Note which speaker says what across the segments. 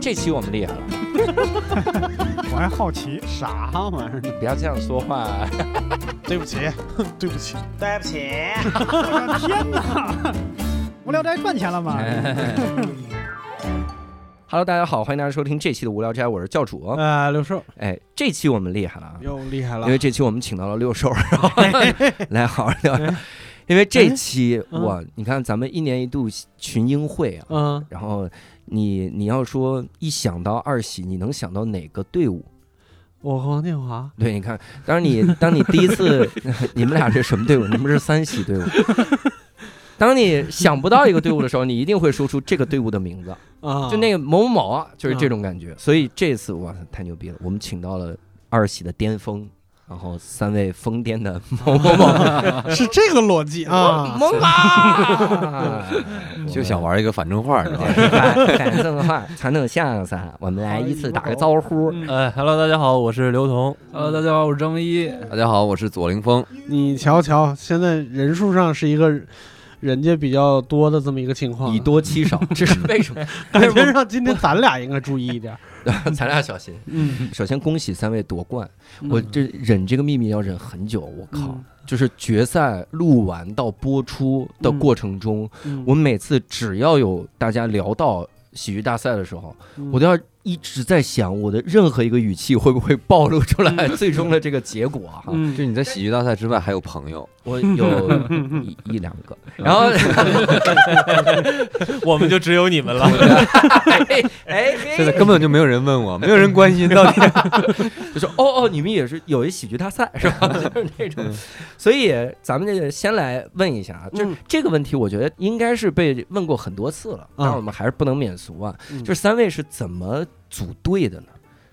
Speaker 1: 这期我们厉害了，
Speaker 2: 我还好奇，
Speaker 3: 啥玩意儿？
Speaker 1: 不要这样说话。
Speaker 4: 对不起，对不起，
Speaker 5: 对不起，
Speaker 2: 我
Speaker 4: 啊
Speaker 2: 的天 哪！无聊斋赚钱了吗？
Speaker 6: 哎
Speaker 1: Hello，大家好，欢迎大家收听这期的无聊斋，我是教主。
Speaker 4: 呃，刘寿
Speaker 1: 哎，这期我们厉害了啊，
Speaker 4: 又厉害了
Speaker 1: 因为这期我们请到了 六兽，然后来好好聊聊。因为这期
Speaker 4: 嗯
Speaker 1: 我，你看咱们一年一度群英会啊，
Speaker 4: 嗯，
Speaker 1: 然后你你要说一想到二喜，你能想到哪个队伍？
Speaker 4: 我和王建华，
Speaker 1: 对，你看，当然你当你第一次，你们俩是什么队伍？你们是三喜队伍。当你想不到一个队伍的时候，你一定会说出这个队伍的名字，
Speaker 4: 啊，
Speaker 1: 就那个某某某啊，就是这种感觉。所以这次哇塞，太牛逼了！我们请到了二喜的巅峰，然后三位疯癫的某某 某
Speaker 4: 个是这个逻辑啊，
Speaker 1: 萌 啊，
Speaker 7: 就想玩一个反正 话，你知道吧？
Speaker 1: 反反正话，传统相声，我们来依次打个招呼。
Speaker 6: 呃，Hello，大家好，我是刘彤。Hello，大家好，我是张文一。
Speaker 7: 大家好，我是左凌峰。
Speaker 4: 你瞧瞧，现在人数上是一个人家比较多的这么一个情况
Speaker 1: 以，多欺少，这 是为什么？
Speaker 4: 感觉上今天咱俩应该注意一点。
Speaker 1: 咱俩小心。
Speaker 4: 嗯，
Speaker 1: 首先恭喜三位夺冠，我这忍这个秘密要忍很久，我靠！就是决赛录完到播出的过程中，
Speaker 4: 嗯，
Speaker 1: 我每次只要有大家聊到喜剧大赛的时候，我
Speaker 4: 的
Speaker 1: 都要一直在想我的任何一个语气会不会暴露出来 最终的这个结果哈。
Speaker 4: 嗯
Speaker 7: 就你在喜剧大赛之外还有朋友，
Speaker 1: 我有一一两个，然后
Speaker 6: 我们就只有你们了。
Speaker 1: 哎 哎，
Speaker 7: 现在根本就没有人问我，没有人关心到底。
Speaker 1: 就说哦哦，你们也是有一喜剧大赛是吧？
Speaker 8: 嗯
Speaker 1: 就是那种，所以咱们这个先来问一下啊，就是
Speaker 4: 嗯
Speaker 1: 这个问题，我觉得应该是被问过很多次了，
Speaker 8: 嗯
Speaker 1: 但是我们还是不能免俗啊。
Speaker 4: 嗯
Speaker 1: 就是三位是怎么组队的呢？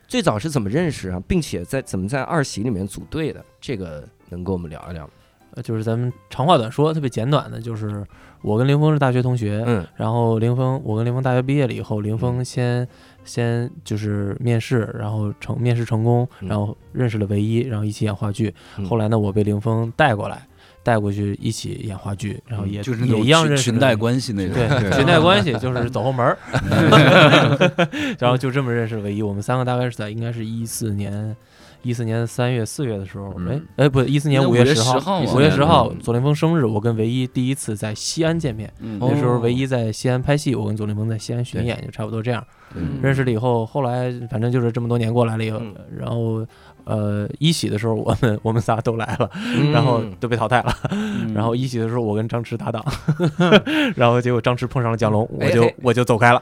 Speaker 1: 最早是怎么认识啊，并且在怎么在二喜里面组队的？这个能跟我们聊一聊吗？
Speaker 6: 呃就是咱们长话短说，特别简短的，就是我跟林峰是大学同学，
Speaker 1: 嗯
Speaker 6: 然后林峰，我跟林峰大学毕业了以后，林峰先先就是面试，然后成面试成功，
Speaker 1: 嗯
Speaker 6: 然后认识了唯一，然后一起演话剧
Speaker 1: 嗯。
Speaker 6: 后来呢，我被林峰带过来，带过去一起演话剧，然后
Speaker 1: 嗯
Speaker 6: 也
Speaker 7: 就是那
Speaker 6: 也
Speaker 7: 种
Speaker 6: 一样
Speaker 7: 群
Speaker 6: 认识
Speaker 7: 群
Speaker 6: 了
Speaker 7: 带
Speaker 6: 你
Speaker 7: 关系那种。啊
Speaker 6: 对，裙带关系就是走后 门儿，然后就这么认识了唯一。我们三个大概是在应该是一四年，一四年三月四月的时候，哎
Speaker 7: 嗯
Speaker 6: 哎不，一四年
Speaker 8: 那
Speaker 6: 月
Speaker 8: 5
Speaker 6: 十
Speaker 8: 10号嘛
Speaker 6: 五月十号
Speaker 7: 嗯
Speaker 6: 左凌峰生日，我跟唯一第一次在西安见面。
Speaker 8: 嗯
Speaker 6: 那时候
Speaker 1: 哦
Speaker 6: 唯一在西安拍戏，我跟左凌峰在西安巡
Speaker 1: 对
Speaker 6: 演，就差不多这样。
Speaker 1: 嗯
Speaker 6: 认识了以后，后来反正就是这么多年过来了以后
Speaker 1: 嗯，
Speaker 6: 然后呃一喜的时候，我们我们仨都来了，
Speaker 1: 嗯
Speaker 8: 嗯
Speaker 6: 然后都被淘汰了。然后一起的时候，我跟张弛 搭档，然后结果张弛碰上了蒋龙，我
Speaker 1: 哎
Speaker 6: 就
Speaker 1: 哎嗯
Speaker 6: 我就走开了。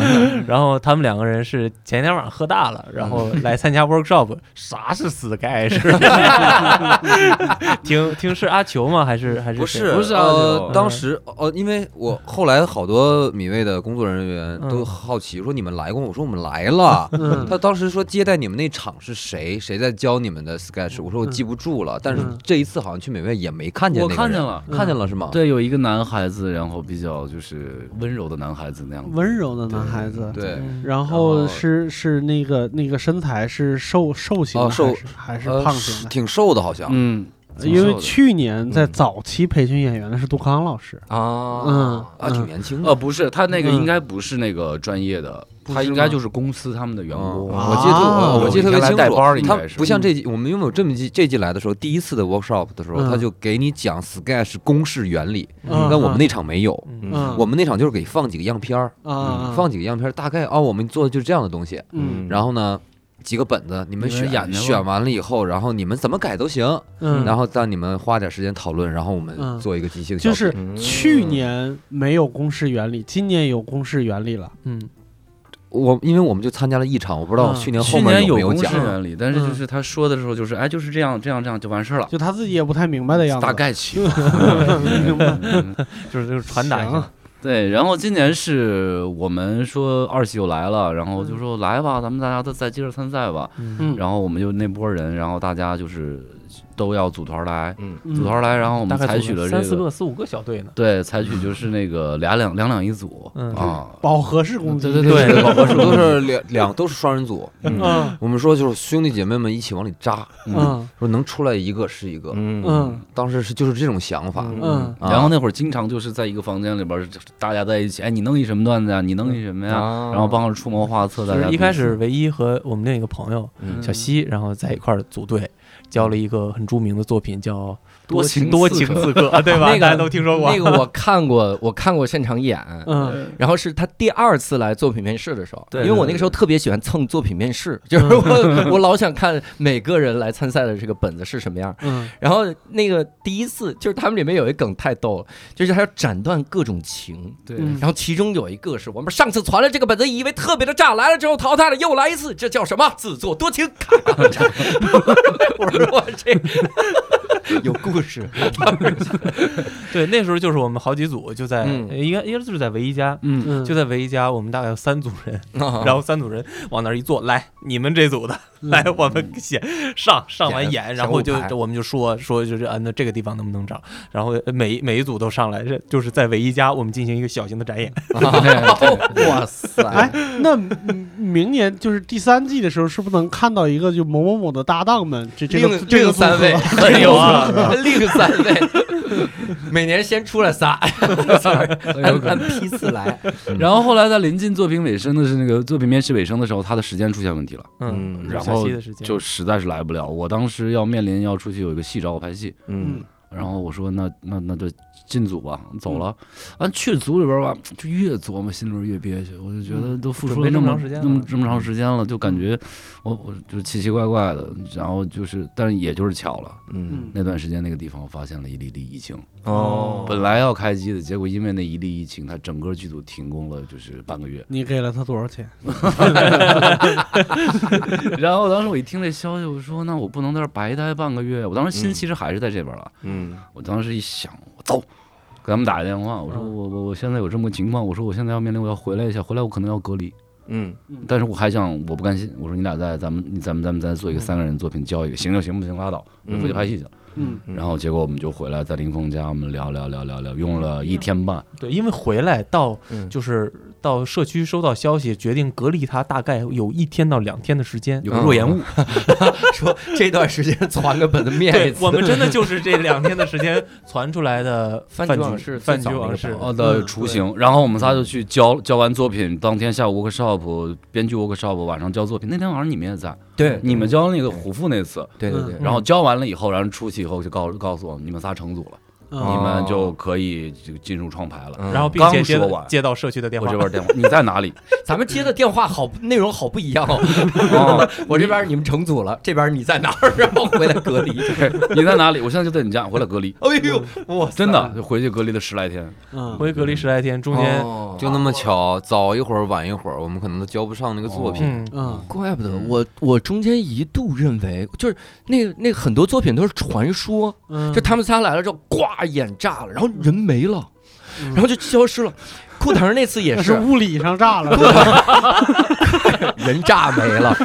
Speaker 6: 然后他们两个人是前天晚上喝大了，然后来参加 workshop，啥是 Sky 是 吧？听听是阿球吗？还是还是
Speaker 7: 不
Speaker 6: 谁
Speaker 7: 是
Speaker 8: 不是啊
Speaker 7: 呃
Speaker 8: 就，
Speaker 7: 当时哦，因为我后来好多米味的工作人员
Speaker 6: 嗯
Speaker 7: 都好奇说你们来过吗？我说我们来了。
Speaker 4: 嗯
Speaker 7: 他当时说接待你们那场是谁？谁在教你们的 sketch？我说我记不住了，但是
Speaker 4: 嗯
Speaker 7: 这一次好像去美味也没看见
Speaker 8: 我
Speaker 7: 那个人。
Speaker 8: 看见了，
Speaker 4: 嗯
Speaker 7: 看见了是吗？
Speaker 8: 对，有一个男孩子，然后比较就是温柔的男孩子那样子。
Speaker 4: 嗯温柔的男孩子，
Speaker 7: 对，
Speaker 4: 然
Speaker 7: 然
Speaker 4: 后
Speaker 7: 后
Speaker 4: 是是那个那个身材是瘦瘦型的
Speaker 7: 哦瘦
Speaker 4: 还是还
Speaker 7: 呃
Speaker 4: 是胖
Speaker 7: 是
Speaker 4: 型的？
Speaker 7: 挺瘦的，好像。
Speaker 8: 嗯，挺
Speaker 4: 因
Speaker 8: 瘦
Speaker 4: 为
Speaker 8: 的
Speaker 4: 去年在
Speaker 1: 嗯
Speaker 4: 早期培训演员的是杜康老师，
Speaker 1: 啊
Speaker 4: 嗯
Speaker 7: 啊，挺年轻的。
Speaker 8: 呃不是，他那个
Speaker 4: 嗯
Speaker 8: 应该不是那个专业的，
Speaker 4: 不
Speaker 8: 他
Speaker 4: 是
Speaker 8: 应该
Speaker 4: 吗
Speaker 8: 就是公司他们的员工。
Speaker 4: 啊
Speaker 7: 哦我记得我我记得特别
Speaker 8: 原来带班儿
Speaker 7: 清
Speaker 8: 应
Speaker 7: 楚，他
Speaker 8: 该是
Speaker 7: 不像这季，我们因为我这么季这季来的时候，第一次的 workshop 的时候，
Speaker 4: 嗯
Speaker 7: 他就给你讲 sketch 公式原理，
Speaker 4: 嗯
Speaker 7: 但我们那场没有，
Speaker 6: 嗯
Speaker 1: 嗯
Speaker 7: 我们那场就是给放几个样片儿，
Speaker 4: 啊
Speaker 7: 放几个样片儿，大概哦，我们做的就是这样的东西，
Speaker 4: 嗯
Speaker 7: 然后呢。几个本子，你们
Speaker 8: 你们
Speaker 7: 选
Speaker 8: 演去吧
Speaker 7: 选完了以后，然后你们怎么改都行，
Speaker 4: 嗯，
Speaker 7: 然后让你们花点时间讨论，然后我们
Speaker 4: 嗯
Speaker 7: 做一个即兴
Speaker 4: 就
Speaker 7: 小品。
Speaker 4: 是
Speaker 1: 嗯
Speaker 4: 去年没有公式原理，今年有公式原理了。
Speaker 6: 嗯
Speaker 7: 我，因为我们就参加了一场，我不知道
Speaker 4: 嗯
Speaker 7: 去年后
Speaker 8: 去
Speaker 7: 面
Speaker 8: 年
Speaker 7: 没有
Speaker 8: 公式
Speaker 7: 讲。
Speaker 8: 原理，但是就
Speaker 4: 嗯
Speaker 8: 是他说的时候就是，哎，就是这样，这样，这样就完事儿了，
Speaker 4: 就他自己也不太明白的样子，
Speaker 8: 大概其。
Speaker 4: 明白
Speaker 6: 就是就是传达一下，
Speaker 8: 对，然后今年是我们说二喜又来了，然后就说来吧，咱们大家再再接着参赛吧。
Speaker 6: 嗯
Speaker 4: 嗯，
Speaker 8: 然后我们就那波人，然后大家就是都要组团来，
Speaker 4: 嗯
Speaker 8: 组团来，然后我
Speaker 6: 大
Speaker 8: 们
Speaker 6: 概
Speaker 8: 采
Speaker 6: 组
Speaker 8: 取了
Speaker 6: 三
Speaker 8: 这
Speaker 6: 四
Speaker 8: 个，
Speaker 6: 个四五个小队呢。
Speaker 8: 对，采取就是那个俩两两两一组，
Speaker 6: 嗯
Speaker 7: 啊。
Speaker 4: 饱和式攻击，
Speaker 8: 对对
Speaker 6: 对
Speaker 7: 宝宝是都是两两都是双人组，
Speaker 8: 嗯
Speaker 4: 嗯
Speaker 7: 我们说就是兄弟姐妹们一起往里扎，
Speaker 8: 嗯
Speaker 4: 嗯
Speaker 7: 说能出来一个是一个。
Speaker 1: 嗯
Speaker 4: 嗯
Speaker 7: 当时是就是这种想法，
Speaker 4: 嗯
Speaker 7: 啊
Speaker 8: 然后那会儿经常就是在一个房间里边儿，大家在一起，哎，你弄一什么段子呀？你弄一什
Speaker 1: 哎
Speaker 8: 么呀？
Speaker 7: 啊
Speaker 8: 然后帮着出谋划策，
Speaker 6: 就
Speaker 8: 大家嗯
Speaker 6: 是一开始唯一和我们另一个朋友
Speaker 1: 嗯
Speaker 6: 小西，然后在一块儿组队，交了一个很著名的作品叫《
Speaker 8: 多情
Speaker 6: 多
Speaker 8: 刺
Speaker 6: 情
Speaker 8: 客
Speaker 6: 刺客》，啊对吧？
Speaker 1: 那个
Speaker 6: 大家都听说过。
Speaker 1: 那个我看过，我看过现场演，
Speaker 4: 嗯
Speaker 1: 然后是他第二次来作品面试的时候，
Speaker 8: 对
Speaker 1: 因为我那个时候特别喜欢蹭作品面试，就是我 我老想看每个人来参赛的这个本子是什么样。
Speaker 4: 嗯
Speaker 1: 然后那个第一次就是他们里面有一梗太逗了，就是他要斩断各种情，
Speaker 8: 对
Speaker 4: 嗯
Speaker 1: 然后其中有一个是我们上次传了这个本子，以为特别的炸，来了之后淘汰了，又来一次，这叫什么？自作多情。咔咔嚓 我说我这有故事，
Speaker 6: 对，那时候就是我们好几组就在，
Speaker 1: 嗯
Speaker 6: 应该应该就是在唯一家，
Speaker 8: 嗯，
Speaker 4: 嗯，
Speaker 6: 就在唯一家，我们大概有三组人，
Speaker 1: 啊
Speaker 6: 然后三组人往那儿一坐，来你们这组的，来我们写上上
Speaker 1: 嗯
Speaker 6: 完
Speaker 1: 演
Speaker 6: 演，
Speaker 1: 小
Speaker 6: 然后
Speaker 1: 舞
Speaker 6: 就
Speaker 1: 台
Speaker 6: 我们就说说就是啊，那这个地方能不能找？然后呃每每一组都上来，这就是在唯一家我们进行一个小型的展演。
Speaker 1: 哇塞
Speaker 4: 哎！那嗯明年就是第三季的时候，是不是能看到一个就某某某的搭档们？这这个
Speaker 1: 另
Speaker 4: 这
Speaker 1: 另
Speaker 4: 个组合
Speaker 1: 三位很有啊， 另三位每年先出来 仨，按哎按批次来。
Speaker 8: 然后后来在临近作品尾声的是那个作品面试尾声的时候，他的时间出现问题了，
Speaker 1: 嗯
Speaker 6: 嗯，
Speaker 8: 然
Speaker 6: 小
Speaker 8: 后
Speaker 6: 溪的时间
Speaker 8: 就实在是来不了。我当时要面临要出去有一个戏找我拍戏，
Speaker 1: 嗯
Speaker 8: 然后我说那那那就进组吧，走了。
Speaker 6: 嗯
Speaker 8: 完、去组里边吧，就越琢磨心里边越憋屈，我就觉得都付出了那么、
Speaker 6: 嗯准备这么长时间了嗯
Speaker 8: 那么这么长时间了，就感觉我我就奇奇怪怪的。然后就是，但是也就是巧了，
Speaker 1: 嗯
Speaker 8: 那段时间那个地方发现了一例例疫情，
Speaker 1: 哦，
Speaker 8: 本来要开机的，结果因为那一例疫情，它整个剧组停工了就是半个月。
Speaker 4: 你给了他多少钱？
Speaker 8: 然后当时我一听这消息，我说那我不能在这儿白待半个月。我当
Speaker 6: 嗯
Speaker 8: 时心其实还是在这边了。
Speaker 1: 嗯
Speaker 8: 我当时一想，我走，给他们打个电话，我说
Speaker 4: 嗯
Speaker 8: 我我我现在有这么个情况，我说我现在要面临我要回来一下，回来我可能要隔离，
Speaker 1: 嗯
Speaker 8: 但是我还想我不甘心，我说你俩在咱们你咱们咱们咱做一个三个人作品交一个，行就行不行拉倒，
Speaker 1: 嗯
Speaker 8: 回去拍戏去了。
Speaker 4: 嗯
Speaker 1: 嗯
Speaker 8: 然后结果我们就回来在林峰家，我们聊聊聊聊聊，用了一天半，
Speaker 6: 对，因为回来到
Speaker 1: 嗯
Speaker 6: 就是到社区收到消息，决定隔离他，大概有一天到两天的时间。啊
Speaker 8: 有个若言物，
Speaker 1: 说这段时间传个本子 面一
Speaker 6: 对
Speaker 1: 次，
Speaker 6: 我们真的就是这两天的时间传出来的
Speaker 1: 饭
Speaker 6: 饭
Speaker 1: 局
Speaker 6: 局
Speaker 1: 往事
Speaker 6: 饭
Speaker 1: 最
Speaker 6: 局
Speaker 1: 早那
Speaker 6: 往
Speaker 1: 个
Speaker 6: 事
Speaker 1: 版，
Speaker 8: 哦的
Speaker 6: 嗯
Speaker 8: 雏形。然后我们仨就去交交完作品，当天下午 workshop 编剧 workshop 晚上交作品，那天晚上你们也在，
Speaker 1: 对嗯
Speaker 8: 你们交那个虎父那次，
Speaker 1: 对对对，
Speaker 8: 然后交完了以后，然后出去以后就告告诉我们你们仨成组了。你
Speaker 4: 嗯
Speaker 8: 们就可以就进入创牌了。
Speaker 1: 嗯
Speaker 6: 然后并且
Speaker 8: 刚
Speaker 6: 接
Speaker 8: 说
Speaker 6: 到
Speaker 8: 完
Speaker 6: 接到社区的电
Speaker 8: 我
Speaker 6: 话
Speaker 8: 这，边电话，你在哪里？
Speaker 1: 咱们接的电话好内容好不一样哦。
Speaker 8: 哦，
Speaker 1: 我这边你们成组了，这边你在哪儿？ 然后回来隔离。
Speaker 8: 你在哪里？我现在就在你家，回来隔离。
Speaker 1: 哎呦，哇塞，
Speaker 8: 真的，就回去隔离了十来天。
Speaker 4: 嗯
Speaker 6: 回隔离十来天，中间
Speaker 1: 哦
Speaker 7: 就那么巧，早一会儿晚一会儿，我们可能都交不上那个作
Speaker 1: 哦
Speaker 7: 品。
Speaker 6: 嗯
Speaker 4: 嗯
Speaker 1: 怪不得
Speaker 7: 嗯
Speaker 1: 我，我中间一度认为，就是那那很多作品都是传说，
Speaker 4: 嗯，
Speaker 1: 就他们仨来了之后，呱眼炸了，然后人没了，
Speaker 4: 嗯
Speaker 1: 然后就消失了。裤腾那次也
Speaker 4: 那是
Speaker 1: 是
Speaker 4: 物理上炸了，
Speaker 1: 人炸没了，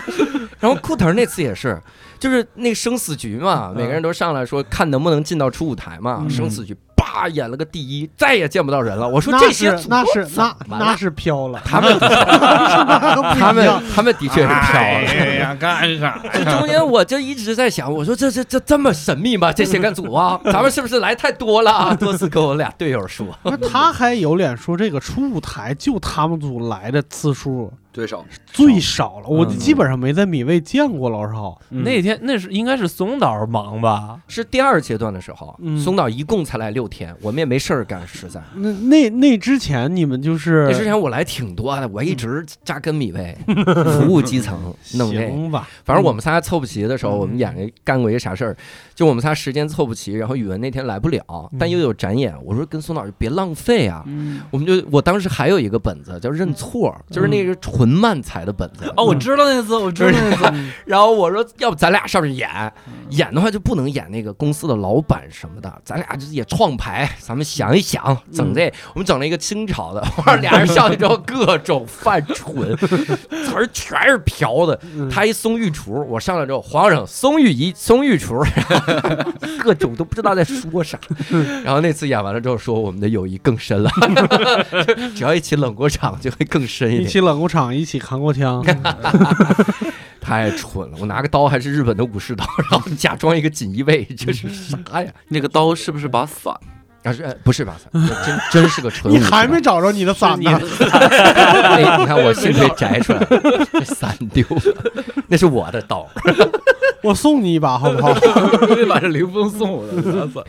Speaker 1: 然后裤腾那次也是，就是那生死局嘛，
Speaker 6: 嗯
Speaker 1: 每个人都上来说看能不能进到初舞台嘛，
Speaker 4: 嗯
Speaker 1: 生死局叭演了个第一，再也见不到人了。我说
Speaker 4: 那
Speaker 1: 这些
Speaker 4: 是那是那
Speaker 1: 完了
Speaker 4: 那是飘了，
Speaker 1: 他们他
Speaker 4: 他
Speaker 1: 们他们的确是飘了。
Speaker 8: 呀，干啥？
Speaker 1: 这中间我 就一直在想，我说这这这这么神秘吗？这写干组啊，咱们是不是来太多了啊？多次跟我俩队友说，
Speaker 4: 不是他还有脸说这个出舞台就他们组来的次数
Speaker 7: 对手，
Speaker 4: 最少了，我
Speaker 6: 嗯
Speaker 4: 基本上没在米未见过老少。
Speaker 6: 那天那是应该是松岛忙吧？
Speaker 1: 是第二阶段的时候
Speaker 4: 嗯，
Speaker 1: 松岛一共才来六天，我们也没事儿干，实在。
Speaker 4: 那那那之前你们就
Speaker 1: 那之
Speaker 4: 是嗯
Speaker 1: 前我来挺多的，我一直扎根米味，服务基 层，弄这。
Speaker 4: 行吧？嗯
Speaker 1: 反正我们仨凑不齐的时候，
Speaker 6: 嗯
Speaker 1: 我们演了一干过一啥事儿，就我们仨时间凑不齐，然后语文那天来不了，
Speaker 4: 嗯
Speaker 1: 但又有展演，我说嗯跟松老师别浪费啊，我们就我当时还有一个本子叫认错，就是那个纯漫才的本子。
Speaker 6: 嗯
Speaker 1: 嗯
Speaker 6: 哦，我知道那次，我知道 那嗯次，
Speaker 1: 然后我说，要不咱俩上去演，
Speaker 6: 嗯
Speaker 1: 演的话就不能演那个公司的老板什么的，咱俩就也创牌，咱们想一想，
Speaker 6: 嗯
Speaker 1: 整这，我们整了一个清朝的， 我说俩人上去之后各种犯蠢，词儿全是嫖的。他一松玉厨，我上来之后，皇上松玉仪，松玉厨， 各种都不知道在说啥。然后那次演完了之后，说我们的友谊更深了， 就只要一起冷过场就会更深一
Speaker 4: 一
Speaker 1: 点。
Speaker 4: 起冷过场，一起扛过枪，
Speaker 1: 太蠢了！我拿个刀还是日本的武士刀，然后假装一个锦衣卫，这是啥呀？
Speaker 3: 那个刀是不是把伞？
Speaker 1: 啊是呃不是吧？ 真真是个纯武
Speaker 4: 你
Speaker 1: 士刀。
Speaker 4: 还没找着你的伞呢，
Speaker 1: 那你看我幸亏摘出来了，这伞丢了，那是我的刀。
Speaker 4: 我送你一把好不好？
Speaker 3: 对吧？是林峰送我的伞。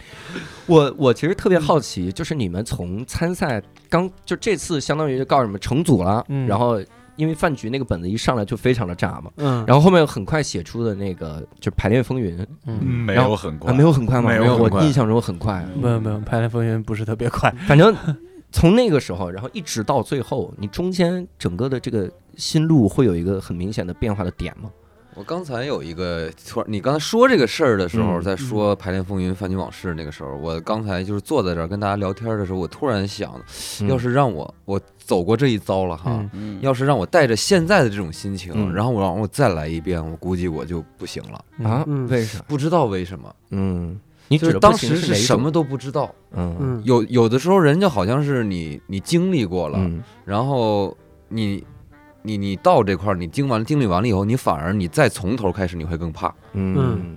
Speaker 1: 我我其实特别好奇，就是你们从参赛刚就这次，相当于就告诉你们成组了，
Speaker 6: 嗯
Speaker 1: 然后因为饭局那个本子一上来就非常的炸嘛，
Speaker 4: 嗯，
Speaker 1: 然后后面很快写出的那个就排练风云
Speaker 6: 嗯，
Speaker 3: 没
Speaker 1: 然后
Speaker 3: 有很快，
Speaker 1: 啊，没有很快吗？
Speaker 3: 没有很快
Speaker 1: 我印象中很快，啊
Speaker 6: 没有没有，拍的风云不是特别快，
Speaker 1: 反正从那个时候，然后一直到最后，你中间整个的这个心路会有一个很明显的变化的点吗？
Speaker 7: 我刚才有一个突然，你刚才说这个事儿的时候，
Speaker 1: 嗯
Speaker 7: 在说《排练风云》《饭局往事》那个时候，我刚才就是坐在这儿跟大家聊天的时候，我突然想，
Speaker 1: 嗯
Speaker 7: 要是让我我走过这一遭了哈
Speaker 6: 嗯，
Speaker 8: 嗯
Speaker 7: 要是让我带着现在的这种心情，
Speaker 1: 嗯
Speaker 7: 然后我让我再来一遍，我估计我就不行了。
Speaker 1: 啊，
Speaker 4: 嗯
Speaker 1: 为啥？
Speaker 7: 不知道为什么，
Speaker 1: 嗯，你指
Speaker 7: 就是
Speaker 1: 的
Speaker 7: 当
Speaker 1: 不行
Speaker 7: 时
Speaker 1: 是哪一
Speaker 7: 什
Speaker 1: 种
Speaker 7: 么？都不知道。
Speaker 1: 嗯
Speaker 4: 嗯，
Speaker 7: 有有的时候，人家好像是你你经历过了，
Speaker 1: 嗯
Speaker 7: 然后你你你到这块儿，你经完经历完了以后，你反而你再从头开始，你会更怕。
Speaker 1: 嗯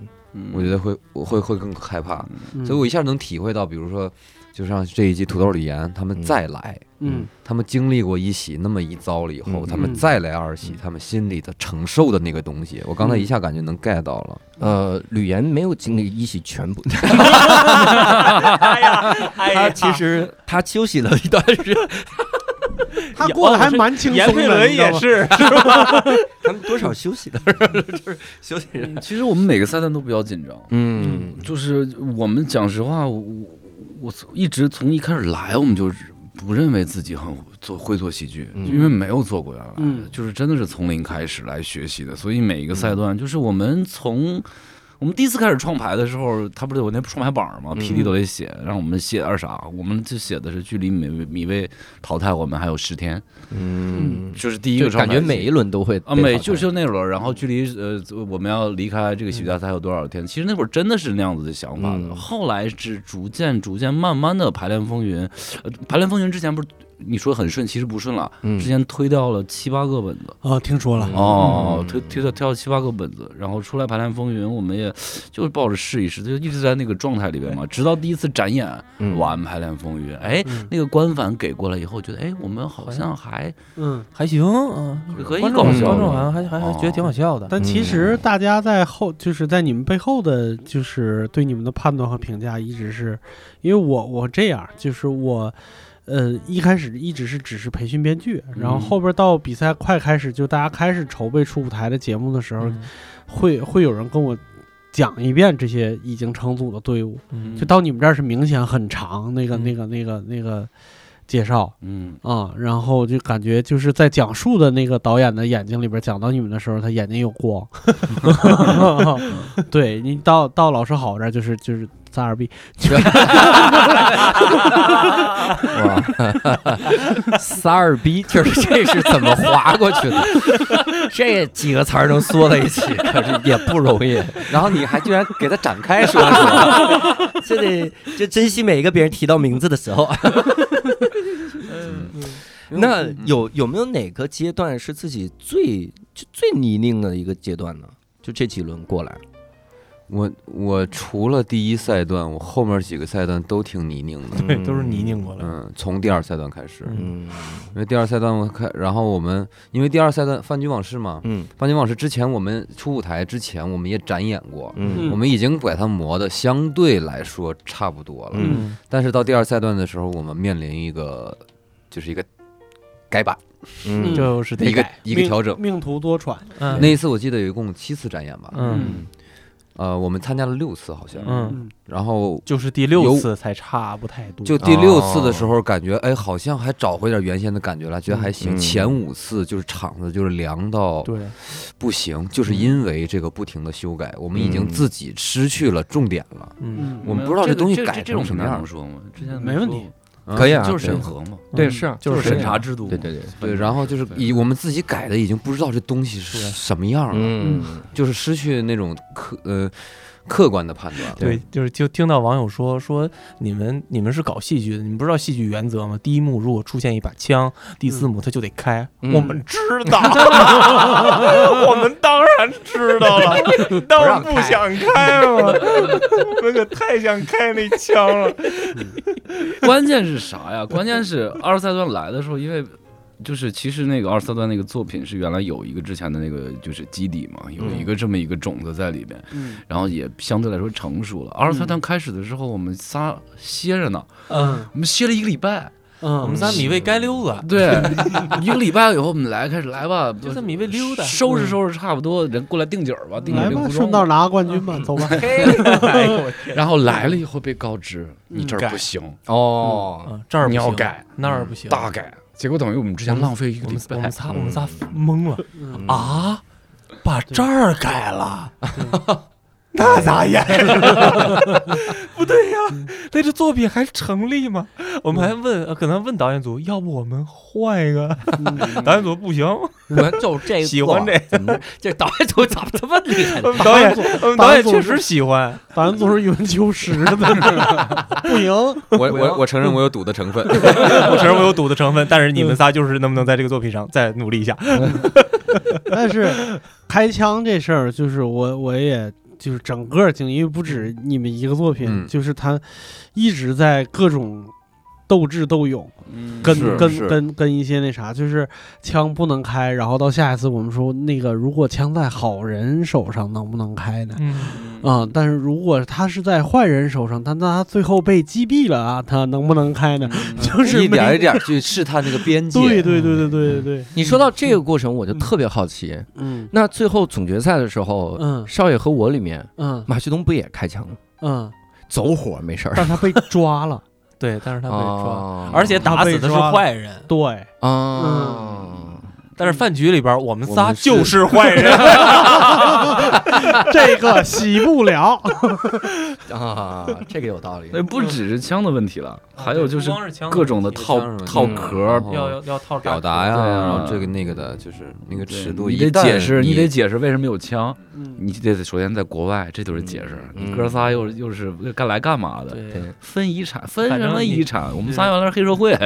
Speaker 7: 我觉得会我会会更害怕，
Speaker 4: 嗯
Speaker 7: 所以我一下能体会到，比如说，就像这一季土豆李岩他们再来，
Speaker 4: 嗯
Speaker 7: 他们经历过一喜那么一遭了以后，
Speaker 1: 嗯
Speaker 7: 他们再来二喜，他们心里的承受的那个东西，我刚
Speaker 1: 嗯
Speaker 7: 才一下感觉能 get 到了。
Speaker 1: 呃，吕岩没有经历一喜全部，
Speaker 6: 哎呀，哎
Speaker 1: 他
Speaker 6: 呀，
Speaker 1: 其实他休息了一段时 间，
Speaker 4: 他过得还蛮轻
Speaker 6: 严
Speaker 4: 松
Speaker 6: 佩
Speaker 4: 的，
Speaker 6: 伦
Speaker 4: 你知道
Speaker 6: 也
Speaker 4: 吗？
Speaker 6: 是，
Speaker 1: 他们多少休息的，就是休息了。
Speaker 8: 其实我们每个赛段都比较紧张，
Speaker 1: 嗯
Speaker 8: 就是我们讲实话，我我我一直从一开始来，我们就不认为自己很做会做喜剧，
Speaker 1: 嗯
Speaker 8: 因为没有做过原来，
Speaker 4: 嗯
Speaker 8: 就是真的是从零开始来学习的，所以每一个赛段就是我们从。我们第一次开始创牌的时候，他不是有那创牌榜吗
Speaker 1: 嗯
Speaker 8: ？P D 都得写，让我们写二傻，我们就写的是距离米未米未淘汰我们还有十天，
Speaker 1: 嗯，
Speaker 8: 就是第一
Speaker 1: 就
Speaker 8: 个
Speaker 1: 感
Speaker 8: 创牌
Speaker 1: 觉每一轮都会
Speaker 8: 啊，
Speaker 1: 被
Speaker 8: 每
Speaker 1: 淘汰
Speaker 8: 就就那轮儿，然后距离呃，我们要离开这个喜剧大赛还有多少天？其实那会儿真的是那样子的想法的。
Speaker 1: 嗯
Speaker 8: 后来是逐渐逐渐慢慢的排练风云，呃，排练风云之前不是你说很顺，其实不顺了，
Speaker 1: 嗯
Speaker 8: 之前推掉了七八个本子。
Speaker 4: 啊，听说了，
Speaker 8: 哦，推推掉推掉七八个本子，然后出来排练风云，我们也就是抱着试一试，就一直在那个状态里边嘛。直到第一次展演
Speaker 1: 嗯
Speaker 8: 完排练风云，哎，那个官反给过来以后，觉得哎，我们好像还
Speaker 4: 嗯，
Speaker 6: 还行啊，
Speaker 8: 可以
Speaker 6: 观
Speaker 8: 搞
Speaker 6: 众
Speaker 8: 笑
Speaker 6: 观众
Speaker 8: 的
Speaker 6: 好像还还还觉得挺好笑的，
Speaker 4: 但其
Speaker 6: 嗯
Speaker 4: 实大家在后，就是在你们背后的，就是对你们的判断和评价，一直是因为我我这样，就是我，呃，一开始一直是只是培训编剧，然后
Speaker 8: 嗯
Speaker 4: 后边到比赛快开始，就大家开始筹备出舞台的节目的时候，
Speaker 6: 嗯
Speaker 4: 会会有人跟我讲一遍这些已经成组的队伍，
Speaker 6: 嗯
Speaker 4: 就到你们这儿是明显很长，那个
Speaker 6: 嗯
Speaker 4: 那个那个那个介绍。
Speaker 8: 嗯。
Speaker 4: 啊、然后就感觉就是在讲述的那个导演的眼睛里边讲到你们的时候，他眼睛有光。 对你到到老师好这儿就是就是撒二逼，
Speaker 1: 哇，三二逼，就是这是怎么划过 去的？这几个词儿能缩在一起，可是也不容易。
Speaker 7: 然后你还居然给他展开说了说，
Speaker 1: 这得这珍惜每一个别人提到名字的时候。 那有有没有哪个阶段是自己最就最泥泞的一个阶段呢？就这几轮过来，
Speaker 7: 我我除了第一赛段，我后面几个赛段都挺泥泞的。
Speaker 6: 对，都是泥泞过来的，
Speaker 7: 嗯，从第二赛段开始，
Speaker 1: 嗯
Speaker 7: 因为第二赛段我开，然后我们因为第二赛段《饭局往事》嘛，
Speaker 1: 嗯
Speaker 7: 《饭局往事》之前我们出舞台之前我们也展演过，
Speaker 1: 嗯
Speaker 7: 我们已经把它磨的相对来说差不多了。
Speaker 1: 嗯
Speaker 7: 但是到第二赛段的时候，我们面临一个就是一个改版，
Speaker 1: 嗯
Speaker 4: 就
Speaker 6: 就是得
Speaker 7: 一个
Speaker 6: 改，
Speaker 7: 一个
Speaker 4: 命
Speaker 7: 调整。
Speaker 4: 命途多舛。
Speaker 6: 嗯
Speaker 7: 那一次我记得有一共七次展演吧，
Speaker 6: 嗯
Speaker 7: 呃，我们参加了六次好像，
Speaker 6: 嗯，
Speaker 7: 然后
Speaker 6: 就是第六次才差不太多，
Speaker 7: 就第六次
Speaker 1: 哦
Speaker 7: 的时候，感觉哎，好像还找回点原先的感觉了，觉得还行。
Speaker 1: 嗯
Speaker 7: 前五次就是场子就是凉到
Speaker 6: 对，
Speaker 7: 不行，就是因为这个不停的修改，我们已经
Speaker 1: 嗯
Speaker 7: 自己失去了重点了。
Speaker 6: 嗯，
Speaker 7: 我们不知道这东西改
Speaker 8: 这
Speaker 7: 成
Speaker 8: 种
Speaker 7: 什么样
Speaker 8: 能说吗？之前
Speaker 4: 没问题，
Speaker 7: 嗯
Speaker 1: 可以啊
Speaker 8: 就是
Speaker 1: 对
Speaker 8: 审核嘛，
Speaker 1: 对，是啊，
Speaker 6: 嗯就是
Speaker 8: 审
Speaker 6: 这样
Speaker 8: 查制度嘛。
Speaker 1: 对对对，
Speaker 7: 对，然后就是以我们自己改的，已经不知道这东西是
Speaker 6: 对
Speaker 7: 什么样了，
Speaker 1: 嗯，
Speaker 7: 就是失去那种客呃客观的判断了。
Speaker 6: 对，就是就听到网友说说你们你们是搞戏剧的，你们不知道戏剧原则吗？第一幕如果出现一把枪，第四幕它就得开。
Speaker 1: 嗯
Speaker 6: 我们知道，我们当然知道了，但我不想开嘛，那个太想开那枪了。
Speaker 8: 关键是啥呀？关键是 二十三段来的时候，因为就是其实那个二十三段那个作品是原来有一个之前的那个就是基底嘛，有一个这么一个种子在里边，
Speaker 4: 嗯
Speaker 8: 然后也相对来说成熟了。二十三段开始的时候，我们仨歇着呢，
Speaker 6: 嗯
Speaker 8: 我们歇了一个 礼拜，
Speaker 4: 嗯，
Speaker 6: 我们仨米未该溜达，
Speaker 8: 对，一个礼拜以后我们来开始来吧，
Speaker 6: 就在米未溜达，
Speaker 8: 收拾收拾差不多，人过来定景儿吧，定
Speaker 4: 嗯
Speaker 8: 景
Speaker 4: 来
Speaker 8: 儿定
Speaker 4: 吧，
Speaker 8: 服
Speaker 4: 顺道
Speaker 8: 装吧。
Speaker 4: 拿个冠军
Speaker 7: 嗯
Speaker 4: 吧，走吧。
Speaker 8: 然后来了以后被告知你这
Speaker 6: 改
Speaker 8: 儿不行，
Speaker 1: 哦，
Speaker 6: 嗯，这儿不
Speaker 8: 你要
Speaker 6: 行
Speaker 8: 改
Speaker 6: 那儿不行，
Speaker 8: 大改，结果等于我们之前浪费一个
Speaker 6: 我
Speaker 8: 礼
Speaker 6: 们我
Speaker 8: 拜
Speaker 6: 们。仨我们仨懵了啊，把这儿改了， 那咋演？ 不对呀，那这作品还成立吗？我们还问，呃可能问导演组，要不我们换一个？ 导演组不行，
Speaker 1: 我们就这个
Speaker 6: 喜欢这
Speaker 1: 怎么这导演组咋这么厉害呢？
Speaker 6: 我们 导演
Speaker 4: 导
Speaker 6: 我们导演确实喜 欢，
Speaker 4: 打完总是语文求实的， 不赢。
Speaker 7: 我我我承认我有赌的成分，
Speaker 6: 我承认我有赌的成分，但是你们仨就是能不能在这个作品上再努力一下？
Speaker 4: 但是开枪这事儿，就是我我也就是整个经历，因为不止你们一个作品，
Speaker 7: 嗯
Speaker 4: 就是他一直在各种斗智斗勇，
Speaker 8: 嗯
Speaker 4: 跟
Speaker 7: 是
Speaker 4: 跟
Speaker 7: 是
Speaker 4: 跟跟一些那啥，就是枪不能开，然后到下一次我们说那个如果枪在好人手上能不能开呢？
Speaker 6: 嗯，
Speaker 4: 啊、但是如果他是在坏人手上，但那他最后被击毙了啊，他能不能开呢？就是
Speaker 7: 嗯一点儿
Speaker 4: 没
Speaker 7: 一点儿去试探那个边界。
Speaker 4: 对对对对对对，
Speaker 1: 你说到这个过程，我就特别好奇。
Speaker 4: 嗯
Speaker 1: 那最后总决赛的时候，
Speaker 4: 嗯
Speaker 1: 少爷和我》里面，
Speaker 4: 嗯
Speaker 1: 马旭东不也开枪了？
Speaker 4: 嗯，
Speaker 1: 走火没事儿，
Speaker 4: 但是他被抓了，
Speaker 6: 对，但是他被抓，
Speaker 1: 哦
Speaker 6: 而且打死的是坏人。
Speaker 4: 对，
Speaker 1: 啊，
Speaker 6: 但是饭局里边，我们
Speaker 7: 我
Speaker 6: 仨
Speaker 7: 们是
Speaker 6: 就是坏人，
Speaker 4: 这个洗不了。嗯
Speaker 1: 啊，这个有道理。
Speaker 8: 那呃不只是枪的问题了，啊还有就是各种的套
Speaker 7: 枪是吧
Speaker 8: 套
Speaker 7: 嗯
Speaker 8: 壳
Speaker 7: 然
Speaker 8: 儿，
Speaker 7: 后
Speaker 6: 要要要套
Speaker 7: 表达呀，
Speaker 8: 对啊
Speaker 7: 然后这个那个的，就是那个
Speaker 8: 对
Speaker 7: 尺度
Speaker 8: 你
Speaker 7: 一
Speaker 8: 得
Speaker 7: 旦
Speaker 8: 解释，
Speaker 7: 你
Speaker 8: 你得解释为什么有枪，
Speaker 4: 嗯
Speaker 8: 你得首先在国外，这就是解释。
Speaker 1: 嗯
Speaker 8: 你哥仨又又是干来干嘛的？
Speaker 6: 对
Speaker 8: 分遗产，分
Speaker 6: 反
Speaker 8: 什
Speaker 6: 正
Speaker 8: 么
Speaker 6: 你
Speaker 8: 遗产？我们仨原来是黑社会，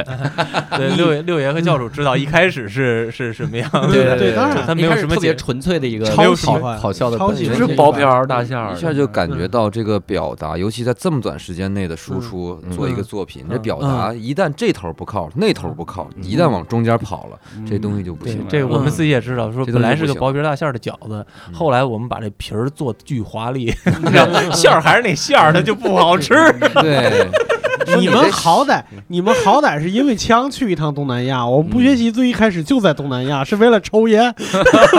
Speaker 6: 对，六爷六爷和教主知道一开始是是什么样 的，
Speaker 8: 对
Speaker 4: 对，当然
Speaker 6: 他没
Speaker 1: 一
Speaker 6: 有
Speaker 1: 开
Speaker 6: 什
Speaker 1: 始
Speaker 6: 么
Speaker 1: 特别
Speaker 6: 解，
Speaker 1: 纯粹的一个
Speaker 4: 超喜
Speaker 1: 好
Speaker 4: 欢
Speaker 1: 好笑的
Speaker 4: 超
Speaker 1: 本
Speaker 4: 喜
Speaker 1: 质，
Speaker 8: 不
Speaker 4: 欢
Speaker 8: 是
Speaker 4: 这个
Speaker 8: 薄片儿大馅儿
Speaker 7: 一。下就感觉到这个表达，尤其在这么短时间内的输出
Speaker 1: 嗯
Speaker 7: 做一个作品，
Speaker 6: 嗯
Speaker 7: 这表达一旦这头不靠，那头不靠，一旦往中间跑了，
Speaker 8: 嗯
Speaker 7: 这东西就不
Speaker 6: 对
Speaker 7: 行了。
Speaker 6: 这个我 们自己也知道，说
Speaker 7: 嗯这东
Speaker 6: 本
Speaker 7: 西
Speaker 6: 来是
Speaker 7: 不
Speaker 6: 个
Speaker 7: 行
Speaker 6: 薄皮大馅儿的饺子，
Speaker 7: 嗯
Speaker 6: 后来我们把这皮儿做得巨华丽，然后馅儿还是那馅儿，它就不好吃。
Speaker 7: 嗯 对，
Speaker 4: 你们好歹，你们好歹是因为枪去一趟东南亚，我们不学习，最一开始就在东南亚是为了抽烟，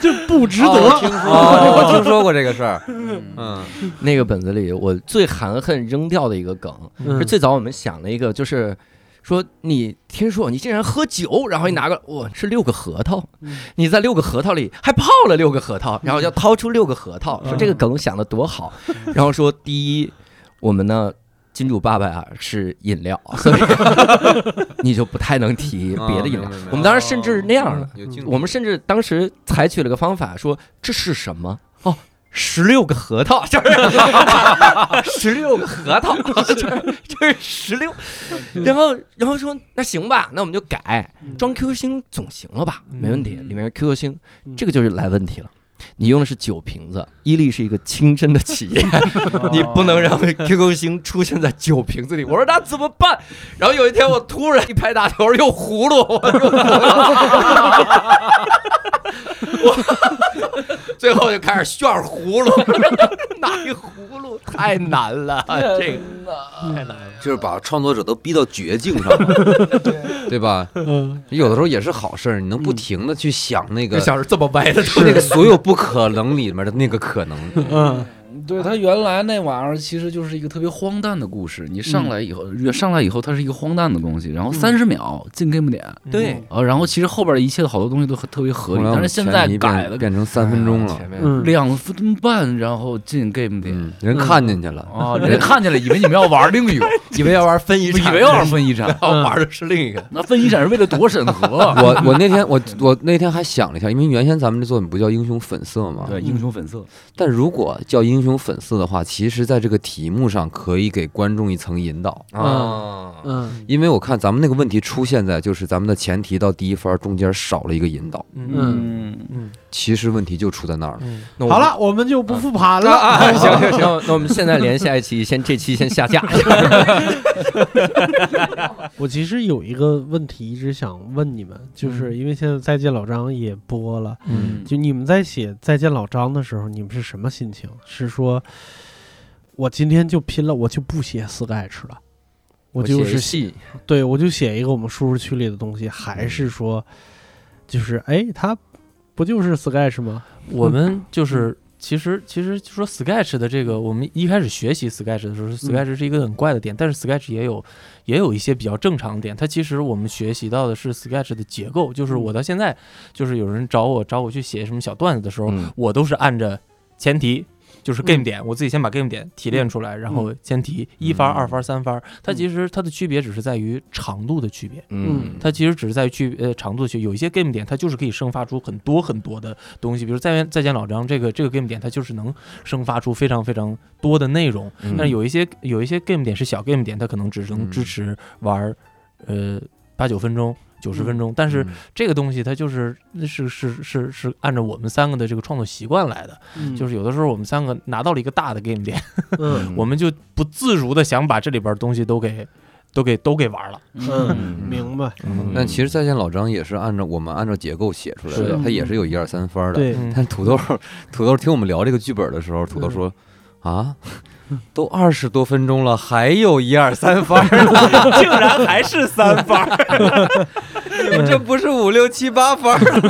Speaker 4: 就不值
Speaker 7: 哦
Speaker 4: 得。
Speaker 7: 哦，我听说过这个事儿，嗯，
Speaker 1: 那个本子里，我最含恨扔掉的一个梗，
Speaker 4: 嗯
Speaker 1: 是最早我们想了一个，就是说你听说你竟然喝酒，然后一拿过来，哇，是六个核桃
Speaker 4: 嗯，
Speaker 1: 你在六个核桃里还泡了六个核桃，然后要掏出六个核桃，说这个梗想的多好，然后说第一，我们呢。金主爸爸啊是饮料，所以 你就不太能提别的饮料
Speaker 7: 哦明白明哦白。嗯
Speaker 1: 我们当时甚至是那样的，嗯
Speaker 7: 有竞争
Speaker 1: 我们甚至当时采取了个方法，说这是什么？哦，十六个核 桃，就是十六个核桃， 就是就是十六。然后然后说那行吧，那我们就改
Speaker 4: 嗯
Speaker 1: 装 QQ 星总行了吧？没问题，里面是 QQ 星
Speaker 4: 嗯，
Speaker 1: 这个就是来问题了。你用的是酒瓶子，伊利是一个清真的企业， 你不能让 QQ 星出现在酒瓶子里。我说那怎么办？然后有一天我突然一拍大腿，我说又葫芦，我说 最后就开始炫葫芦， 拿一葫芦太难 了，这个
Speaker 6: 太难了，
Speaker 7: 就是把创作者都逼到绝境上了， 对吧？
Speaker 4: 嗯，
Speaker 7: 有的时候也是好事儿，你能不停的去想那个嗯
Speaker 1: 就想是这么歪的，
Speaker 7: 那个所有不可能里面的那个可能，
Speaker 4: 嗯，
Speaker 8: 对他原来那玩意儿其实就是一个特别荒诞的故事，你上来以后，上来以后它是一个荒诞的东西，然后三十秒进 game 点，
Speaker 1: 对，
Speaker 8: 啊，然后其实后边的一切好多东西都很特别合理，
Speaker 7: 嗯
Speaker 8: 但是现在
Speaker 7: 前一遍
Speaker 8: 改了
Speaker 7: 变成三分钟了
Speaker 1: 前，面
Speaker 4: 嗯，
Speaker 8: 两分半，然后进 game 点。
Speaker 7: 嗯，人看进去了，
Speaker 8: 啊！人家看见了，以为你们要玩另一个，
Speaker 1: 以为要玩分一
Speaker 8: 以
Speaker 1: 产，
Speaker 8: 为要玩分遗产，
Speaker 1: 然后玩的是另一个，
Speaker 8: 那分遗产是为了躲审核。
Speaker 7: 我我那天我我那天还想了一下，因为原先咱们这作品不叫《英雄本色》嘛，
Speaker 8: 对，英雄本色，
Speaker 7: 但如果叫《英雄本色》的话，其实在这个题目上可以给观众一层引导，
Speaker 1: 啊，
Speaker 4: 嗯
Speaker 7: 因为我看咱们那个问题出现在就是咱们的前提到第一番中间少了一个引导，
Speaker 4: 嗯
Speaker 8: 嗯，
Speaker 7: 其实问题就出在那儿了。
Speaker 6: 嗯，
Speaker 1: 那我
Speaker 4: 好
Speaker 1: 们
Speaker 4: 了，我们就不复盘
Speaker 1: 啊
Speaker 4: 了。
Speaker 1: 啊，行行行，那那我们现在连下一期，先这期先下架。
Speaker 4: 我其实有一个问题一直想问你们，就是因为现在《再见老张》也播了，
Speaker 8: 嗯
Speaker 4: 就你们在写《再见老张》的时候，你们是什么心情？是说我今天就拼了，我就不写 Sketch 了，我就
Speaker 1: 写
Speaker 4: 是
Speaker 1: 一戏，
Speaker 4: 对，我就写一个我们舒适区里的东西，还
Speaker 1: 嗯
Speaker 4: 是说，就是哎，它不就是 Sketch 吗？
Speaker 6: 我们就是其实其实就说 Sketch 的这个，我们一开始学习 Sketch 的时候，Sketch 是一个很怪的点，但是 Sketch 也有也有一些比较正常的点。它其实我们学习到的是 Sketch 的结构，就是我到现在就是有人找我找我去写什么小段子的时候，
Speaker 1: 嗯
Speaker 6: 我都是按着前提。就是 game 点，我自己先把 game 点提炼出来，然后先提一番、二番、三番。它其实它的区别只是在于长度的区别，
Speaker 1: 嗯，
Speaker 6: 它其实只是在于去呃长度去，有一些 game 点它就是可以生发出很多很多的东西，比如再见再见老张这个这个 game 点它就是能生发出非常非常多的内容，
Speaker 1: 嗯
Speaker 6: 但是有一些有一些 game 点是小 game 点，它可能只能
Speaker 7: 嗯
Speaker 6: 支持玩儿呃八九分钟。九十分钟，但是
Speaker 7: 嗯
Speaker 6: 这个东西它就是是是是是按照我们三个的这个创作习惯来
Speaker 2: 嗯
Speaker 6: 的， 就是有的时候我们三个拿到了一个大的 game 点，
Speaker 4: 嗯
Speaker 6: 我们就不自如的想把这里边儿东西都给都给都给玩了。
Speaker 4: 嗯，明白，
Speaker 1: 嗯
Speaker 7: 但其实《再见老张》也是按照我们按照结构写出来
Speaker 6: 是
Speaker 7: 的
Speaker 6: 的，
Speaker 7: 它也是有一二三番的。
Speaker 4: 对，
Speaker 6: 嗯
Speaker 7: 但土豆，土豆听我们聊这个剧本的时候，土豆说：“啊，都二十多分钟了，还有一二三番儿呢，
Speaker 6: 竟然还是三番儿，
Speaker 7: 你们这不是五六七八番儿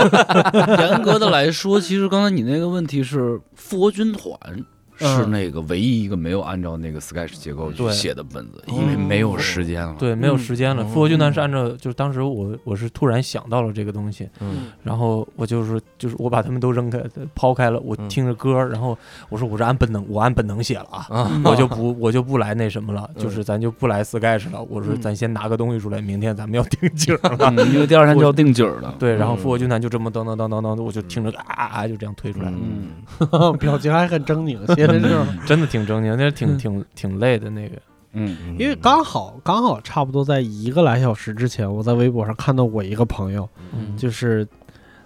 Speaker 7: 了
Speaker 8: 严格的来说，其实刚才你那个问题是复活军团。是
Speaker 4: 嗯
Speaker 8: 那个唯一一个没有按照那个 Sketch 结构去
Speaker 6: 对
Speaker 8: 写的本子，因为没有时间了。
Speaker 6: 对，没有时间了。
Speaker 1: 嗯
Speaker 6: 复活军团是按照，就是当时我我是突然想到了这个东西，
Speaker 1: 嗯
Speaker 6: 然后我就是就是我把他们都扔开抛开了，我
Speaker 1: 嗯
Speaker 6: 听着歌，然后我说我是按本能，我按本能写了啊，
Speaker 1: 啊，
Speaker 6: 我就不我就不来那什么了，
Speaker 1: 嗯
Speaker 6: 就是咱就不来 sketch 了，我说咱先拿个东西出来，明天咱们要定景儿了。
Speaker 8: 嗯，因为第二天就要定景儿了。
Speaker 6: 对，然
Speaker 1: 嗯
Speaker 6: 后复活军团就这么噔噔噔噔噔，我就听着啊啊啊就这样推出来了，
Speaker 1: 嗯，
Speaker 4: 表情还很狰狞，写的时候，
Speaker 6: 真的挺狰狞，那是
Speaker 4: 嗯
Speaker 6: 挺挺挺累的那个。
Speaker 8: 嗯，
Speaker 4: 因为刚好刚好差不多在一个来小时之前，我在微博上看到我一个朋友，
Speaker 6: 嗯
Speaker 4: 就是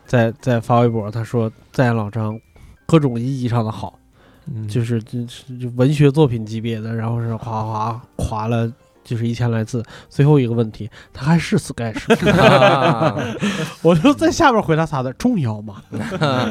Speaker 4: 在在发微博，他说再见老张，各种意义上的好，
Speaker 6: 嗯
Speaker 4: 就是就是就文学作品级别的，然后是夸夸夸了。就是一千来字，最后一个问题，他还是 Sketch，
Speaker 1: 啊
Speaker 4: 我就在下边回答他的重要 吗？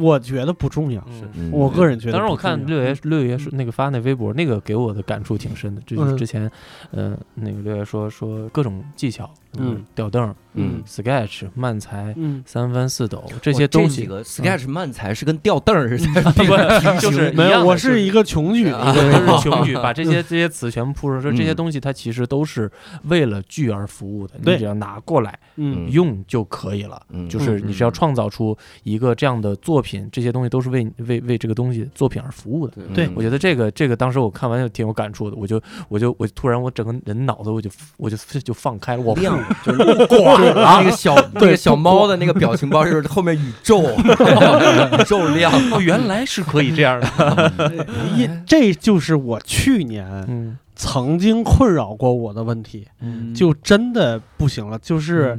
Speaker 4: 我觉得不重要，
Speaker 6: 嗯
Speaker 1: 嗯
Speaker 4: 我个人觉得不重要。嗯
Speaker 6: 当时我看六爷六爷说那个发那微博，那个给我的感触挺深的。这就是
Speaker 4: 嗯
Speaker 6: 之前，呃，那个六爷说说各种技巧，
Speaker 4: 嗯，
Speaker 6: 吊凳、
Speaker 1: 嗯
Speaker 6: sketch、慢才、
Speaker 4: 嗯，
Speaker 6: 三翻四抖
Speaker 1: 这
Speaker 6: 这些东
Speaker 1: 几
Speaker 6: 西，嗯
Speaker 1: 个 sketch 慢才是跟吊凳儿似的，
Speaker 6: 不就是
Speaker 4: 没
Speaker 6: 一样
Speaker 4: 有，
Speaker 6: 的
Speaker 4: 我是嗯一个穷举的一个
Speaker 6: 就
Speaker 4: 人
Speaker 6: 是穷举，把这些这些词全部铺上，说
Speaker 4: 嗯
Speaker 6: 这些东西它其实都是为了剧而服务的，
Speaker 4: 对
Speaker 6: 你只要拿过来
Speaker 4: 嗯
Speaker 6: 用就可以了。
Speaker 1: 嗯
Speaker 6: 就是你只要创造出一个这样的作品，这些东西都是为为为这个东西作品而服务的。
Speaker 1: 嗯
Speaker 4: 对
Speaker 6: 我觉得这个这个当时我看完就挺有感触的，我就我就我突然我整个人脑子我就我就就放开了，我啊
Speaker 1: 亮就是 挂了，那个小那个小猫的那个表情包就是后面宇 宙宇宙亮，
Speaker 6: 哦原来是可以这样的，
Speaker 4: 一这就是我去年
Speaker 6: 嗯，
Speaker 4: 曾经困扰过我的问题，
Speaker 6: 嗯
Speaker 4: 就真的不行了。就是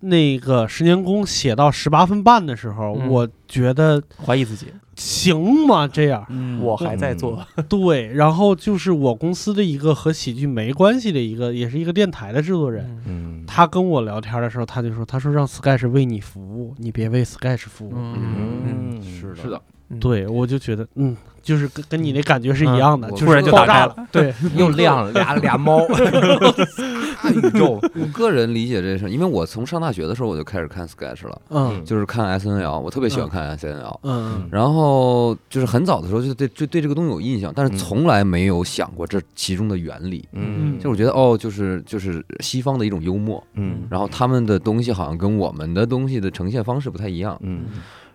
Speaker 4: 那个十年功写到十八分半的时候，
Speaker 6: 嗯
Speaker 4: 我觉得
Speaker 6: 怀疑自己，
Speaker 4: 行吗？这样
Speaker 6: 我还在做，
Speaker 4: 对。然后就是我公司的一个和喜剧没关系的一个，也是一个电台的制作人。
Speaker 6: 嗯
Speaker 1: 嗯
Speaker 4: 他跟我聊天的时候，他就说：“他说让 Sketch 为你服务，你别为 Sketch 服务。
Speaker 6: 嗯，
Speaker 1: 是
Speaker 8: 是的，
Speaker 4: 对，我就觉得，嗯，就是跟跟你那感觉是一样的，
Speaker 1: 嗯我
Speaker 4: 就是
Speaker 6: 突然就
Speaker 1: 爆
Speaker 6: 打
Speaker 1: 炸
Speaker 6: 开
Speaker 1: 了，
Speaker 6: 了，对，
Speaker 1: 又亮了俩俩猫，大宇宙，
Speaker 7: 我个人理解这事，因为我从上大学的时候我就开始看 Sketch 了，
Speaker 4: 嗯
Speaker 7: 就是看 S N L，我特别喜欢看 S N L。
Speaker 4: 嗯
Speaker 7: 然后就是很早的时候就对就对这个东西有印象，但
Speaker 1: 嗯
Speaker 7: 是从来没有想过这其中的原理。
Speaker 1: 嗯
Speaker 7: 就是我觉得哦，就是就是西方的一种幽默，
Speaker 1: 嗯
Speaker 7: 然后他们的东西好像跟我们的东西的呈现方式不太一样。
Speaker 1: 嗯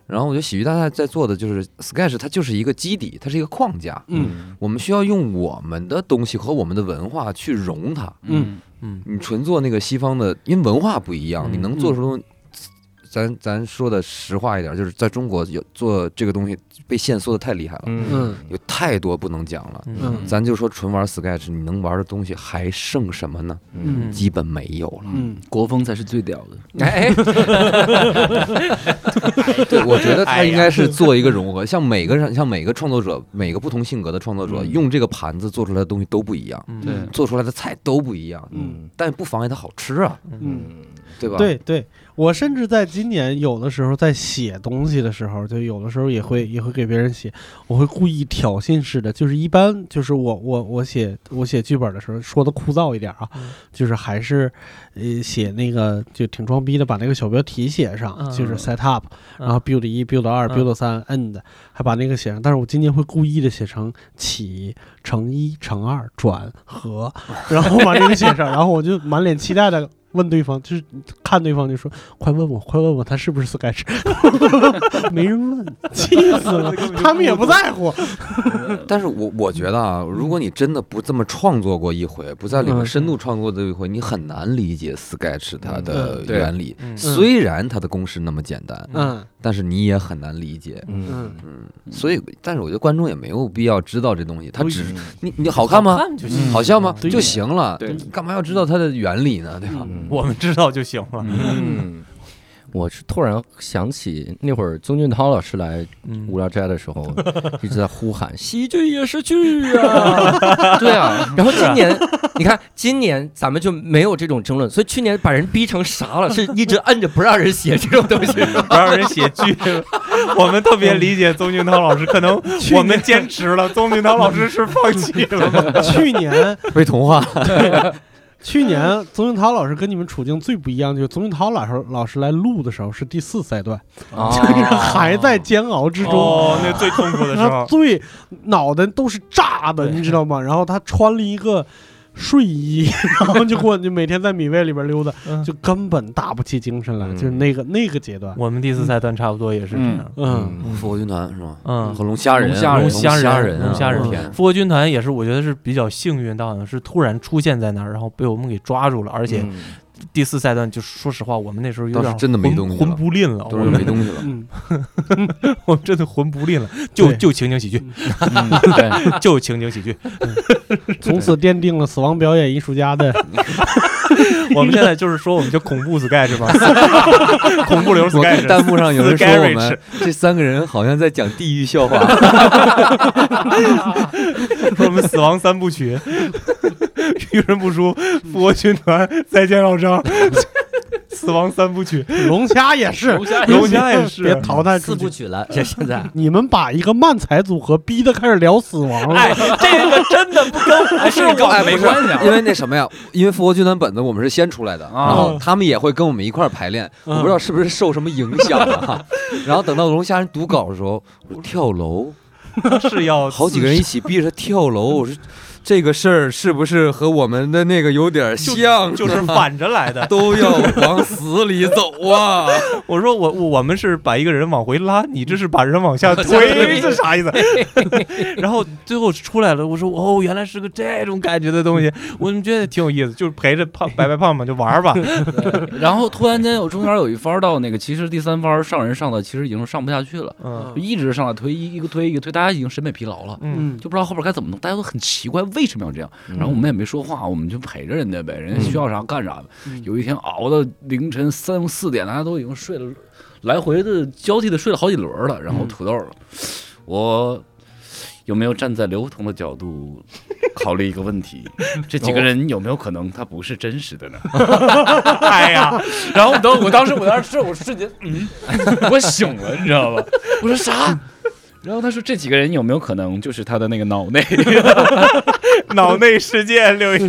Speaker 7: 然后我觉得喜剧大赛在做的就是 Sketch，它就是一个基底，它是一个框架，
Speaker 4: 嗯
Speaker 7: 我们需要用我们的东西和我们的文化去融它。
Speaker 4: 嗯
Speaker 7: 你纯做那个西方的，因为文化不一样，
Speaker 1: 嗯
Speaker 7: 你能做出东西。咱咱说的实话一点，就是在中国有做这个东西被限缩的太厉害了，
Speaker 1: 嗯
Speaker 4: 嗯
Speaker 7: 有太多不能讲了。
Speaker 4: 嗯
Speaker 7: 咱就说纯玩 Sketch，你能玩的东西还剩什么呢？
Speaker 1: 嗯，
Speaker 7: 基本没有了。
Speaker 4: 嗯
Speaker 8: 国风才是最屌的。
Speaker 1: 哎，
Speaker 7: 对，我觉得他应该是做一个融合，像每个人，像每个创作者，每个不同性格的创作者，
Speaker 1: 嗯
Speaker 7: 用这个盘子做出来的东西都不一样，
Speaker 6: 嗯
Speaker 8: 对，
Speaker 7: 做出来的菜都不一样，
Speaker 1: 嗯
Speaker 7: 但不妨碍它好吃啊，
Speaker 4: 嗯，
Speaker 7: 对吧？，
Speaker 4: 对对，我甚至在今年有的时候在写东西的时候，就有的时候也会也会给别人写，我会故意挑衅式的，就是一般就是我我我写我写剧本的时候说的枯燥一点啊，就是还是呃写那个就挺装逼的，把那个小标题写上，就是
Speaker 6: 嗯
Speaker 4: set up，、然后 build 一 build 二、build 三 end，还把那个写上，但是我今年会故意的写成起乘一乘二转和，然后把这个写上，然后我就满脸期待的问对方，就是看对方就说：“快问我，快问我，他是不是 Sketch？” 没人问，气死 了，他们也不在乎。
Speaker 7: 但是我我觉得啊，如果你真的不这么创作过一回，不在里面
Speaker 4: 嗯
Speaker 7: 深度创作过一回，你很难理解 Sketch 它的
Speaker 8: 嗯对
Speaker 7: 原理。
Speaker 6: 嗯
Speaker 7: 虽然它的公式那么简单，
Speaker 4: 嗯
Speaker 7: 但是你也很难理解。
Speaker 1: 嗯
Speaker 4: 嗯
Speaker 7: 嗯，所以，但是我觉得观众也没有必要知道这东西，他只
Speaker 1: 嗯
Speaker 7: 你你好看吗？
Speaker 6: 看就嗯行，
Speaker 7: 好笑吗？
Speaker 4: 对
Speaker 7: 就行了，
Speaker 8: 对
Speaker 7: 你干嘛要知道它的原理呢？对吧？
Speaker 1: 嗯
Speaker 6: 我们知道就行了。
Speaker 1: 嗯，我是突然想起那会儿宗俊涛老师来
Speaker 6: 嗯
Speaker 1: 无聊斋的时候，一直在呼喊“喜剧也是剧啊”， 对啊。然后今年，你看今年咱们就没有这种争论，所以去年把人逼成啥了？是一直摁着不让人写这种东西。
Speaker 6: 不让人写剧，我们特别理解宗俊涛老师，可 能我们坚持了，宗俊涛老师是放弃 了。
Speaker 4: 去年
Speaker 7: 被同化，
Speaker 4: 去年宗俊涛老师跟你们处境最不一样，就是宗俊涛老师老师来录的时候是第四赛段，
Speaker 7: 啊
Speaker 4: 就是还在煎熬之中。
Speaker 6: 哦，那最痛苦的时
Speaker 4: 他
Speaker 6: 候，
Speaker 4: 最脑袋都是炸的，
Speaker 6: 对
Speaker 4: 你知道吗？然后他穿了一个睡衣， 然后就过，就每天在米味里边溜达，
Speaker 6: 嗯
Speaker 4: 就根本打不起精神来，
Speaker 1: 嗯
Speaker 4: 就是那个那个阶段。
Speaker 6: 我们第四赛段差不多也是这样。
Speaker 4: 嗯，
Speaker 7: 复活军团是吗？
Speaker 6: 嗯，
Speaker 7: 和龙虾人、
Speaker 8: 龙虾人
Speaker 7: 虾人啊、
Speaker 6: 龙虾人
Speaker 7: 我的天
Speaker 6: 复活军团也是，我觉得是比较幸运，到好像是突然出现在那儿，然后被我们给抓住了。而且第四赛段，就说实话，我们那时候有
Speaker 7: 当
Speaker 6: 点
Speaker 7: 时真的没
Speaker 6: 魂
Speaker 7: 东西
Speaker 6: 魂
Speaker 7: 了
Speaker 6: 不吝了，我
Speaker 7: 哦都是没
Speaker 6: 们
Speaker 7: 东 西了。
Speaker 4: 嗯，
Speaker 6: 我们真的魂不吝了，就
Speaker 4: 对
Speaker 6: 就情景喜剧，
Speaker 8: 嗯对，
Speaker 6: 就情景喜剧。
Speaker 4: 从此奠定了死亡表演艺术家的
Speaker 6: 我们现在就是说，我们就恐怖 sky 是吧？ 恐怖流
Speaker 7: 我看
Speaker 6: sky
Speaker 7: 弹幕上有人说
Speaker 6: Sketch
Speaker 7: 我 们这三个人好像在讲地狱笑话，
Speaker 6: 我们死亡三部曲，遇人不淑，复活军团，再见老张， 死亡三部曲，
Speaker 4: 龙虾也是，
Speaker 6: 龙虾也是
Speaker 4: 别淘汰
Speaker 1: 四
Speaker 4: 出
Speaker 1: 部
Speaker 4: 去。
Speaker 1: 曲了，这现 在
Speaker 4: 你们把一个漫才组合逼得开始聊死亡了，
Speaker 6: 哎，这个真的不跟不是我
Speaker 7: 哎，
Speaker 8: 没
Speaker 7: 不是
Speaker 8: 关系啊
Speaker 7: 因为那什么呀？因为复活军团本子我们是先出来的，
Speaker 8: 啊
Speaker 7: 然后他们也会跟我们一块儿排练，我不知道是不是受什么影响啊。然后等到龙虾人读稿的时候，我说跳楼，
Speaker 6: 是要
Speaker 7: 好几个人一起逼着他跳楼， 我说这个事儿是不是和我们的那个有点像？
Speaker 6: 就是反着来 的。
Speaker 7: 都要往死里走啊！
Speaker 6: 我说我我我们是把一个人往回拉，你这是把人往 下推，这啥意思？然后最后出来了，我说哦，原来是个这种感觉的东西，我们觉得挺有意思，就是陪着 胖白白胖胖就玩 儿吧。
Speaker 8: 然后突然间有中间有一番到那个，其实第三番上人上的其实已经上不下去了，
Speaker 6: 嗯
Speaker 8: 就一直上来推一一个推一个推，大家已经审美疲劳了。
Speaker 6: 嗯，
Speaker 4: 嗯，
Speaker 8: 就不知道后边该怎么弄，大家都很奇怪为什么要这样。然后我们也没说话，我们就陪着人家呗，人
Speaker 6: 嗯
Speaker 8: 家需要啥干啥呗。有一天熬到凌晨三四点，大家都已经睡了，来回的交替的睡了好几轮了。然
Speaker 6: 嗯
Speaker 8: 后土豆儿，我有没有站在刘同的角度考虑一个问 题？这几个人有没有可能他不是真实的呢？
Speaker 6: 哎呀，
Speaker 8: 然 后等我当时我当时我瞬间嗯，我醒了，你知道吧？我说啥？ 然后他说这几个人有没有可能就是他的那个脑内？
Speaker 6: 脑内世界六爷，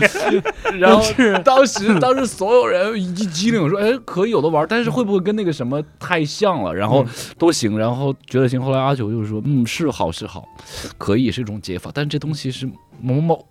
Speaker 8: 然后当时当时所有人一激灵说，哎，可以有的玩，但是会不会跟那个什么太像了？然后
Speaker 6: 嗯
Speaker 8: 都行，然后觉得行。后来阿九就说，嗯，是好是好，可以是一种解法，但这东西是某某某。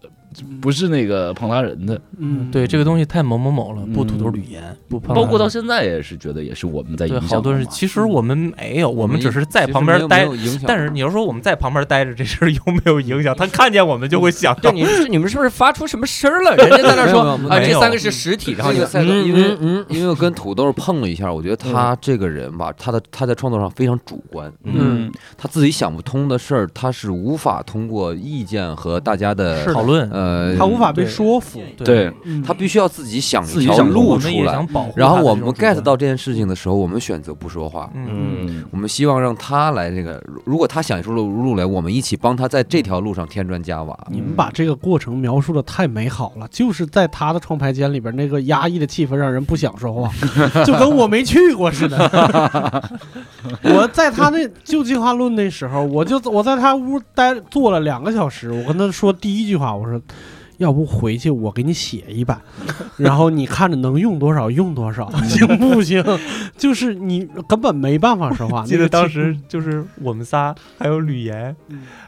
Speaker 8: 不是那个庞大人的，
Speaker 4: 嗯，
Speaker 6: 对这个东西太某某某了，不土豆
Speaker 8: 嗯
Speaker 6: 语言，不胖达人，
Speaker 8: 包括到现在也是觉得也是我们在影
Speaker 6: 对，
Speaker 8: 响
Speaker 6: 好多
Speaker 8: 嘛
Speaker 6: 人其实我们没有，我
Speaker 7: 我
Speaker 6: 们只是在
Speaker 7: 其实
Speaker 6: 旁
Speaker 7: 没
Speaker 6: 边
Speaker 7: 有
Speaker 6: 待
Speaker 7: 没。有影响
Speaker 6: 但是你要说我们在旁边待着，这事儿有没有 影响？他看见我们就会想
Speaker 1: 对，
Speaker 6: 到，
Speaker 1: 你们是你们是不是发出什么声儿了？人家在那儿说
Speaker 7: 没有没有嗯
Speaker 1: 啊，
Speaker 6: 没
Speaker 1: 这
Speaker 6: 有
Speaker 1: 三个是实体，然后你
Speaker 7: 这个赛道因为
Speaker 1: 嗯嗯
Speaker 7: 因为我跟土豆碰了一下，我觉得他这个人吧，他的他在创作上非常主观，
Speaker 8: 嗯，
Speaker 7: 他自己想不通的事儿，他是无法通过意见和大家的
Speaker 4: 是的
Speaker 7: 讨
Speaker 6: 讨论，
Speaker 7: 呃，
Speaker 4: 他无法被
Speaker 6: 对
Speaker 4: 说服，
Speaker 8: 对，
Speaker 4: 嗯
Speaker 7: 他必须要自己想
Speaker 8: 自
Speaker 7: 一
Speaker 8: 己
Speaker 7: 条
Speaker 8: 想
Speaker 7: 路
Speaker 6: 我们
Speaker 7: 出
Speaker 6: 也
Speaker 7: 来
Speaker 6: 想。保护他的这种主观。
Speaker 7: 然后我们 get 到这件事情的时候，我们选择不说话。
Speaker 6: 嗯，
Speaker 8: 嗯，
Speaker 7: 我们希望让他来这个，如如果他想出路路来，我们一起帮他在这条路上添砖加瓦。
Speaker 4: 你们
Speaker 6: 嗯
Speaker 4: 把这个过程描述的太美好了，就是在他的创牌间里边那个压抑的气氛，让人不想说 话，就跟我没去过似的。 我在他那旧进化论那时候，我就我在他屋待坐了两个小时，我跟他说第一句话，我说。要不回去我给你写一版，然后你看着能用多少用多少，行不行？ 就是你根本没办法说话。
Speaker 6: 记
Speaker 4: 啊那个嗯
Speaker 6: 得当
Speaker 4: 气氛
Speaker 6: 时就是我们仨，还有吕岩，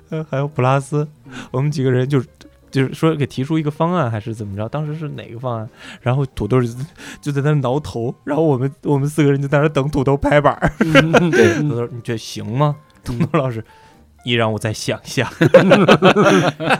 Speaker 6: 呃，还有普拉斯，
Speaker 4: 嗯
Speaker 6: 我们几个人就就是说给提出一个方案还是怎么着？当时是哪个方案？然后土豆就就在那挠头，然后我们我们四个人就在那等土豆拍板儿。
Speaker 4: 嗯
Speaker 6: 土豆，你觉得行吗？土豆老师，你让我再想 一想，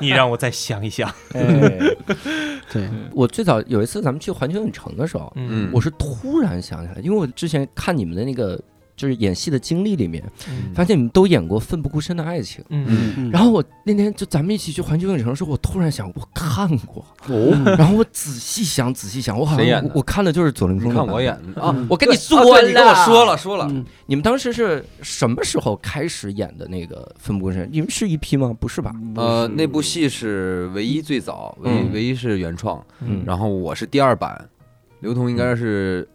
Speaker 6: 你让我再想一想。
Speaker 4: 对，
Speaker 1: 我最早有一次咱们去环球影城的时候，
Speaker 7: 嗯
Speaker 1: 我是突然想起来，因为我之前看你们的那个就是演戏的经历里面，
Speaker 6: 嗯
Speaker 1: 发现你们都演过《奋不顾身的爱情》。
Speaker 6: 嗯
Speaker 4: 嗯
Speaker 1: 然后我那天就咱们一起去环球影城的时候，我突然想，我看过，
Speaker 7: 哦，
Speaker 1: 然后我仔细想，仔细想，我好
Speaker 7: 谁演
Speaker 1: 像
Speaker 7: 的
Speaker 1: 我我看的就是左凌
Speaker 7: 你
Speaker 1: 峰。
Speaker 7: 看我演，的啊，
Speaker 1: 我跟你说
Speaker 7: 啊
Speaker 1: 了，
Speaker 7: 对你跟我说了说了，
Speaker 4: 嗯
Speaker 1: 你们当时是什么时候开始演的那个《奋不顾身》？你们是一批吗？不是吧？
Speaker 8: 嗯
Speaker 7: 呃，那部戏是唯一最早，唯
Speaker 1: 嗯
Speaker 7: 唯一是原创，
Speaker 1: 嗯
Speaker 7: 然后我是第二版，刘同应该是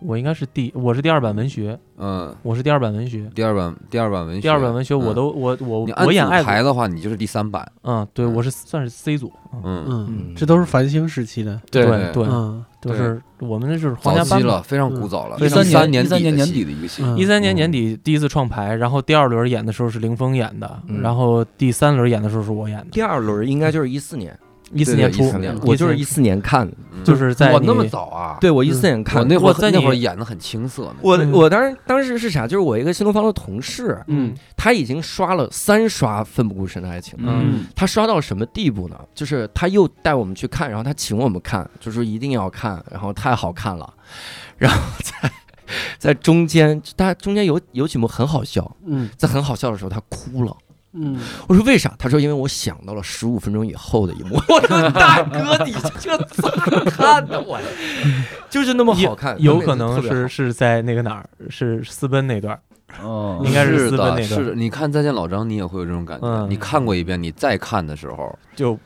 Speaker 6: 我应该是第，我是第二版文学，
Speaker 7: 嗯
Speaker 6: 我是第二版文学，
Speaker 7: 第二版第二版文学，
Speaker 6: 第二版文学我
Speaker 7: 嗯
Speaker 6: 都我我
Speaker 7: 你按
Speaker 6: 我演
Speaker 7: 组
Speaker 6: 爱
Speaker 7: 排
Speaker 6: 国，
Speaker 7: 的话，你就是第三版，
Speaker 6: 嗯，对我是算是 C 组，嗯
Speaker 7: 嗯，
Speaker 4: 嗯
Speaker 1: 嗯，
Speaker 4: 这都是繁星时期的，
Speaker 6: 对
Speaker 7: 对
Speaker 6: 对，
Speaker 4: 嗯，
Speaker 6: 就
Speaker 7: 对
Speaker 6: 是我们那就是皇
Speaker 7: 早
Speaker 6: 家班
Speaker 7: 期
Speaker 6: 嘛
Speaker 7: 了，嗯非常古早了，
Speaker 8: 一
Speaker 7: 三
Speaker 8: 三
Speaker 7: 年
Speaker 8: 年一三年
Speaker 7: 的
Speaker 8: 年
Speaker 7: 戏
Speaker 8: 底的一个戏，
Speaker 6: 一三年
Speaker 1: 嗯
Speaker 6: 年底第一次创牌，然后第二轮演的时候是凌峰演的，
Speaker 1: 嗯
Speaker 6: 然后第三轮演的时候是我演的。
Speaker 1: 第二轮应该就是一四年，
Speaker 6: 一四
Speaker 7: 对
Speaker 6: 年
Speaker 7: 对
Speaker 6: 初
Speaker 7: 14年，
Speaker 1: 我就是一四年看的，
Speaker 7: 嗯
Speaker 6: 就是在
Speaker 7: 哇，那么
Speaker 6: 你
Speaker 7: 早啊！
Speaker 1: 对我一四年看
Speaker 7: 我
Speaker 1: 的。
Speaker 7: 那会
Speaker 6: 我
Speaker 7: 儿
Speaker 6: 在
Speaker 7: 那
Speaker 6: 你
Speaker 7: 会儿演的很青涩呢，
Speaker 1: 我
Speaker 6: 嗯
Speaker 1: 我当时当时是啥？就是我一个新东方的同事，
Speaker 6: 嗯
Speaker 1: 他已经刷了三刷《奋不顾身的爱情》了。
Speaker 6: 嗯
Speaker 1: 他刷到什么地步呢？就是他又带我们去看，然后他请我们看，就说一定要看，然后太好看了，然后在在中间，他中间有有几幕很好笑，
Speaker 4: 嗯
Speaker 1: 在很好笑的时候他哭了。
Speaker 4: 嗯，
Speaker 1: 我说为啥？他说因为我想到了十五分钟以后的一幕。我说大哥，你这怎么看的我？就是那么好看，
Speaker 6: 有
Speaker 1: 那每次
Speaker 6: 可能
Speaker 1: 特别好
Speaker 6: 是是在那个哪儿，是私奔那段儿，
Speaker 8: 哦
Speaker 6: 应该是
Speaker 7: 是
Speaker 6: 私奔那
Speaker 7: 的，
Speaker 6: 段
Speaker 7: 是的。你看《再见老张》，你也会有这种感觉。
Speaker 6: 嗯
Speaker 7: 你看过一遍，你再看的时候，
Speaker 6: 就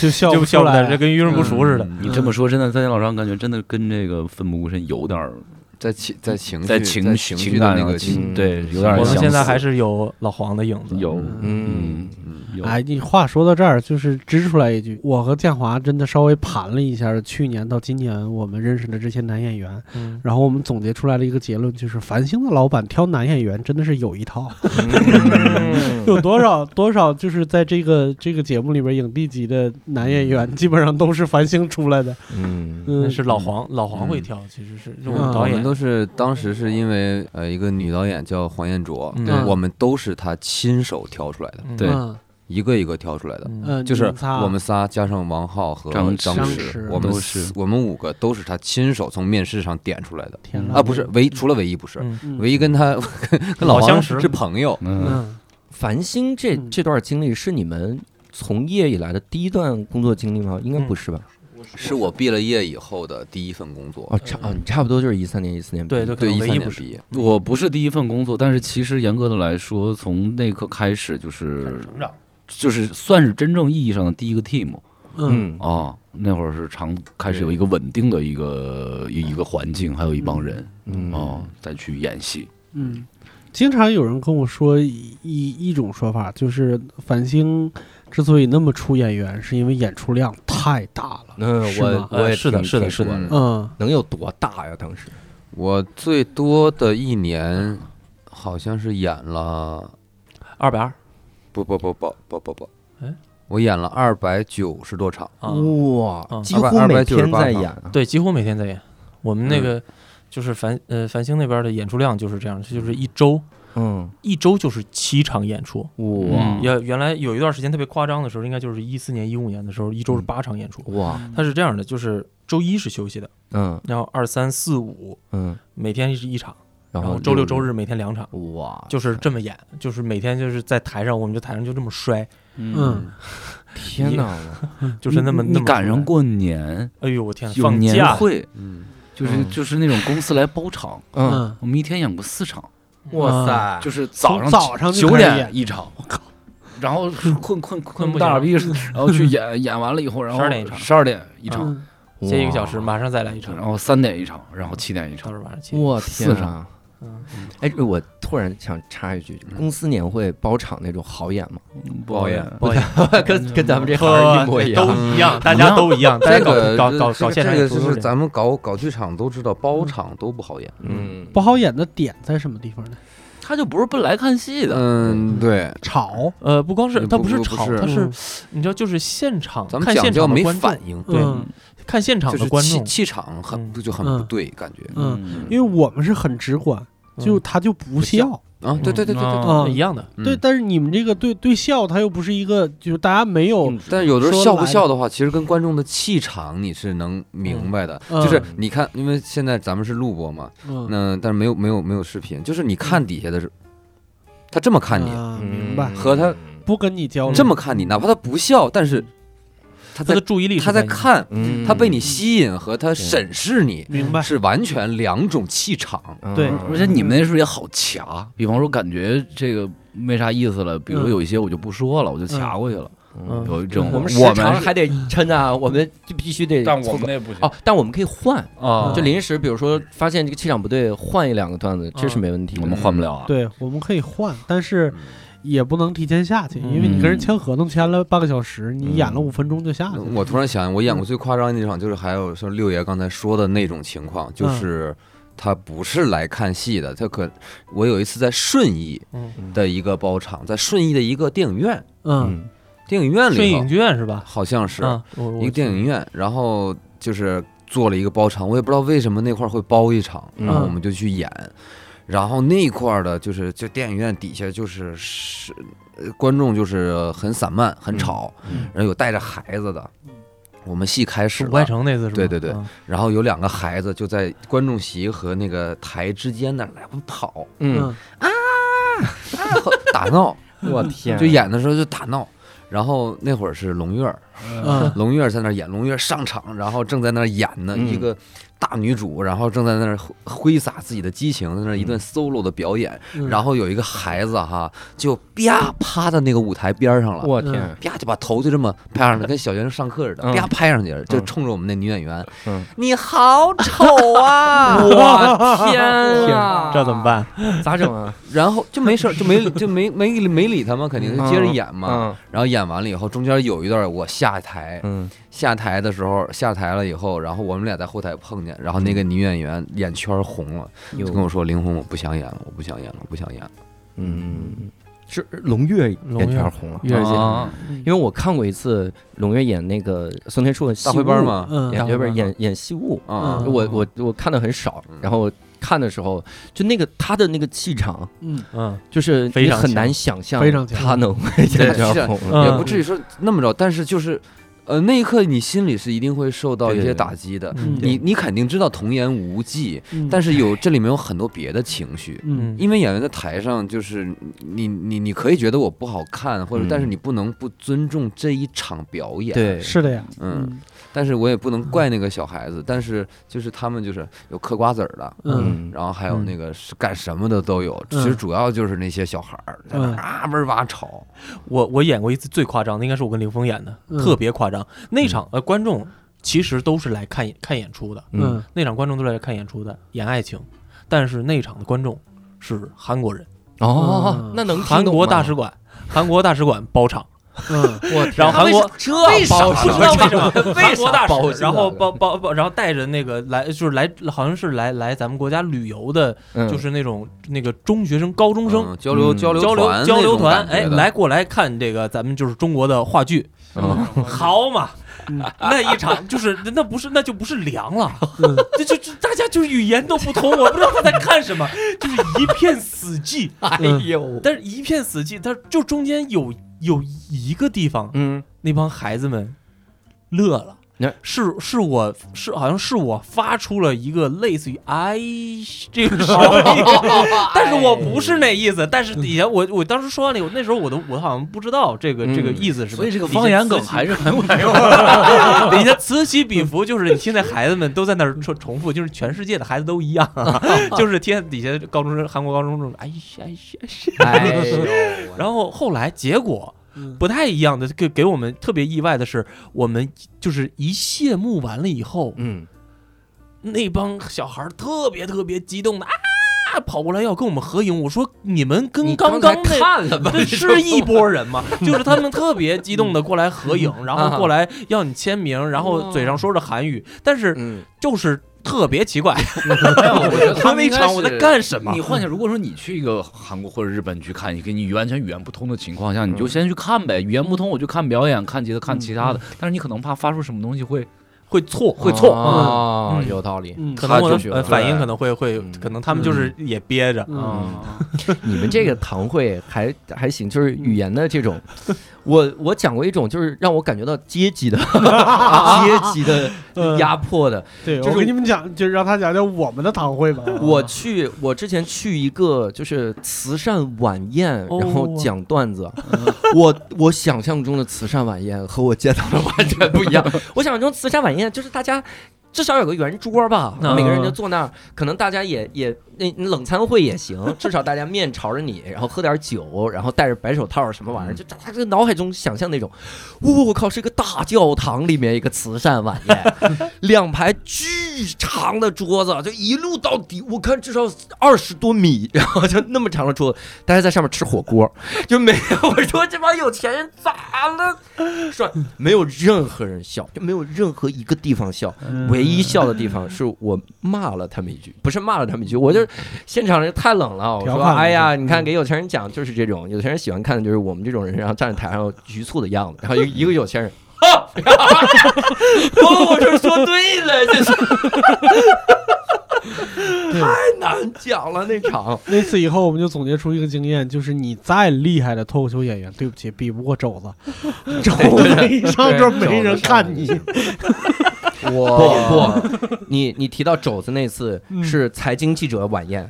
Speaker 4: 就笑
Speaker 6: 就
Speaker 4: 不
Speaker 6: 笑
Speaker 4: 出
Speaker 6: 不
Speaker 4: 来
Speaker 6: 得，这跟遇人不熟似的。
Speaker 7: 嗯
Speaker 8: 你这么说，真的，在老张感觉真的跟这个奋不顾身有点儿
Speaker 7: 在情在情绪
Speaker 8: 在
Speaker 7: 情
Speaker 8: 情
Speaker 7: 绪
Speaker 8: 情
Speaker 7: 的
Speaker 8: 感
Speaker 7: 那
Speaker 8: 上
Speaker 7: 个
Speaker 8: 的情
Speaker 1: 嗯
Speaker 8: 对有点儿
Speaker 6: 我们
Speaker 8: 相
Speaker 6: 现在
Speaker 8: 似
Speaker 6: 还是有老黄的影子，
Speaker 8: 有
Speaker 1: 嗯，
Speaker 7: 嗯
Speaker 8: 有
Speaker 4: 哎，你话说到这儿，就是支出来一句，我和建华真的稍微盘了一下去年到今年我们认识的这些男演员，
Speaker 6: 嗯，
Speaker 4: 然后我们总结出来了一个结论，就是繁星的老板挑男演员真的是有一套，嗯 有多少多少就是在这个这个节目里边影帝级的男演员，基本上都是繁星出来的。
Speaker 1: 嗯
Speaker 6: 那
Speaker 4: 嗯，
Speaker 6: 是老黄，老黄会
Speaker 7: 嗯
Speaker 6: 挑，其实是是
Speaker 7: 我
Speaker 6: 我们导
Speaker 7: 们
Speaker 6: 演
Speaker 7: 都是当时是因为呃一个女导演叫黄燕卓，
Speaker 6: 嗯
Speaker 7: 对我们都是她亲手挑出来的，
Speaker 6: 嗯
Speaker 8: 对
Speaker 4: 嗯
Speaker 7: 一个一个挑出来的，
Speaker 6: 嗯
Speaker 4: 嗯，
Speaker 7: 就是
Speaker 4: 宁擦
Speaker 7: 我们仨加上王浩和
Speaker 8: 张
Speaker 7: 张
Speaker 8: 张
Speaker 4: 弛
Speaker 7: 我们
Speaker 8: 都是
Speaker 7: 我们五个都是她亲手从面试上点出来的
Speaker 4: 天
Speaker 7: 啊，不是唯除了唯一不是，
Speaker 6: 嗯
Speaker 7: 唯一跟他跟老
Speaker 6: 老
Speaker 7: 黄
Speaker 6: 相识
Speaker 7: 是朋友，
Speaker 8: 嗯
Speaker 4: 嗯
Speaker 1: 繁星这
Speaker 4: 嗯
Speaker 1: 这段经历是你们从业以来的第一段工作经历吗？应该不是吧？
Speaker 7: 是我毕了业以后的第一份工作，
Speaker 1: 哦，差哦，你差不多就是一三年、一四年毕业。
Speaker 6: 对，就可
Speaker 7: 对，
Speaker 6: 能
Speaker 7: 一
Speaker 6: 唯
Speaker 7: 三
Speaker 6: 一
Speaker 7: 年
Speaker 6: 不是
Speaker 7: 毕业，
Speaker 8: 我不是第一份工作，但是其实严格的来说，从那刻开始就是
Speaker 6: 成长，
Speaker 8: 就是算是真正意义上的第一个 team
Speaker 4: 嗯
Speaker 8: 啊、那会儿是常开始有一个稳定的一个一一个环境，还有一帮人啊
Speaker 1: 嗯
Speaker 8: 哦，再去演戏。
Speaker 4: 嗯，经常有人跟我说一一种说法，就是繁星之所以那么出演员，是因为演出量太大了。
Speaker 1: 那
Speaker 4: 是
Speaker 1: 我
Speaker 4: 吗
Speaker 1: 我也
Speaker 7: 是的
Speaker 1: 听
Speaker 7: 是的
Speaker 1: 听
Speaker 7: 是的
Speaker 1: 说了
Speaker 4: 嗯，
Speaker 1: 能有多大呀？当时
Speaker 7: 我最多的一年好像是演了
Speaker 6: 二百二
Speaker 7: 不不不不不不不，
Speaker 6: 哎，
Speaker 7: 我演了二百九十多场，
Speaker 6: 啊，
Speaker 1: 哇，
Speaker 6: 嗯
Speaker 1: 几乎
Speaker 7: 200
Speaker 1: 每天在
Speaker 7: 298
Speaker 1: 演啊，
Speaker 6: 对，几乎每天在演。我们
Speaker 8: 嗯
Speaker 6: 那个就是繁呃繁星那边的演出量就是这样，就是一周
Speaker 1: 嗯，
Speaker 6: 一周就是七场演出。
Speaker 1: 哇
Speaker 8: 嗯
Speaker 6: 也原来有一段时间特别夸张的时候，应该就是一四年、一五年的时候，一
Speaker 8: 嗯
Speaker 6: 周是八场演出。
Speaker 1: 哇，
Speaker 4: 嗯
Speaker 6: 它是这样的，就是周一是休息的，
Speaker 1: 嗯
Speaker 6: 然后二三四五
Speaker 1: 嗯，
Speaker 6: 每天是一场，
Speaker 1: 然
Speaker 6: 然
Speaker 1: 后
Speaker 6: 后周六周日每天两场，
Speaker 1: 哇，
Speaker 8: 啊
Speaker 6: 就是这么演，就是每天就是在台上，我们就台上就这么摔，
Speaker 4: 嗯，
Speaker 1: 天
Speaker 6: 你
Speaker 1: 哪，
Speaker 6: 就是那么
Speaker 8: 你
Speaker 6: 那么
Speaker 8: 赶上
Speaker 6: 摔。
Speaker 8: 过年
Speaker 6: 哎呦我天，
Speaker 8: 有
Speaker 6: 放
Speaker 8: 年
Speaker 6: 假
Speaker 8: 会，
Speaker 7: 嗯，
Speaker 8: 就是
Speaker 1: 嗯
Speaker 8: 就是那种公司来包场，
Speaker 1: 嗯，
Speaker 4: 嗯，
Speaker 8: 我们一天演过四场，
Speaker 1: 哇塞，
Speaker 8: 就是早
Speaker 4: 从
Speaker 8: 上
Speaker 4: 早上就
Speaker 8: 九
Speaker 4: 开始
Speaker 8: 点
Speaker 4: 演
Speaker 8: 一场，然后困困
Speaker 6: 困
Speaker 8: 困
Speaker 6: 不
Speaker 8: 大
Speaker 6: 行
Speaker 8: 耳逼似的，然后去演演完了以后，然后
Speaker 6: 12点一场
Speaker 8: 十二点一场，
Speaker 4: 嗯
Speaker 6: 歇一个小时，
Speaker 1: 哇，
Speaker 6: 马上再来一场
Speaker 8: 然，后三点一场，然后七点一
Speaker 6: 到
Speaker 8: 场，
Speaker 6: 时候晚上七点。
Speaker 1: 我
Speaker 8: 四
Speaker 1: 天
Speaker 8: 场
Speaker 1: 啊！
Speaker 6: 嗯
Speaker 1: 哎，我突然想插一句，
Speaker 7: 嗯
Speaker 1: 公司年会包场那种好演吗？
Speaker 8: 嗯不好演。
Speaker 6: 不好演
Speaker 1: 跟跟咱们这行
Speaker 6: 呵
Speaker 1: 儿一模一
Speaker 6: 都
Speaker 1: 样。
Speaker 6: 一样，大家都一样，大
Speaker 7: 嗯
Speaker 6: 家
Speaker 7: 这
Speaker 6: 搞
Speaker 7: 个
Speaker 6: 搞搞
Speaker 7: 这
Speaker 6: 搞
Speaker 7: 这
Speaker 6: 现场
Speaker 7: 个
Speaker 6: 演出
Speaker 7: 就
Speaker 6: 都
Speaker 7: 是
Speaker 6: 是这样
Speaker 7: 咱们搞搞剧场都知道，包场都不好演。
Speaker 1: 嗯，
Speaker 4: 不好演的点在什么地方呢？
Speaker 8: 他就不是奔来看戏的，
Speaker 7: 嗯，对，
Speaker 4: 吵，
Speaker 6: 呃，不光是
Speaker 7: 嗯
Speaker 6: 它
Speaker 7: 不
Speaker 6: 不是
Speaker 7: 不
Speaker 6: 吵，
Speaker 7: 是
Speaker 6: 它是
Speaker 4: 嗯
Speaker 6: 你知道，就是现场
Speaker 7: 咱
Speaker 6: 看
Speaker 7: 们讲
Speaker 6: 现
Speaker 7: 叫
Speaker 6: 场的
Speaker 7: 没
Speaker 6: 观众
Speaker 7: 反，应，
Speaker 6: 对
Speaker 4: 嗯
Speaker 6: 看现场
Speaker 7: 就
Speaker 6: 的
Speaker 7: 是
Speaker 6: 观
Speaker 7: 气
Speaker 6: 众，
Speaker 7: 气场很
Speaker 6: 嗯
Speaker 7: 就很
Speaker 4: 嗯
Speaker 7: 不对，感觉
Speaker 4: 嗯，
Speaker 8: 嗯
Speaker 4: 因为我们是很直观，就
Speaker 6: 嗯
Speaker 4: 他就不笑，
Speaker 7: 啊，对对对对对对
Speaker 6: 啊
Speaker 4: 嗯
Speaker 6: 一样的，
Speaker 7: 嗯
Speaker 4: 对，但是你们这个对对笑，他又不是一个，就是大家没有，
Speaker 7: 但是有的时候
Speaker 4: 说
Speaker 7: 笑不
Speaker 4: 来
Speaker 7: 笑的话，其实跟观众的气场你是能明白的。
Speaker 4: 嗯
Speaker 7: 就是
Speaker 1: 嗯
Speaker 7: 你看，因为现在咱们是录播嘛，
Speaker 4: 嗯，
Speaker 7: 那但是没有没有没有视频，就是你看底下的时候，他这么看你，
Speaker 4: 啊
Speaker 1: 嗯
Speaker 4: 明白，
Speaker 7: 和他
Speaker 4: 不跟你交流，
Speaker 7: 这么看你，哪怕他不笑，但是他
Speaker 6: 他
Speaker 7: 在
Speaker 6: 的注意力
Speaker 7: 他
Speaker 6: 是
Speaker 7: 在
Speaker 6: 你
Speaker 7: 看，
Speaker 1: 嗯
Speaker 7: 他被你吸引和他审视你
Speaker 4: 明白，
Speaker 7: 是完全两种气场。
Speaker 1: 嗯
Speaker 4: 对
Speaker 8: 而且你们那时候也好卡，比方说感觉这个没啥意思了，比如
Speaker 4: 嗯
Speaker 8: 有一些我就不说了，我就卡过去了，
Speaker 1: 嗯
Speaker 8: 有一种
Speaker 1: 我们时
Speaker 8: 我
Speaker 1: 长
Speaker 8: 们
Speaker 1: 还得抻啊，我们就必须得凑个
Speaker 3: 那不行
Speaker 1: 哦，但我们可以换，
Speaker 8: 啊
Speaker 1: 就临时，比如说发现这个气场不对，换一两个段子，这是没问题的。
Speaker 8: 我们换不了
Speaker 1: 嗯
Speaker 8: 啊，
Speaker 4: 对，我们可以换，但是
Speaker 7: 嗯
Speaker 4: 也不能提前下去，因为你
Speaker 8: 嗯
Speaker 4: 跟人签合同签了半个小时，你演了
Speaker 1: 嗯
Speaker 4: 五分钟就
Speaker 6: 啊
Speaker 4: 下去了。
Speaker 7: 我突然想，我演过最夸张的那场，就是还有说六爷刚才说的那种情
Speaker 6: 嗯
Speaker 7: 况，就是他不是来看戏的，他可我有一次在顺义
Speaker 6: 嗯
Speaker 7: 的一个包场，在顺义的一个电影院，
Speaker 4: 嗯
Speaker 1: 嗯，
Speaker 7: 电影院
Speaker 6: 顺
Speaker 7: 里
Speaker 6: 义
Speaker 7: 头
Speaker 6: 影剧院是吧？
Speaker 7: 好像是
Speaker 6: 啊，我我
Speaker 7: 一个电影院，然后就是做了一个包场，我也不知道为什么那块儿会包一场，
Speaker 1: 嗯
Speaker 7: 然后我们就去演，然后那块儿的就是就电影院底下就是是、呃观众就是很散漫很吵，
Speaker 1: 嗯
Speaker 7: 然后有带着孩子的，我们戏开始
Speaker 6: 是吴开
Speaker 7: 了，
Speaker 6: 成那次是吧？
Speaker 7: 对对对
Speaker 6: 啊
Speaker 7: 然后有两个孩子就在观众席和那个台之间那儿来回 跑，
Speaker 1: 嗯，
Speaker 7: 打闹，
Speaker 1: 我嗯天，
Speaker 7: 就演的时候就打闹。然后那会儿是龙月儿，
Speaker 4: 嗯
Speaker 7: 龙月儿在那儿演，龙月儿上场，然后正在那儿演呢，
Speaker 1: 嗯
Speaker 7: 一个大女主，然后正在那儿挥挥洒自己的激情，在那儿一顿 solo 的表演，
Speaker 4: 嗯，
Speaker 7: 然后有一个孩子哈，就啪趴在那个舞台边上了。
Speaker 1: 我啊天，
Speaker 7: 啪就把头就这么拍上去，跟小学生上课似的，
Speaker 1: 嗯
Speaker 7: 啪拍上去，就
Speaker 1: 嗯
Speaker 7: 冲着我们那女演员
Speaker 1: 嗯，
Speaker 7: 你好丑啊！
Speaker 1: 我天啊，
Speaker 6: 这怎么？办？
Speaker 1: 咋整啊？
Speaker 7: 然后就没事儿，就没就没没没理他嘛，肯定就接着演嘛。然后演完了以后，中间有一段我下台，
Speaker 1: 嗯
Speaker 7: 下台的时候下台了以后，然后我们俩在后台碰见，然后那个女演员眼圈红了，就跟我说：“林红，我不想演了，我不想演了，我不想演了。
Speaker 1: 嗯，是龙月
Speaker 6: 龙
Speaker 1: 眼
Speaker 6: 月
Speaker 1: 圈红了，
Speaker 8: 月儿姐
Speaker 7: 啊
Speaker 4: 嗯
Speaker 1: 因为我看过一次龙月演那个宋天硕的戏
Speaker 7: 大
Speaker 1: 物
Speaker 7: 灰班，嘛，
Speaker 4: 嗯
Speaker 1: 演
Speaker 6: 大
Speaker 1: 不
Speaker 6: 灰
Speaker 1: 是
Speaker 6: 班
Speaker 1: 演演戏物，
Speaker 7: 啊、
Speaker 4: 嗯
Speaker 1: 我我我看的很少，然后看的时候就那个他的那个气场，
Speaker 4: 嗯
Speaker 6: 嗯，
Speaker 1: 就是
Speaker 6: 非
Speaker 1: 你
Speaker 6: 常
Speaker 1: 很
Speaker 6: 强
Speaker 1: 难想象
Speaker 4: 非常强
Speaker 1: 他能眼圈红了，
Speaker 6: 嗯
Speaker 7: 也不至于说那么着，但是就是，呃，那一刻你心里是一定会受到一些打击的。
Speaker 4: 嗯
Speaker 7: 你你肯定知道童言无忌，
Speaker 4: 嗯，
Speaker 7: 但
Speaker 4: 是
Speaker 7: 是有这里面有很多别的情绪。
Speaker 4: 嗯
Speaker 7: 因为演员在台上，就是你你你可以觉得我不好看，或者
Speaker 1: 嗯
Speaker 7: 但是你不能不尊重这一场表演。，
Speaker 1: 对，
Speaker 4: 是的呀，
Speaker 7: 嗯，但是我也不能怪那个小孩子，但是就是他们就是有嗑瓜子儿的，
Speaker 4: 嗯
Speaker 7: 然后还有
Speaker 6: 嗯
Speaker 7: 那个是干什么的都有，
Speaker 4: 嗯
Speaker 7: 其实主要就是那些小孩儿在那
Speaker 4: 嗯
Speaker 7: 儿啊嗡哇吵，
Speaker 6: 我我演过一次最夸张的，应该是我跟林峰演的，
Speaker 4: 嗯
Speaker 6: 特别夸张。那场呃，观众其实都是来看看演出的，
Speaker 4: 嗯
Speaker 6: 那场观众都来看演出的，演爱情，但是那场的观众是韩国人，
Speaker 1: 哦
Speaker 4: 嗯，
Speaker 1: 那能
Speaker 6: 韩国大使馆，韩国大使馆包场，
Speaker 4: 嗯，
Speaker 1: 我
Speaker 6: 然后韩国
Speaker 1: 这
Speaker 6: 啊为啥
Speaker 1: 包
Speaker 6: 不知道为什么？韩国大
Speaker 1: 包
Speaker 6: 使，然后包包包，然后带着那个来，就是来，好像是来来咱们国家旅游的，就
Speaker 1: 就是
Speaker 6: 那种那个中学生、高中生
Speaker 7: 嗯交流
Speaker 1: 嗯
Speaker 7: 交流
Speaker 6: 交流
Speaker 7: 团
Speaker 6: 交
Speaker 7: 那
Speaker 6: 流
Speaker 7: 种
Speaker 6: 团，
Speaker 7: 感
Speaker 6: 哎，
Speaker 7: 觉的
Speaker 6: 来过来看这个咱们就是中国的话剧， 好嘛
Speaker 4: 嗯。
Speaker 6: 那一场就是那不是那就不是凉了，这就就大家就是语言都不通，我不知道他在看什 么，就是一片死寂。
Speaker 1: 哎呦，
Speaker 6: 但是一片死寂，但是就中间有有一个地方，
Speaker 1: 嗯，
Speaker 6: 那帮孩子们乐了
Speaker 1: 那。
Speaker 6: 是是我是好像是我发出了一个类似于哎这个声 音，但是我不是那意思。但是底下我我当时说完了以后，那时候我都我好像不知道这个这个
Speaker 1: 嗯
Speaker 6: 意思是什么。
Speaker 8: 所以这个方言梗还是很管用。
Speaker 6: 底下此起彼伏，就是你听那孩子们都在那儿重重复，就是全世界的孩子都一样、 啊，就是听底下高中生韩国高中生哎呀哎呀哎呀。
Speaker 1: 哎呦，
Speaker 6: 然后后来结果
Speaker 4: 嗯
Speaker 6: 不太一样的，给给我们特别意外的是，我们就是一谢幕完了以后，
Speaker 1: 嗯，
Speaker 6: 那帮小孩儿特别特别激动的啊，跑过来要跟我们合影。我说你们跟
Speaker 1: 你刚
Speaker 6: 刚刚
Speaker 1: 才
Speaker 6: 那。
Speaker 1: 看了吧？
Speaker 6: 这是一拨 人嘛，就是他们特别激动的过来合影，然后过来要你签名，然后嘴上说着韩语，但是
Speaker 1: 嗯，
Speaker 6: 就是特别奇怪，
Speaker 8: 没有， 我觉得
Speaker 6: 他那
Speaker 8: 们
Speaker 6: 一
Speaker 8: 应该
Speaker 6: 场我在
Speaker 8: 是
Speaker 6: 干什么
Speaker 8: 你？幻想，如果说你去一个韩国或者日本去看，你跟你完全语言不通的情况下，你就先去看呗。语言不通，我就看表演，看其他，看
Speaker 6: 嗯
Speaker 8: 其他的。但是你可能怕发出什么东西会
Speaker 6: 会错，
Speaker 8: 会错，
Speaker 1: 哦，
Speaker 6: 嗯
Speaker 1: 有道理。
Speaker 4: 嗯
Speaker 6: 可能
Speaker 1: 嗯他就
Speaker 6: 我的
Speaker 1: 觉
Speaker 6: 呃
Speaker 1: 得
Speaker 6: 反应可能会会
Speaker 1: 嗯，
Speaker 6: 可能他们就是也憋着，
Speaker 4: 嗯
Speaker 1: 哦你们这个堂会还还行，就是语言的这种，我我讲过一种，就是让我感觉到阶级的 阶级的压迫的。
Speaker 4: 对，
Speaker 1: 就是
Speaker 4: 我跟你们讲，就让他讲讲我们的堂会吧。
Speaker 1: 我去，我之前去一个就是慈善晚宴，然后讲段子。我我想象中的慈善晚宴和我见到的完全不一样。我想象中慈善晚宴就是大家。至少有个圆桌吧，
Speaker 6: 嗯
Speaker 1: 每个人就坐那儿，可能大家也也那那冷餐会也行，至少大家面朝着你，然后喝点酒，然后戴着白手套什么玩意儿，就大家这个脑海中想象那种，我靠，是一个大教堂里面一个慈善晚宴， 两排巨长的桌子，就一路到底，我看至少二十多米，然后就那么长的桌子，大家在上面吃火锅，就没有。我说这帮有钱人咋了？说没有任何人笑，就没有任何一个地方笑，
Speaker 4: 嗯
Speaker 1: 唯一笑的地方是我骂了他们一句，不是骂了他们一句，我就现场人太冷了，我
Speaker 4: 调
Speaker 1: 说
Speaker 4: 侃了
Speaker 1: 哎呀，
Speaker 4: 嗯
Speaker 1: 你看给有钱人讲就是这种，有钱人喜欢看的就是我们这种人，然后站在台上局促的样子，然后 一个有钱人。哦，我就说对了，这 是太难讲了那场。
Speaker 4: 那次以后，我们就总结出一个经验，就是你再厉害的脱口秀演员，对不起，比不过肘子。肘子一上桌没人看你，
Speaker 1: 我不不，你你提到肘子那次是财经记者晚宴，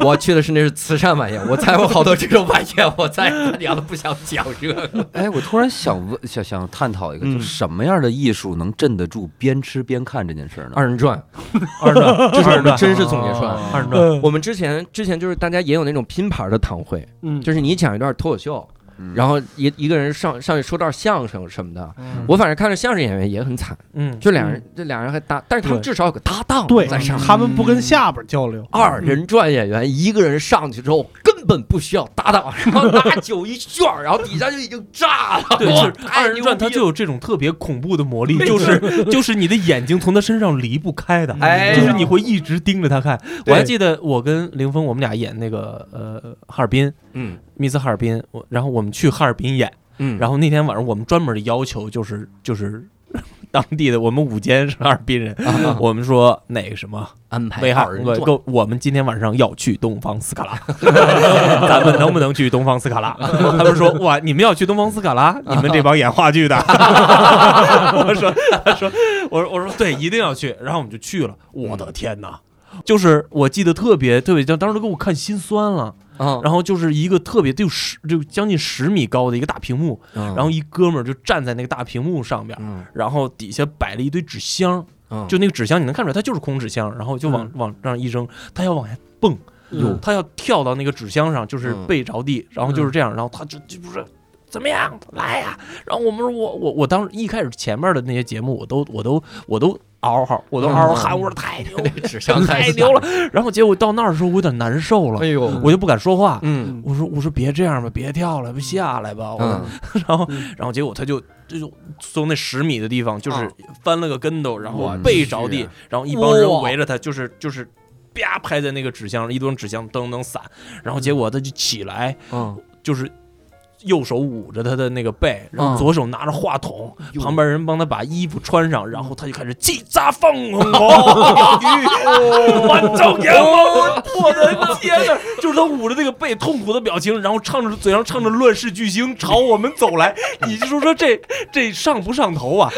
Speaker 1: 我去的是那是慈善晚宴，我参加过好多这种晚宴，我再聊都不想讲这个。
Speaker 7: 哎，我突然想问，想想探讨一个，就
Speaker 1: 嗯
Speaker 7: 什么样的艺术能镇得住边吃边看这件事儿呢？
Speaker 1: 二人转，
Speaker 6: 二人转，
Speaker 1: 这是
Speaker 6: 二
Speaker 1: 我们
Speaker 6: 人转，
Speaker 1: 真实总结出来的。
Speaker 6: 二人转，
Speaker 4: 嗯
Speaker 1: 我们之前之前就是大家也有那种拼盘的堂会，
Speaker 4: 嗯，
Speaker 1: 就是你讲一段脱口秀，
Speaker 7: 嗯
Speaker 1: 然后一一个人上上去说段相声什么的。
Speaker 4: 嗯
Speaker 1: 我反正看着相声演员也很惨，
Speaker 6: 嗯，
Speaker 1: 就俩人这俩人还搭，但是他们
Speaker 6: 对
Speaker 1: 至少有个搭档
Speaker 4: 对
Speaker 1: 在上面。
Speaker 4: 他们不跟下巴交流，
Speaker 1: 二人转演员一个人上去之后根本不需要搭档，然后拿酒一炫，然后底下就已经炸了。
Speaker 6: 对，
Speaker 1: 哇
Speaker 6: 就是二人转，它就有这种特别恐怖的魔力，就是就是你的眼睛从他身上离不开的，
Speaker 1: 哎
Speaker 6: 就是你会一直盯着他看。我
Speaker 1: 对
Speaker 6: 还记得我跟凌峰，我们俩演那个呃哈尔滨
Speaker 1: 嗯
Speaker 6: 密斯哈尔滨，我然后我们去哈尔滨演，
Speaker 1: 嗯
Speaker 6: 然后那天晚上我们专门要求就是就是。 当地的我们五间是哈尔滨人，
Speaker 1: 后
Speaker 6: 我们说那个什么
Speaker 1: 安排
Speaker 6: 威海，
Speaker 1: 二人
Speaker 6: 我
Speaker 1: 转，
Speaker 6: 够我们今天晚上要去东方斯卡拉，咱们能不能去东方斯卡拉？他们说哇，你们要去东方斯卡拉，你们这帮演话剧的。 我说他说我说我说对，一定要去。然后我们就去了，我的天哪！就是我记得特别特别，当时都给我看心酸了。
Speaker 1: 嗯
Speaker 6: 然后就是一个特别得有十就将近十米高的一个大屏幕，
Speaker 1: 然
Speaker 6: 然后一哥们儿就站在那个大屏幕上边，
Speaker 1: 嗯
Speaker 6: 然后底下摆了一堆纸箱，
Speaker 1: 嗯
Speaker 6: 就那个纸箱，你能看出来它就是空纸箱，然后就往、
Speaker 4: 嗯
Speaker 6: 往这样一扔，它要往下蹦，
Speaker 4: 有
Speaker 6: 它要跳到那个纸箱上，就是
Speaker 1: 嗯
Speaker 6: 背着地，然后就是这样，然后它就就不是怎么样来呀、然后我们说我我我当时一开始前面的那些节目我都我都我都嗷嗷，我都嗷
Speaker 1: 嗯
Speaker 6: 嗷喊，我说太 牛了，
Speaker 1: 指向
Speaker 6: 太牛了。然后结果到那儿的时候，我有点难受了
Speaker 1: 哎，呦，
Speaker 6: 我就不敢说话。
Speaker 1: 嗯
Speaker 6: 我说我说别这样吧，别跳了，下来吧。我说
Speaker 1: 嗯，
Speaker 6: 然后
Speaker 4: 嗯
Speaker 6: 然后结果他就就就从那十米的地方就是
Speaker 1: 啊
Speaker 6: 翻了个跟头，然后
Speaker 7: 哇
Speaker 6: 背着地
Speaker 7: 是，
Speaker 6: 然后一帮人
Speaker 1: 哇
Speaker 6: 围着他，就是就是。啪！拍在那个纸箱上，一吨纸箱噔噔散，然后结果他就起来，
Speaker 1: 嗯，
Speaker 6: 就是右手捂着他的那个背，然后
Speaker 8: 嗯
Speaker 6: 左手拿着话筒，
Speaker 1: 哟
Speaker 6: 旁边人帮他把衣服穿上，然后他就开始叽喳放红我，我照阳光，我的天哪！就是他捂着那个背，痛苦的表情，然后唱着嘴上唱着《乱世巨星》朝我们走来，你就说说这这上不上头啊？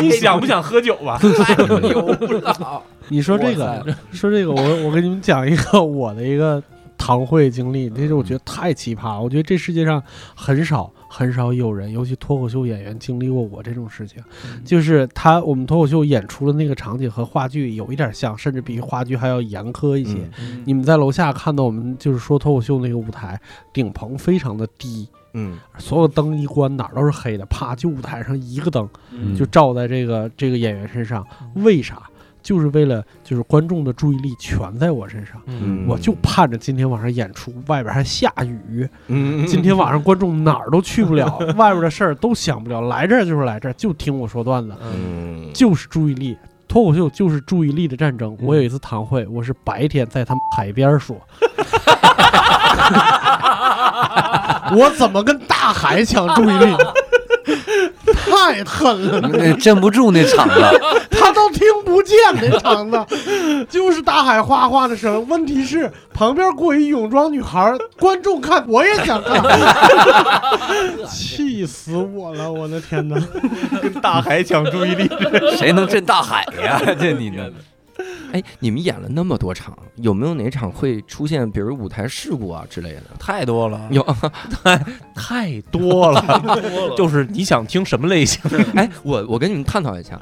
Speaker 6: 你想不想喝酒啊吧？
Speaker 1: 太牛了，
Speaker 4: 你说这个，说这个，我我给你们讲一个 我的一个堂会经历，这是我觉得太奇葩了。我觉得这世界上很少很少有人，尤其脱口秀演员经历过我这种事情。就是他，我们脱口秀演出的那个场景和话剧有一点像，甚至比话剧还要严苛一些。
Speaker 1: 嗯
Speaker 6: 嗯
Speaker 4: 你们在楼下看到我们就是说脱口秀那个舞台顶棚非常的低，
Speaker 1: 嗯，
Speaker 4: 所有灯一关哪儿都是黑的，啪，就舞台上一个灯。
Speaker 8: 嗯
Speaker 4: 就照在这个这个演员身上。为啥？就是为了就是观众的注意力全在我身上，
Speaker 1: 嗯
Speaker 4: 我就盼着今天晚上演出，外边还下雨，
Speaker 1: 嗯，
Speaker 4: 今天晚上观众哪儿都去不了，外边的事儿都想不了，来这儿就是来这儿，就听我说段子，
Speaker 1: 嗯，
Speaker 4: 就是注意力。脱口秀就是注意力的战争。
Speaker 6: 嗯
Speaker 4: 我有一次堂会，我是白天在他们海边说， 我怎么跟大海抢注意力？ 太狠 了！
Speaker 7: 那嗯镇不住那场啊子，
Speaker 4: 他都听不见那场子， 就是大海哗哗的声。问题是旁边过一泳装女孩，观众看我也想 看，气死我了！我的天哪！
Speaker 2: 跟大海抢注意力，
Speaker 7: 谁能镇大海呀？ 这你呢？
Speaker 1: 哎，你们演了那么多场，有没有哪场会出现比如舞台事故啊之类的？
Speaker 6: 太多了，
Speaker 1: 有，
Speaker 6: 太多了， 就是你想听什么类型？
Speaker 1: 哎，我我跟你们探讨一下，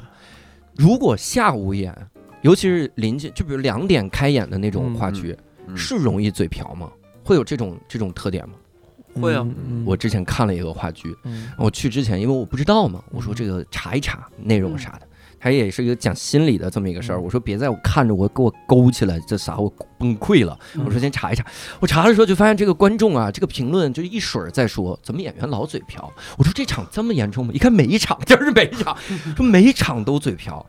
Speaker 1: 如果下午演，尤其是临近，就比如两点开演的那种
Speaker 6: 嗯
Speaker 1: 话剧，
Speaker 7: 嗯
Speaker 1: 是容易嘴瓢吗？会有这种这种特点吗？
Speaker 8: 会啊
Speaker 6: 嗯，
Speaker 1: 我之前看了一个话剧，
Speaker 6: 嗯
Speaker 1: 我去之前因为我不知道嘛，我说这个查一查内容啥的。它也是一个讲心理的这么一个事儿，
Speaker 6: 嗯
Speaker 1: 我说别在我看着我给我勾起来，这啥我崩溃了。
Speaker 6: 嗯
Speaker 1: 我说先查一查，我查的时候就发现这个观众啊，这个评论就一水儿在说怎么演员老嘴瓢。我说这场这么严重吗？一看每一场就是每一 场，说每一场都嘴瓢。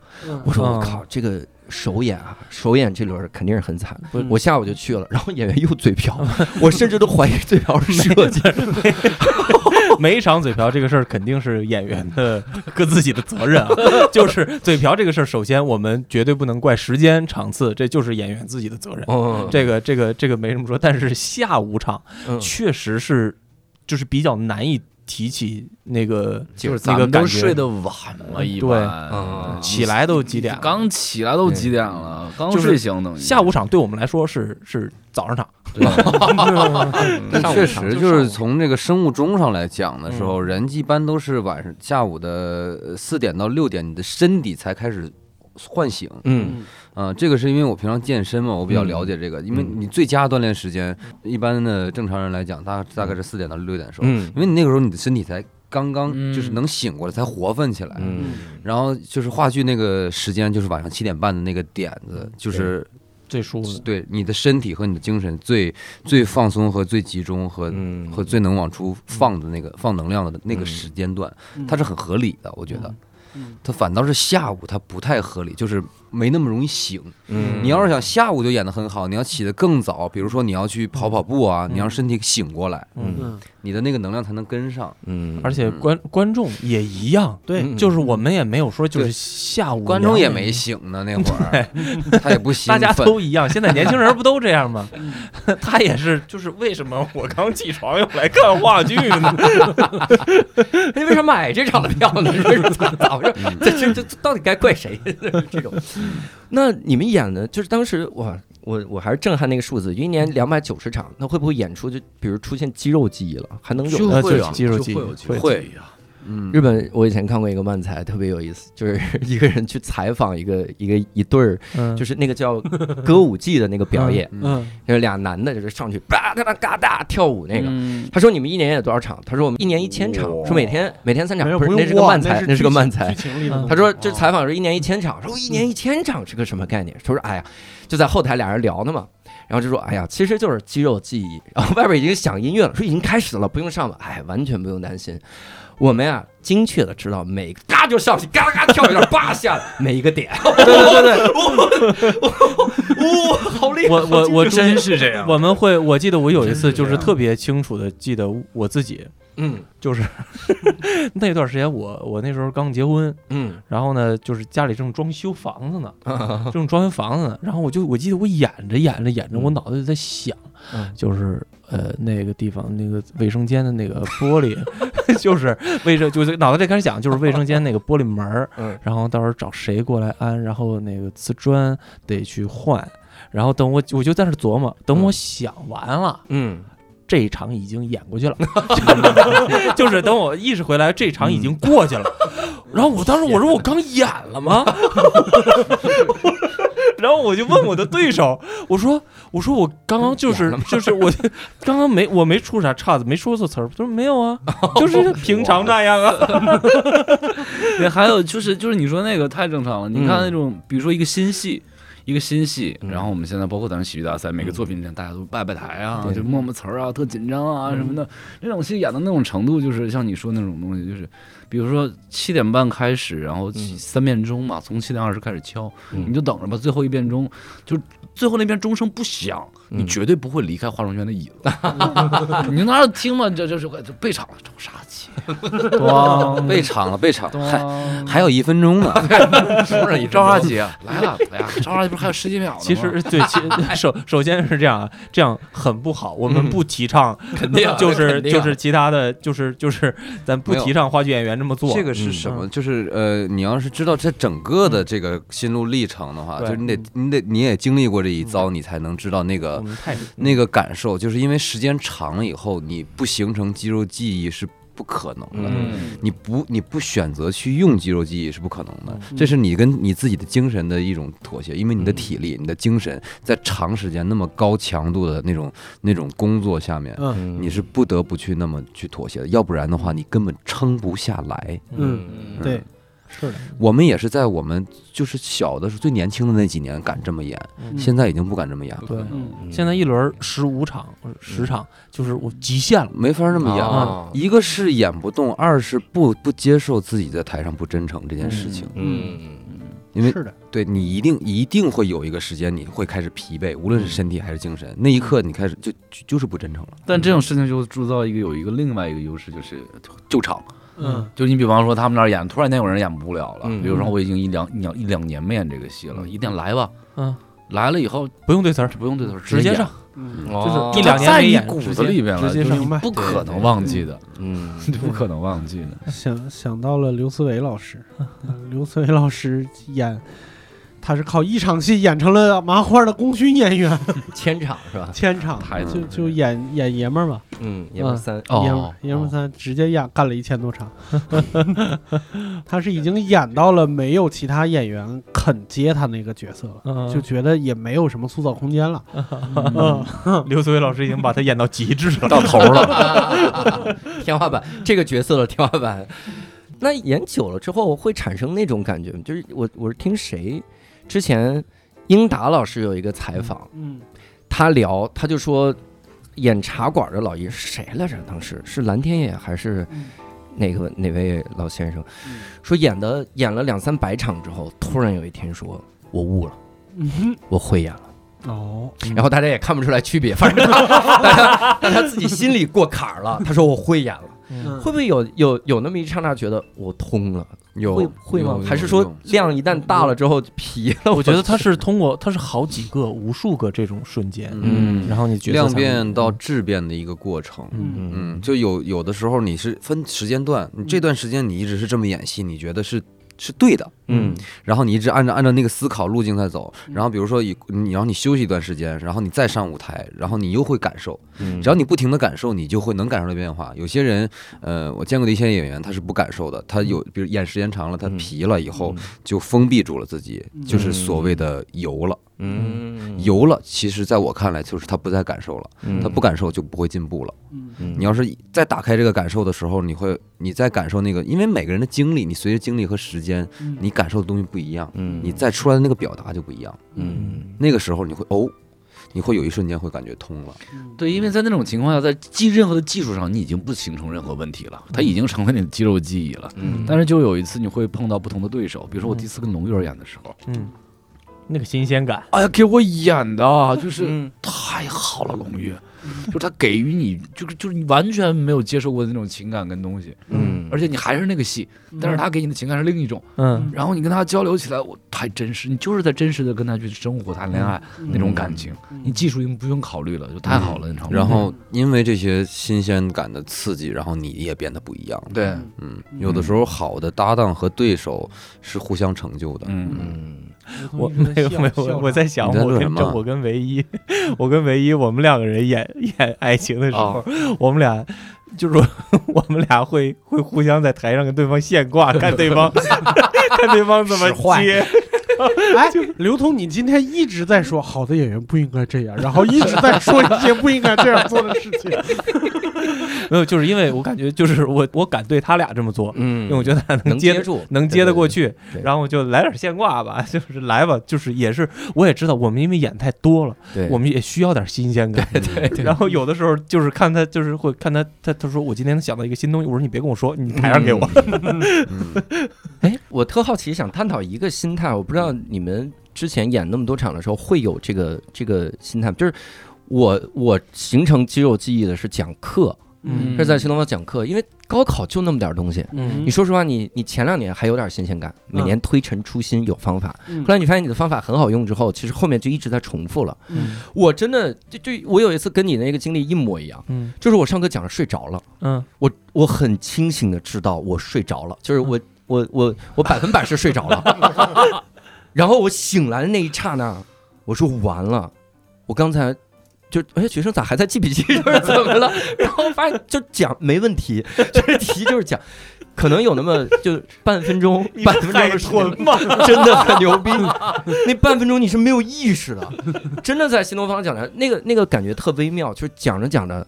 Speaker 1: 我说我
Speaker 6: 嗯
Speaker 1: 靠，这个首演啊，首演这轮儿肯定是很惨。
Speaker 6: 嗯
Speaker 1: 我下午就去了，然后演员又嘴瓢，我甚至都怀疑嘴 瓢是设计的。
Speaker 6: 每一场嘴瓢这个事儿肯定是演员的 各自己的责任啊， 就是嘴瓢这个事儿，首先我们绝对不能怪时间场次，这就是演员自己的责任。
Speaker 1: 哦，
Speaker 6: 这个这个这个没什么说，但是下午场
Speaker 1: 嗯
Speaker 6: 确实是就是比较难以提起那个
Speaker 8: 就是
Speaker 6: 那
Speaker 8: 咱
Speaker 6: 个
Speaker 8: 们
Speaker 6: 感
Speaker 8: 都
Speaker 6: 觉
Speaker 8: 睡得晚了，一
Speaker 6: 对
Speaker 8: 般
Speaker 1: 嗯
Speaker 6: 起来都几点了？
Speaker 8: 刚起来都几点了？刚睡醒等于
Speaker 6: 下午场对我们来说是是早上场，
Speaker 8: 对
Speaker 7: 但
Speaker 1: 上午
Speaker 7: 确
Speaker 1: 场
Speaker 7: 实
Speaker 1: 就
Speaker 7: 就
Speaker 1: 上午嗯
Speaker 7: 是从这个生物钟上来讲的时候，人一般都是晚上下午的呃四点到六点，你的身体才开始唤醒。
Speaker 1: 嗯
Speaker 7: 嗯、这个是因为我平常健身嘛，我比较了解这个。因为
Speaker 1: 嗯
Speaker 7: 你最佳锻炼时间，一般的正常人来讲，大大概是四点到六点的时候，
Speaker 1: 嗯
Speaker 7: 因为你那个时候你的身体才刚刚
Speaker 8: 嗯
Speaker 7: 就是能醒过来，才活泛起来。
Speaker 1: 嗯
Speaker 7: 然后就是话剧那个时间，就是晚上七点半的那个点
Speaker 1: 嗯
Speaker 7: 子，就是
Speaker 6: 最舒服的。
Speaker 7: 对你的身体和你的精神最最放松和最集中和、
Speaker 1: 嗯
Speaker 8: 啊
Speaker 7: 和最能往出放的那个放能量的那个时间段，
Speaker 1: 嗯
Speaker 7: 它是很合理的，我觉得。它反倒是下午，它不太合理，就是没那么容易醒。
Speaker 1: 嗯
Speaker 7: 你要是想下午就演得很好，你要起得更早，比如说你要去跑跑步啊，你让身体醒过来，
Speaker 1: 嗯
Speaker 4: 嗯，
Speaker 7: 你的那个能量才能跟上。
Speaker 1: 嗯，
Speaker 6: 而且观观众也一样，
Speaker 1: 嗯
Speaker 6: 就是我们也没有说就是
Speaker 7: 对
Speaker 6: 下午
Speaker 7: 观众也
Speaker 6: 两点
Speaker 7: 没醒呢，那会儿他也不兴
Speaker 6: 大
Speaker 7: 奋，
Speaker 6: 家都一样，现在年轻人不都这 样吗？他也是，就是为什么我刚起床又来看话剧呢？
Speaker 1: 你为啥买这场的票 呢？这是咋咋回事？这这这到底该怪谁？ 这种。嗯那你们演的就是当时哇，我我还是震撼那个数字，一年两百九十场，那会不会演出就比如出现肌肉记忆了？还能有
Speaker 8: 就
Speaker 6: 呃
Speaker 8: 会
Speaker 6: 就
Speaker 8: 啊
Speaker 6: 肌肉
Speaker 8: 就
Speaker 6: 记忆
Speaker 8: 会有肌
Speaker 6: 会
Speaker 8: 肉记忆啊
Speaker 7: 嗯
Speaker 1: 日本我以前看过一个漫才，特别有意思，就是 一个人去采访一个一个一对儿，
Speaker 4: 嗯，
Speaker 1: 就是是那个叫歌舞伎的那个表演，
Speaker 4: 嗯
Speaker 1: 就是俩男的，就是上去吧嗒吧嘎嗒跳舞那个。
Speaker 8: 嗯
Speaker 1: 他说你们一年演多少场？他说我们一年一千场，
Speaker 3: 哇
Speaker 1: 说每天每天三场
Speaker 4: 没，有
Speaker 1: 不是
Speaker 4: 不用
Speaker 1: 那是个
Speaker 4: 哇
Speaker 1: 漫
Speaker 4: 那
Speaker 1: 才
Speaker 4: 是，
Speaker 1: 那是个
Speaker 4: 剧
Speaker 1: 漫
Speaker 4: 情
Speaker 1: 才嗯
Speaker 4: 剧。情里的嗯东西。
Speaker 1: 他说
Speaker 4: 这
Speaker 1: 就采访说一年一千场，说一年一千场是个什么概念？他说哎呀，就在后台俩人聊呢嘛，然后就说哎呀，其实就是肌肉记忆。然后外边已经响音乐了，说已经开始了，不用上吧，哎，完全不用担心。我们呀，精确的知道每个嘎就上去，嘎嘎跳一段，叭下来每一个点。 对对对对，我我好厉害！
Speaker 6: 我我我
Speaker 3: 真是这样。
Speaker 6: 我们会，我记得我有一
Speaker 1: 真
Speaker 6: 次
Speaker 1: 是
Speaker 6: 就是
Speaker 1: 这样
Speaker 6: 特别清楚的记得我自己，
Speaker 1: 嗯
Speaker 6: 就是 那段时间我我那时候刚结婚，
Speaker 1: 嗯
Speaker 6: 然后呢就是家里正装修房子呢，
Speaker 1: 啊
Speaker 6: 正装修房子呢，然后我就我记得我演着演着演着，我脑袋就在想，
Speaker 1: 嗯
Speaker 6: 就是呃那个地方那个卫生间的那个玻璃， 就是卫生就是脑袋里开始想就是卫生间那个玻璃门儿，
Speaker 1: 嗯
Speaker 6: 然后到时候找谁过来安，然后那个瓷砖得去换。然后等我，我就在那儿琢磨。等我
Speaker 1: 嗯
Speaker 6: 想完了，
Speaker 1: 嗯，
Speaker 6: 这一场已经演过 去了， 就是等我意识回来，这一场已经 过去了。然后我当时我说我刚演了吗？然后我就问我的对手，我说我说我刚刚就是就是我刚刚没我没出啥岔子，没说错词儿。他说没有 啊，
Speaker 7: 哦
Speaker 6: 就是平常那样啊。
Speaker 8: 对，还有就是就是你说那个太正常了。你看那种，比如说一个新戏，一个新戏，
Speaker 1: 嗯
Speaker 8: 然后我们现在包括咱们喜剧大赛，每个作品里面大家都拜拜台啊，
Speaker 1: 对嗯
Speaker 8: 就默默词儿啊，特紧张啊什么的。那种戏演到那种程度，就是像你说那种东西，就是比如说七点半开始，然后七
Speaker 1: 嗯
Speaker 8: 三遍钟嘛，从七点二十开始敲，
Speaker 1: 嗯
Speaker 8: 你就等着吧，最后一遍钟就。最后那边钟声不响，你
Speaker 1: 嗯
Speaker 8: 绝对不会离开化妆圈的椅子。 你就拿着听嘛，这这是这备场了，着啥急？
Speaker 7: 哇，被场了，被场，还还有一分钟呢，
Speaker 8: 赵二姐来了，哎呀，赵二姐不是还有十几秒呢吗？
Speaker 6: 其实
Speaker 7: 哦
Speaker 6: 对，其首首先是这样，啊，这样很不好，我
Speaker 7: 嗯
Speaker 6: 们不 提倡，
Speaker 1: 肯定啊
Speaker 6: 就是
Speaker 1: 肯定
Speaker 6: 就是其他的，就是就是咱不
Speaker 7: 啊没有
Speaker 6: 提倡话剧演员这么做。嗯
Speaker 7: 这个是什么？就是呃，你要是知道这整个的这个心路历程的话，
Speaker 6: 对嗯
Speaker 7: 就是你得你得你也经历过这一遭，你才能知道那
Speaker 6: 我
Speaker 7: 个
Speaker 6: 们嗯太
Speaker 7: 那个感受，就是因为时间长了以后，你不形成肌肉记忆是不可能的。
Speaker 8: 嗯，
Speaker 7: 你不你不选择去用肌肉记忆是不可能的，
Speaker 6: 嗯
Speaker 7: 这是你跟你自己的精神的一种妥协，因为你的体力、你的精神在长时间那么高强度的那种那种工作下面，
Speaker 4: 嗯
Speaker 7: 你是不得不去那么去妥协的，要不然的话你根本撑不下来。
Speaker 4: 嗯，对，是的，
Speaker 7: 我们也是在我们就是小的时候最年轻的那几年敢这么演，
Speaker 6: 嗯
Speaker 7: 现在已经不敢这么演了，
Speaker 6: 对。
Speaker 4: 嗯
Speaker 6: 现在一轮十五场、呃十场，就是我极限了。
Speaker 7: 没法那么演了。
Speaker 1: 啊
Speaker 7: 一个是演不动，二是不不接受自己在台上不真诚这件事情，
Speaker 1: 嗯
Speaker 7: 因 为
Speaker 4: 是的，
Speaker 7: 对你一定一定会有一个时间你会开始疲惫，无论是身体
Speaker 1: 嗯
Speaker 7: 还是精神，那一刻你开始就就就是不真诚了。
Speaker 8: 但这种事情就制造一个有一个另外一个优势，就是救场。
Speaker 4: 嗯
Speaker 8: 就你比方说他们那儿演，突然间有人演不了了，
Speaker 1: 嗯
Speaker 8: 比如说我已经一两一两一两年没演这个戏了，一定来吧。
Speaker 6: 嗯，
Speaker 8: 来了以后
Speaker 6: 不用对词儿，
Speaker 8: 就不用对头，
Speaker 6: 直接
Speaker 8: 演
Speaker 6: 上，，
Speaker 1: 嗯，
Speaker 8: 就是
Speaker 6: 一两年
Speaker 8: 在
Speaker 6: 没
Speaker 8: 你
Speaker 6: 演
Speaker 8: 骨
Speaker 6: 直
Speaker 8: 子
Speaker 6: 接
Speaker 8: 里边了，
Speaker 6: 直接
Speaker 8: 就是
Speaker 6: 上
Speaker 8: 你不可能忘记的，
Speaker 1: 嗯
Speaker 8: 就不可能忘记的。
Speaker 4: 想想到了刘思维老师， 嗯刘思维老师演。他是靠一场戏演成了麻花的功勋演员，
Speaker 1: 千场是
Speaker 6: 啊
Speaker 1: 吧？
Speaker 4: 千场
Speaker 8: 太
Speaker 4: 就就演演爷们儿嘛，
Speaker 1: 嗯，也不
Speaker 4: 嗯
Speaker 1: 三
Speaker 8: 哦
Speaker 4: 爷们儿爷们儿他直接演干了一千多场， 他是已经演到了没有其他演员肯接他那个角色了，
Speaker 6: 嗯
Speaker 4: 就觉得也没有什么塑造空间了。嗯，
Speaker 6: 刘思维老师已经把他演到极致了。
Speaker 7: 到头了，
Speaker 4: 嗯
Speaker 1: 天花板， 这个角色的天花板。那演久了之后会产生那种感觉吗，就是我我是听谁之前英达老师有一个采访，
Speaker 4: 嗯，
Speaker 1: 他聊他就说演茶馆的老爷是谁来着？当时是蓝天野还是
Speaker 4: 嗯
Speaker 1: 哪个哪位老先生
Speaker 4: 嗯？
Speaker 1: 说演的演了两三百场之后，突然有一天说我悟了，我会演了。
Speaker 4: 哦，
Speaker 1: 然后大家也看不出来区别，反正他 但他但他自己心里过坎儿了。他说我会演了，
Speaker 4: 嗯
Speaker 1: 会不会有有有那么一刹那觉得我通了？
Speaker 7: 有
Speaker 1: 会会吗
Speaker 7: 有？
Speaker 1: 还是
Speaker 7: 有
Speaker 1: 说
Speaker 7: 有
Speaker 1: 量一旦大了之后疲了？
Speaker 6: 我觉得他 是通过，他是好几个、无数个这种瞬间，
Speaker 1: 嗯
Speaker 6: 然后你角色
Speaker 7: 量
Speaker 6: 才
Speaker 7: 变
Speaker 6: 能
Speaker 7: 到质变的一个过程？
Speaker 6: 嗯
Speaker 7: 嗯，就有有的时候你是分时间段，你这段时间你一直是这么演戏，你觉得是是对的，
Speaker 1: 嗯
Speaker 7: 然后你一直按照按照那个思考路径在走，然后比如说你你然后你休息一段时间，然后你再上舞台，然后你又会感受，
Speaker 1: 嗯
Speaker 7: 只要你不停的感受，你就会能感受到变化。有些人，呃，我见过的一些演员，他是不感受的，他有比如演时间长了，他
Speaker 1: 嗯
Speaker 7: 疲了以后就封闭住了自己，就是所谓的游了。
Speaker 1: 嗯，
Speaker 7: 游了，其实在我看来就是他不再感受了，
Speaker 1: 嗯
Speaker 7: 他不感受就不会进步了。
Speaker 1: 嗯
Speaker 7: 你要是再打开这个感受的时候，你会你再感受那个，因为每个人的经历，你随着经历和时间，你感受的东西不一样，
Speaker 1: 嗯
Speaker 7: 你再出来的那个表达就不一样。
Speaker 1: 嗯
Speaker 7: 那个时候你会哦，你会有一瞬间会感觉通了。
Speaker 6: 嗯
Speaker 8: 对，因为在那种情况下，在记任何的技术上，你已经不形成任何问题了，它已经成为你的肌肉记忆了。
Speaker 1: 嗯
Speaker 8: 但是就有一次你会碰到不同的对手，比如说我第一次跟龙月演的时候，
Speaker 6: 嗯，那个新鲜感，
Speaker 8: 哎呀，给我演的 啊就是
Speaker 1: 嗯
Speaker 8: 太好了，龙月，就是他给予你，就是就是你完全没有接受过的那种情感跟东西，
Speaker 1: 嗯，
Speaker 8: 而且你还是那个戏，但是他给你的情感是另一种，
Speaker 6: 嗯
Speaker 8: 然后你跟他交流起来，我太真实，你就是在真实的跟他去生活、谈恋爱那种感情，你技术已经不用考虑了，就太好了，
Speaker 1: 嗯
Speaker 8: 你知道吗？
Speaker 7: 然后因为这些新鲜感的刺激，然后你也变得不一样了。
Speaker 8: 对，
Speaker 7: 嗯，有的时候好的搭档和对手是互相成就的。
Speaker 8: 嗯，
Speaker 6: 我没有没有，我在想
Speaker 7: 你在
Speaker 6: 我
Speaker 7: 乐什
Speaker 6: 跟
Speaker 7: 么
Speaker 1: 啊
Speaker 6: 这我跟唯一，我跟唯一，我们两个人演演爱情的时候，
Speaker 1: 哦
Speaker 6: 我们俩。就是说我们俩会会互相在台上跟对方现挂，看对方 看对方怎么
Speaker 1: 使坏
Speaker 6: 接。
Speaker 4: 哎，刘通，你今天一直在说好的演员不应该这样，然后一直在说一些不应该这样做的事情。
Speaker 6: 没有，就是因为我感觉就是我我敢对他俩这么做，
Speaker 1: 嗯，
Speaker 6: 因为我觉得他
Speaker 1: 能
Speaker 6: 接
Speaker 1: 接住，
Speaker 6: 能接得过去
Speaker 1: 对，对
Speaker 6: 然后我就来点现挂吧， 就是来吧，就是也是我也知道我们因为演太多了，
Speaker 1: 对
Speaker 6: 我们也需要点新鲜感。
Speaker 1: 对对
Speaker 6: 然后有的时候就是看他，就是会看他，他他说我今天想到一个新东西，我说你别跟我说，你台上给我。
Speaker 7: 嗯，
Speaker 1: 哎， 我特好奇，想探讨一个心态，我不知道你们之前演那么多场的时候会有这个这个心态吗，就是我我形成肌肉记忆的是讲课，
Speaker 6: 嗯
Speaker 1: 是在新东方讲课，因为高考就那么点儿东西。
Speaker 4: 嗯
Speaker 1: 你说实话，你你前两年还有点新鲜感，每年推陈出新有方法。
Speaker 4: 嗯
Speaker 1: 后来你发现你的方法很好用之后，其实后面就一直在重复了。我真的就就我有一次跟你那个经历一模一样，
Speaker 6: 嗯
Speaker 1: 就是我上课讲着睡着了。
Speaker 6: 嗯
Speaker 1: 我我很清醒的知道我睡着了，就是我我我我百分百是睡着了。然后我醒来的那一刹那，我说完了，我刚才就哎学生咋还在记笔记？ 就是怎么 了？然后发现就讲没问题，就是题就是讲。可能有那么就半分 钟，半分钟的时间
Speaker 6: 嘛，
Speaker 1: 真的很牛逼。那半分钟你是没有意识的，真的在新东方讲的，那个那个感觉特微妙，就是讲着讲着，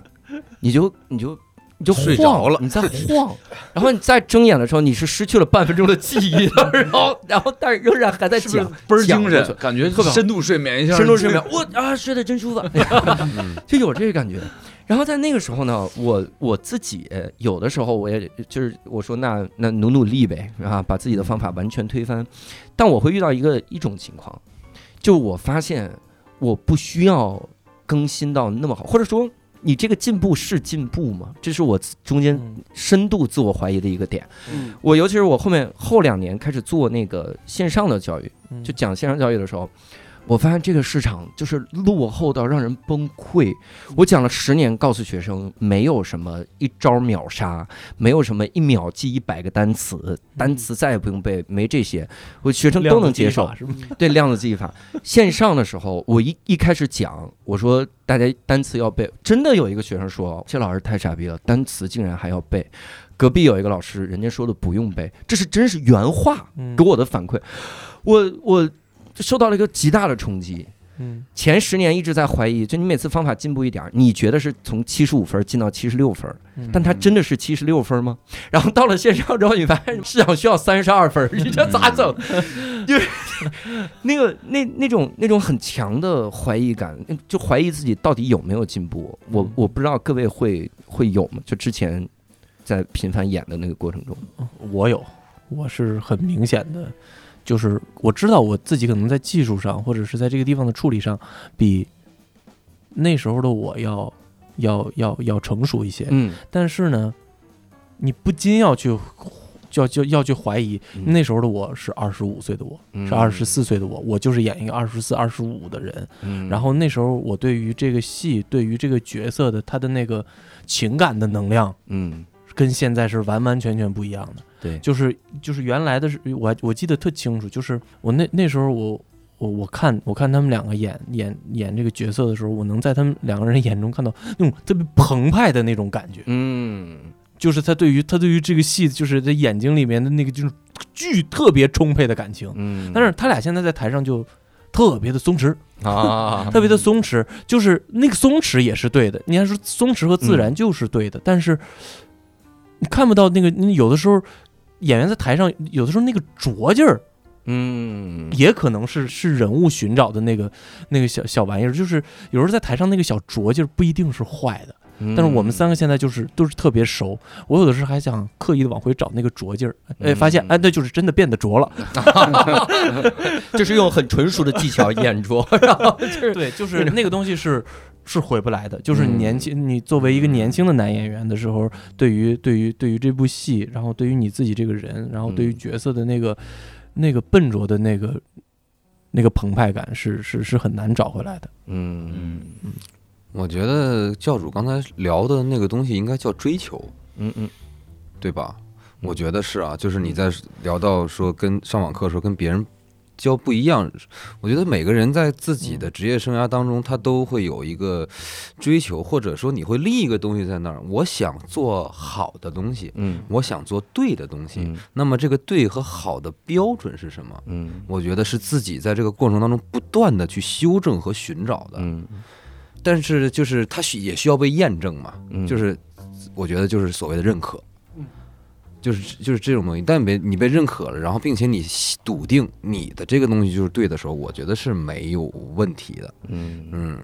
Speaker 1: 你就你就你就
Speaker 7: 睡着
Speaker 1: 晃
Speaker 7: 了
Speaker 1: 你在晃，然后你再睁眼的时候，你是失去了半分钟的记忆的， 然后然后但是仍然还在
Speaker 8: 是不是
Speaker 1: 讲，
Speaker 8: 倍儿
Speaker 1: 讲
Speaker 8: 精
Speaker 1: 过
Speaker 8: 神
Speaker 1: 去？
Speaker 8: 感觉
Speaker 1: 特别好
Speaker 8: 深度睡眠一下，
Speaker 1: 深度睡眠，我啊睡得真 舒服，
Speaker 7: 嗯
Speaker 1: 就有这个感觉。然后在那个时候呢，我我自己有的时候我也就是我说那那努努力呗啊，把自己的方法完全推翻。但我会遇到一个一种情况，就我发现我不需要更新到那么好，或者说你这个进步是进步吗？这是我自中间深度自我怀疑的一个点。
Speaker 4: 嗯
Speaker 1: 我尤其是我后面后两年开始做那个线上的教育，
Speaker 6: 嗯
Speaker 1: 就讲线上教育的时候，我发现这个市场就是落后到让人崩溃。我讲了十年，告诉学生没有什么一招秒杀，没有什么一秒记一百个单词，
Speaker 6: 嗯
Speaker 1: 单词再也不用背，没这些，我学生都能接受。
Speaker 6: 是吗？
Speaker 1: 对量子记忆法，线上的时候，我一一开始讲，我说大家单词要背，真的有一个学生说，这老师太傻逼了，单词竟然还要背。隔壁有一个老师，人家说的不用背，这是真是原话
Speaker 6: 嗯
Speaker 1: 给我的反馈，我我受到了一个极大的冲击。
Speaker 6: 嗯
Speaker 1: 前十年一直在怀疑，就你每次方法进步一点儿，你觉得是从七十五分进到七十六分儿，
Speaker 6: 嗯
Speaker 1: 但它真的是七十六分吗？ 然后到了线上之后，你发现市场需要三十二分 儿，你这咋整？就是 那个那那种那种很强的怀疑感，就怀疑自己到底有没有进步。
Speaker 6: 嗯
Speaker 1: 我我不知道各位会会有吗？就之前在频繁演的那个过程中，
Speaker 6: 我有，我是很明显的，就是我知道我自己可能在技术上，或者是在这个地方的处理上，比那时候的我要要要要成熟一些。
Speaker 1: 嗯，
Speaker 6: 但是呢，你不禁要去。要就要去怀疑，
Speaker 1: 嗯
Speaker 6: 那时候的我是二十五岁的我，是二十四岁的我，我就是演一个二十四、二十五的人。
Speaker 1: 嗯，
Speaker 6: 然后那时候我对于这个戏，对于这个角色的他的那个情感的能量，
Speaker 1: 嗯
Speaker 6: 跟现在是完完全全不一样的。
Speaker 7: 对
Speaker 6: 就是就是原来的是，我还我记得特清楚，就是我那那时候我我我看我看他们两个演演演这个角色的时候，我能在他们两个人眼中看到那种特别澎湃的那种感觉，
Speaker 1: 嗯，
Speaker 6: 就是他对于他对于这个戏，就是在眼睛里面的那个就是巨特别充沛的感情。
Speaker 1: 嗯
Speaker 6: 但是他俩现在在台上就特别的松弛，
Speaker 1: 啊，
Speaker 6: 特别的松弛，就是那个松弛也是对的。你还说松弛和自然就是对的，但是你看不到那个，你有的时候演员在台上，有的时候那个拙劲儿，
Speaker 1: 嗯，
Speaker 6: 也可能是是人物寻找的那个那个小小玩意儿，就是有时候在台上那个小拙劲儿不一定是坏的。
Speaker 1: 但
Speaker 6: 但是我们三个现在就是都是特别熟，我有的时候还想刻意的往回找那个拙劲儿，
Speaker 1: 嗯
Speaker 6: 哎，发现哎，那就是真的变得拙了。
Speaker 1: 就是用很纯熟的技巧演出，
Speaker 6: 对，就是那个东西是是回不来的。就是
Speaker 8: 嗯
Speaker 6: 年轻，你作为一个年轻的男演员的时候，对于对于对于这部戏，然后对于你自己这个人，然后对于
Speaker 1: 嗯
Speaker 6: 角色的那个那个笨拙的那个那个澎湃感是，是是很难找回来的。
Speaker 1: 嗯
Speaker 8: 嗯，
Speaker 7: 我觉得教主刚才聊的那个东西应该叫追求，
Speaker 1: 嗯嗯
Speaker 7: 对吧？
Speaker 1: 嗯
Speaker 7: 我觉得是啊，就是你在聊到说跟上网课的时候跟别人教不一样，我觉得每个人在自己
Speaker 1: 嗯
Speaker 7: 的职业生涯当中，他都会有一个追求，或者说你会立一个东西在那儿，我想做好的东西，
Speaker 1: 嗯
Speaker 7: 我想做对的东西。
Speaker 1: 嗯
Speaker 7: 那么这个对和好的标准是什么？
Speaker 1: 嗯
Speaker 7: 我觉得是自己在这个过程当中不断的去修正和寻找的，
Speaker 1: 嗯
Speaker 7: 但是就是它需也需要被验证嘛，
Speaker 1: 嗯，
Speaker 7: 就是我觉得就是所谓的认可，就是就是这种东西。但别你被认可了，然后并且你喜笃定你的这个东西就是对的时候，我觉得是没有问题的。
Speaker 1: 嗯
Speaker 7: 嗯，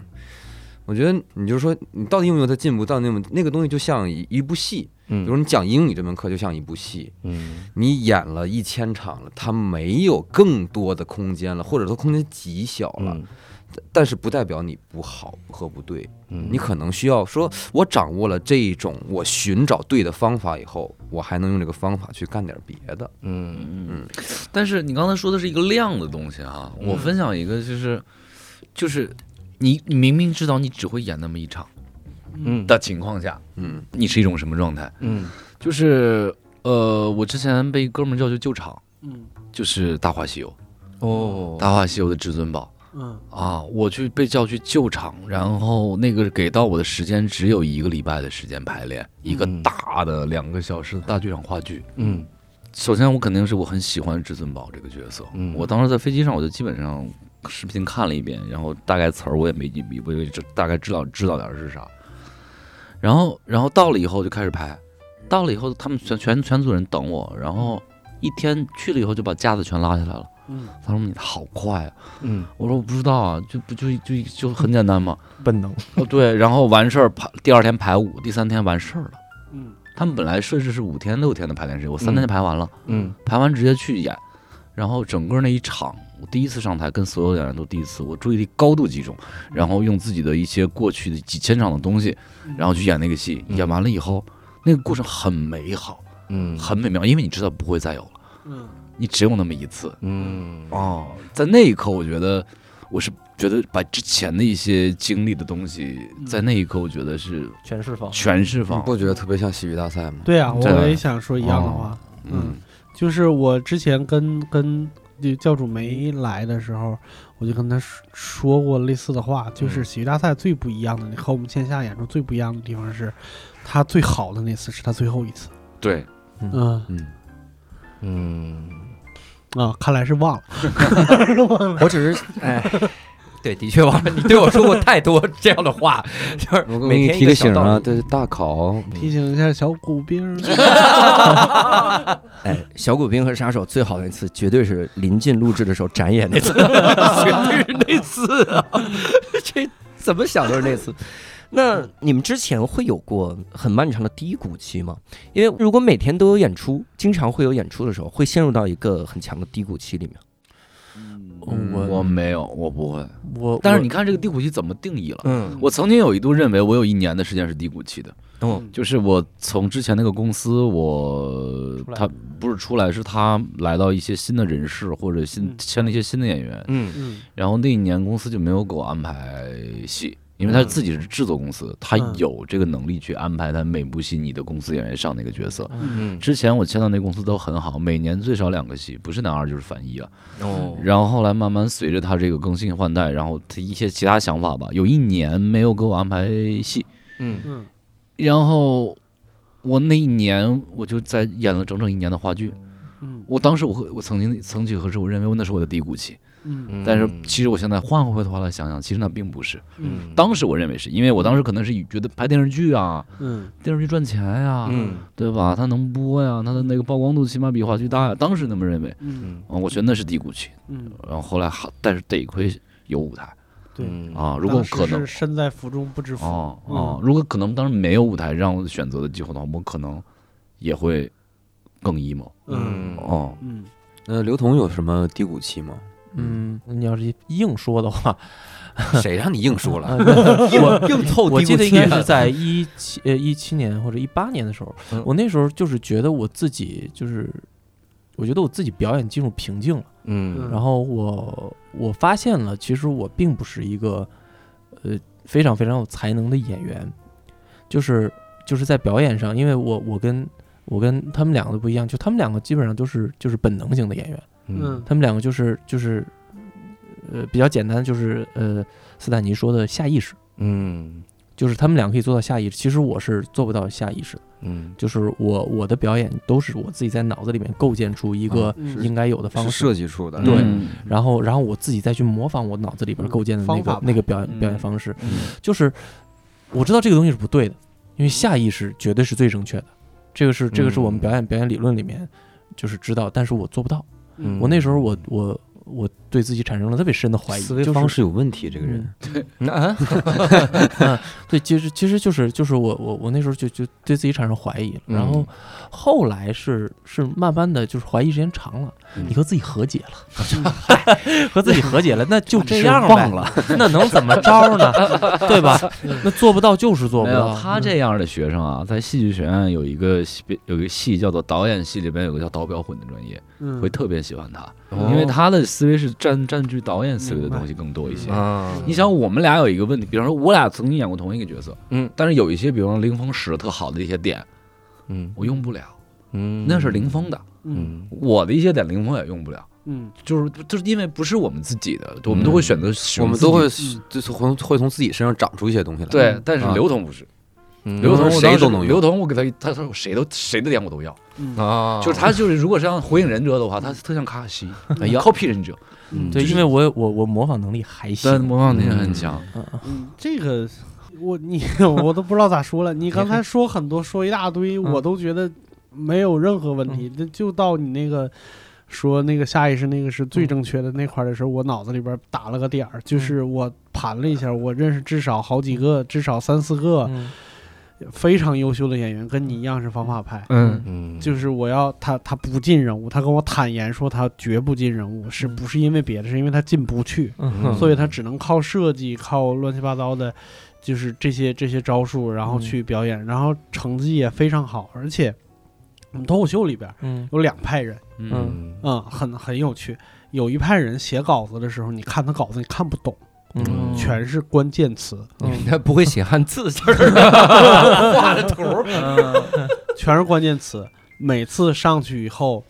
Speaker 7: 我觉得你就是说你到底有没有在进步，到底有没有那个东西就像一一部戏，比
Speaker 1: 嗯，
Speaker 7: 如你讲英语这门课就像一部戏，
Speaker 1: 嗯
Speaker 7: 你演了一千场了，它没有更多的空间了，或者说空间极小了，
Speaker 1: 嗯
Speaker 7: 但是不代表你不好和不对。
Speaker 1: 嗯
Speaker 7: 你可能需要说，我掌握了这一种我寻找对的方法以后，我还能用这个方法去干点别的。
Speaker 1: 嗯
Speaker 8: 但是你刚才说的是一个量的东西啊，我分享一个就是，就是你你明明知道你只会演那么一场
Speaker 1: 嗯
Speaker 8: 的情况下，
Speaker 7: 嗯
Speaker 8: 你是一种什么状态？
Speaker 1: 嗯
Speaker 8: 就是呃，我之前被哥们儿叫去救场，
Speaker 4: 嗯
Speaker 8: 就是《大话西游》，
Speaker 1: 哦
Speaker 8: 《大话西游》的至尊宝。
Speaker 4: 嗯
Speaker 8: 啊，我去被叫去救场，然后那个给到我的时间只有一个礼拜的时间排练，一个
Speaker 1: 嗯
Speaker 8: 大的两个小时的大剧场话剧。
Speaker 1: 嗯
Speaker 8: 首先，我肯定是我很喜欢至尊宝这个角色。
Speaker 1: 嗯
Speaker 8: 我当时在飞机上，我就基本上视频看了一遍，然后大概词儿我也没记，我也知大概知道知道点儿是啥。然后，然后到了以后就开始拍，到了以后他们全全全组人等我，然后一天去了以后就把架子全拉下来了。
Speaker 4: 嗯，
Speaker 8: 他说你好快啊！
Speaker 1: 嗯
Speaker 8: 我说我不知道啊，就不就就就很 简单嘛。
Speaker 6: 本能，
Speaker 8: 哦，对，然后完事儿排，第二天排舞，第三天完事儿了。
Speaker 4: 嗯，
Speaker 8: 他们本来设置是五天六天的排练时间，我三天就排完了，
Speaker 1: 嗯
Speaker 8: 排完直接去演，然后整个那一场，我第一次上台，跟所有演员都第一次，我注意力高度集中，然后用自己的一些过去的几千场的东西，然后去演那个戏，
Speaker 1: 嗯
Speaker 8: 演完了以后，那个过程很美好，
Speaker 1: 嗯
Speaker 8: 很美妙，因为你知道不会再有了，
Speaker 4: 嗯，
Speaker 8: 你只有那么一次，
Speaker 1: 嗯
Speaker 8: 哦，在那一刻，我觉得我是觉得把之前的一些经历的东西，在那一刻，我觉得是
Speaker 6: 全释放。
Speaker 8: 全释
Speaker 7: 你
Speaker 8: 放。
Speaker 7: 不觉得特别像喜剧大赛吗？
Speaker 4: 对啊，
Speaker 8: 真
Speaker 4: 我
Speaker 8: 的
Speaker 4: 也想说一样的话，
Speaker 8: 嗯
Speaker 4: 就是我之前跟跟就教主没来的时候，我就跟他说说过类似的话，就是喜剧大赛最不一样的和我们线下演出最不一样的地方是，他最好的那次是他最后一次，
Speaker 8: 对，
Speaker 4: 嗯
Speaker 7: 嗯，
Speaker 1: 嗯，
Speaker 4: 啊，看来是忘了，
Speaker 1: 我只是哎。对，的确忘了你对我说过太多这样的话，就是
Speaker 7: 我给
Speaker 1: 每
Speaker 7: 你
Speaker 1: 天
Speaker 7: 提个醒啊，这是大考，
Speaker 4: 提醒一下小骨兵儿，
Speaker 1: 哎，小骨兵和杀手最好的一次，绝对是临近录制的时候展演那次，绝对是那次啊！ 这怎么想都是那次。那你们之前会有过很漫长的低谷期吗？因为如果每天都有演出，经常会有演出的时候，会陷入到一个很强的低谷期里面。
Speaker 7: 嗯
Speaker 6: 我
Speaker 8: 我没有，我不会。
Speaker 6: 我
Speaker 8: 但是
Speaker 6: 我
Speaker 8: 你看这个低谷期怎么定义了？
Speaker 1: 嗯
Speaker 8: 我曾经有一度认为我有一年的时间是低谷期的，
Speaker 1: 嗯
Speaker 8: 就是我从之前那个公司，我
Speaker 6: 出来
Speaker 8: 他不是出来，是他来到一些新的人事或者新
Speaker 4: 嗯
Speaker 8: 签了一些新的演员，
Speaker 1: 嗯
Speaker 4: 嗯
Speaker 8: 然后那一年公司就没有给我安排戏，因为他自己是制作公司，他
Speaker 4: 嗯
Speaker 8: 有这个能力去安排他每部戏你的公司演员上哪个角色。
Speaker 1: 嗯，
Speaker 8: 之前我签到那公司都很好，每年最少两个戏，不是男二就是反一啊。
Speaker 1: 哦，
Speaker 8: 然后后来慢慢随着他这个更新换代，然后他一些其他想法吧，有一年没有给我安排戏，
Speaker 1: 嗯
Speaker 4: 嗯
Speaker 8: 然后我那一年我就在演了整整一年的话剧。
Speaker 4: 嗯
Speaker 8: 我当时我和我曾经曾几何时，我认为那是我的低谷期，
Speaker 4: 嗯
Speaker 1: 嗯
Speaker 8: 但是其实我现在换回头来想想，其实那并不是。
Speaker 4: 嗯
Speaker 8: 当时我认为是因为我当时可能是以觉得拍电视剧啊，
Speaker 4: 嗯
Speaker 8: 电视剧赚钱呀、
Speaker 1: 嗯
Speaker 8: 对吧？它能播呀，它的那个曝光度起码比话剧大呀。当时那么认为，
Speaker 4: 嗯
Speaker 8: 啊，我觉得那是低谷期。
Speaker 4: 嗯，
Speaker 8: 然后后来还，但是得亏有舞台
Speaker 4: 对，
Speaker 1: 嗯
Speaker 8: 啊，如果
Speaker 4: 当时
Speaker 8: 可
Speaker 4: 是，
Speaker 8: 能
Speaker 4: 身在福中不知福，
Speaker 8: 哦
Speaker 4: 嗯
Speaker 8: 哦，如果可能当时没有舞台让我选择的机会的话，我可能也会更 emo
Speaker 4: 嗯
Speaker 1: 嗯
Speaker 8: 哦。
Speaker 4: 嗯
Speaker 7: 呃，刘同有什么低谷期吗？
Speaker 6: 嗯，你要是硬说的 话，
Speaker 7: 谁让你硬说
Speaker 6: 啊
Speaker 7: 了？
Speaker 6: 我
Speaker 7: 硬
Speaker 1: 哦
Speaker 7: 凑
Speaker 6: 我记得
Speaker 1: 啊
Speaker 6: 应该是在一七呃一七年或者一八年的时候
Speaker 1: 嗯，
Speaker 6: 我那时候就是觉得我自己就是，我觉得我自己表演进入瓶颈了。
Speaker 1: 嗯
Speaker 6: 然后我我发现了，其实我并不是一个呃非常非常有才能的演员，就是就是在表演上，因为我我跟我跟他们两个都不一样，就他们两个基本上就是就是本能型的演员，
Speaker 1: 嗯
Speaker 6: 他们两个就是就是呃比较简单，就是呃斯坦尼说的下意识，
Speaker 1: 嗯
Speaker 6: 就是他们两个可以做到下意识，其实我是做不到下意识的，
Speaker 1: 嗯
Speaker 6: 就是我我的表演都是我自己在脑子里面构建出一个
Speaker 4: 嗯
Speaker 6: 应该有的方
Speaker 7: 是
Speaker 6: 式，
Speaker 7: 设计出的，
Speaker 6: 对
Speaker 8: 嗯
Speaker 6: 然后然后我自己再去模仿我脑子里
Speaker 7: 嗯
Speaker 6: 边构建的那
Speaker 4: 方法吧
Speaker 6: 个那个表演
Speaker 8: 嗯
Speaker 6: 表演方式，
Speaker 8: 嗯
Speaker 6: 就是我知道这个东西是不对的，因为下意识绝对是最正确的，这个是这个是
Speaker 7: 嗯
Speaker 6: 我们表演表演理论里面就是知道，但是我做不到。
Speaker 1: 嗯
Speaker 6: 我那时候我我我对自己产生了特别深的怀疑，
Speaker 7: 思维
Speaker 6: 就是
Speaker 7: 方式有问题，这个人。
Speaker 6: 嗯
Speaker 1: 啊
Speaker 6: 对，其实其实就是就是我我我那时候就就对自己产生怀疑了，
Speaker 1: 嗯
Speaker 6: 然后后来是是慢慢的就是怀疑时间长了，
Speaker 1: 嗯
Speaker 6: 你和自己和解了，嗨和自己和解了，那就这样呗
Speaker 8: 忘，了，
Speaker 6: 那能怎么着呢？对吧？那做不到就是做不
Speaker 8: 没有
Speaker 6: 到。嗯
Speaker 8: 他这样的学生啊，在戏剧学院有一个系有一个系叫做导演系，里边有个叫导表混的专业，
Speaker 4: 嗯
Speaker 8: 会特别喜欢他，
Speaker 1: 哦
Speaker 8: 因为他的思维是占占据导演思维的东西更多一些。
Speaker 7: 嗯
Speaker 1: 啊
Speaker 8: 你想，我们俩有一个问题，比方说我俩曾经演过同一个角色，
Speaker 1: 嗯，
Speaker 8: 但是有一些，比方说林峰使的特好的一些点，
Speaker 1: 嗯
Speaker 8: 我用不了，
Speaker 1: 嗯
Speaker 8: 那是林峰的，
Speaker 4: 嗯
Speaker 1: 嗯
Speaker 8: 我的一些点林峰也用不了，
Speaker 4: 嗯
Speaker 8: 就是就是因为不是我们自己的，我们都会选择使
Speaker 7: 我
Speaker 8: 用
Speaker 7: 们
Speaker 8: 自己
Speaker 7: 都会
Speaker 4: 嗯
Speaker 7: 就是从会从自己身上长出一些东西来。
Speaker 8: 对，但是
Speaker 7: 啊
Speaker 8: 刘同不是，
Speaker 1: 嗯
Speaker 8: 刘同我当
Speaker 7: 谁
Speaker 8: 时
Speaker 7: 都能用
Speaker 8: 刘同我给他他说谁都谁的点我都要，
Speaker 1: 啊，
Speaker 8: 就是他就是如果是像火影忍者的话，他特像卡卡西，copy 哎忍者，
Speaker 1: 嗯
Speaker 6: 对，
Speaker 8: 就是
Speaker 6: 因为我我我模仿能力还
Speaker 8: 但
Speaker 6: 行，
Speaker 8: 模仿力很强，
Speaker 6: 嗯嗯
Speaker 4: 嗯，这个我你 我都不知道咋说了。你刚才说很多，说一大堆，我都觉得没有任何问题。那就到你那个说那个下意识那个是最正确的那块儿的时候，我脑子里边打了个点儿，就是我盘了一下，我认识至少好几个，至少三四个
Speaker 6: 嗯
Speaker 4: 非常优秀的演员，跟你一样是方法派。
Speaker 6: 嗯
Speaker 1: 嗯
Speaker 4: 就是我要他，他不进人物，他跟我坦言说他绝不进人物，是不是因为别的，是因为他进不去。
Speaker 6: 嗯
Speaker 4: 所以他只能靠设计、靠乱七八糟的，就是这些这些招数，然后
Speaker 6: 嗯
Speaker 4: 去表演，然后成绩也非常好。而且，我们脱口秀里边
Speaker 6: 嗯
Speaker 4: 有两派人，
Speaker 6: 嗯
Speaker 4: 嗯，很很有趣。有一派人写稿子的时候，你看他稿子你看不懂，
Speaker 6: 嗯，
Speaker 4: 全是关键词，
Speaker 8: 嗯
Speaker 1: 你看不会写汉字字儿，啊 画的图儿，
Speaker 6: 嗯
Speaker 4: 全是关键词。每次上去以后，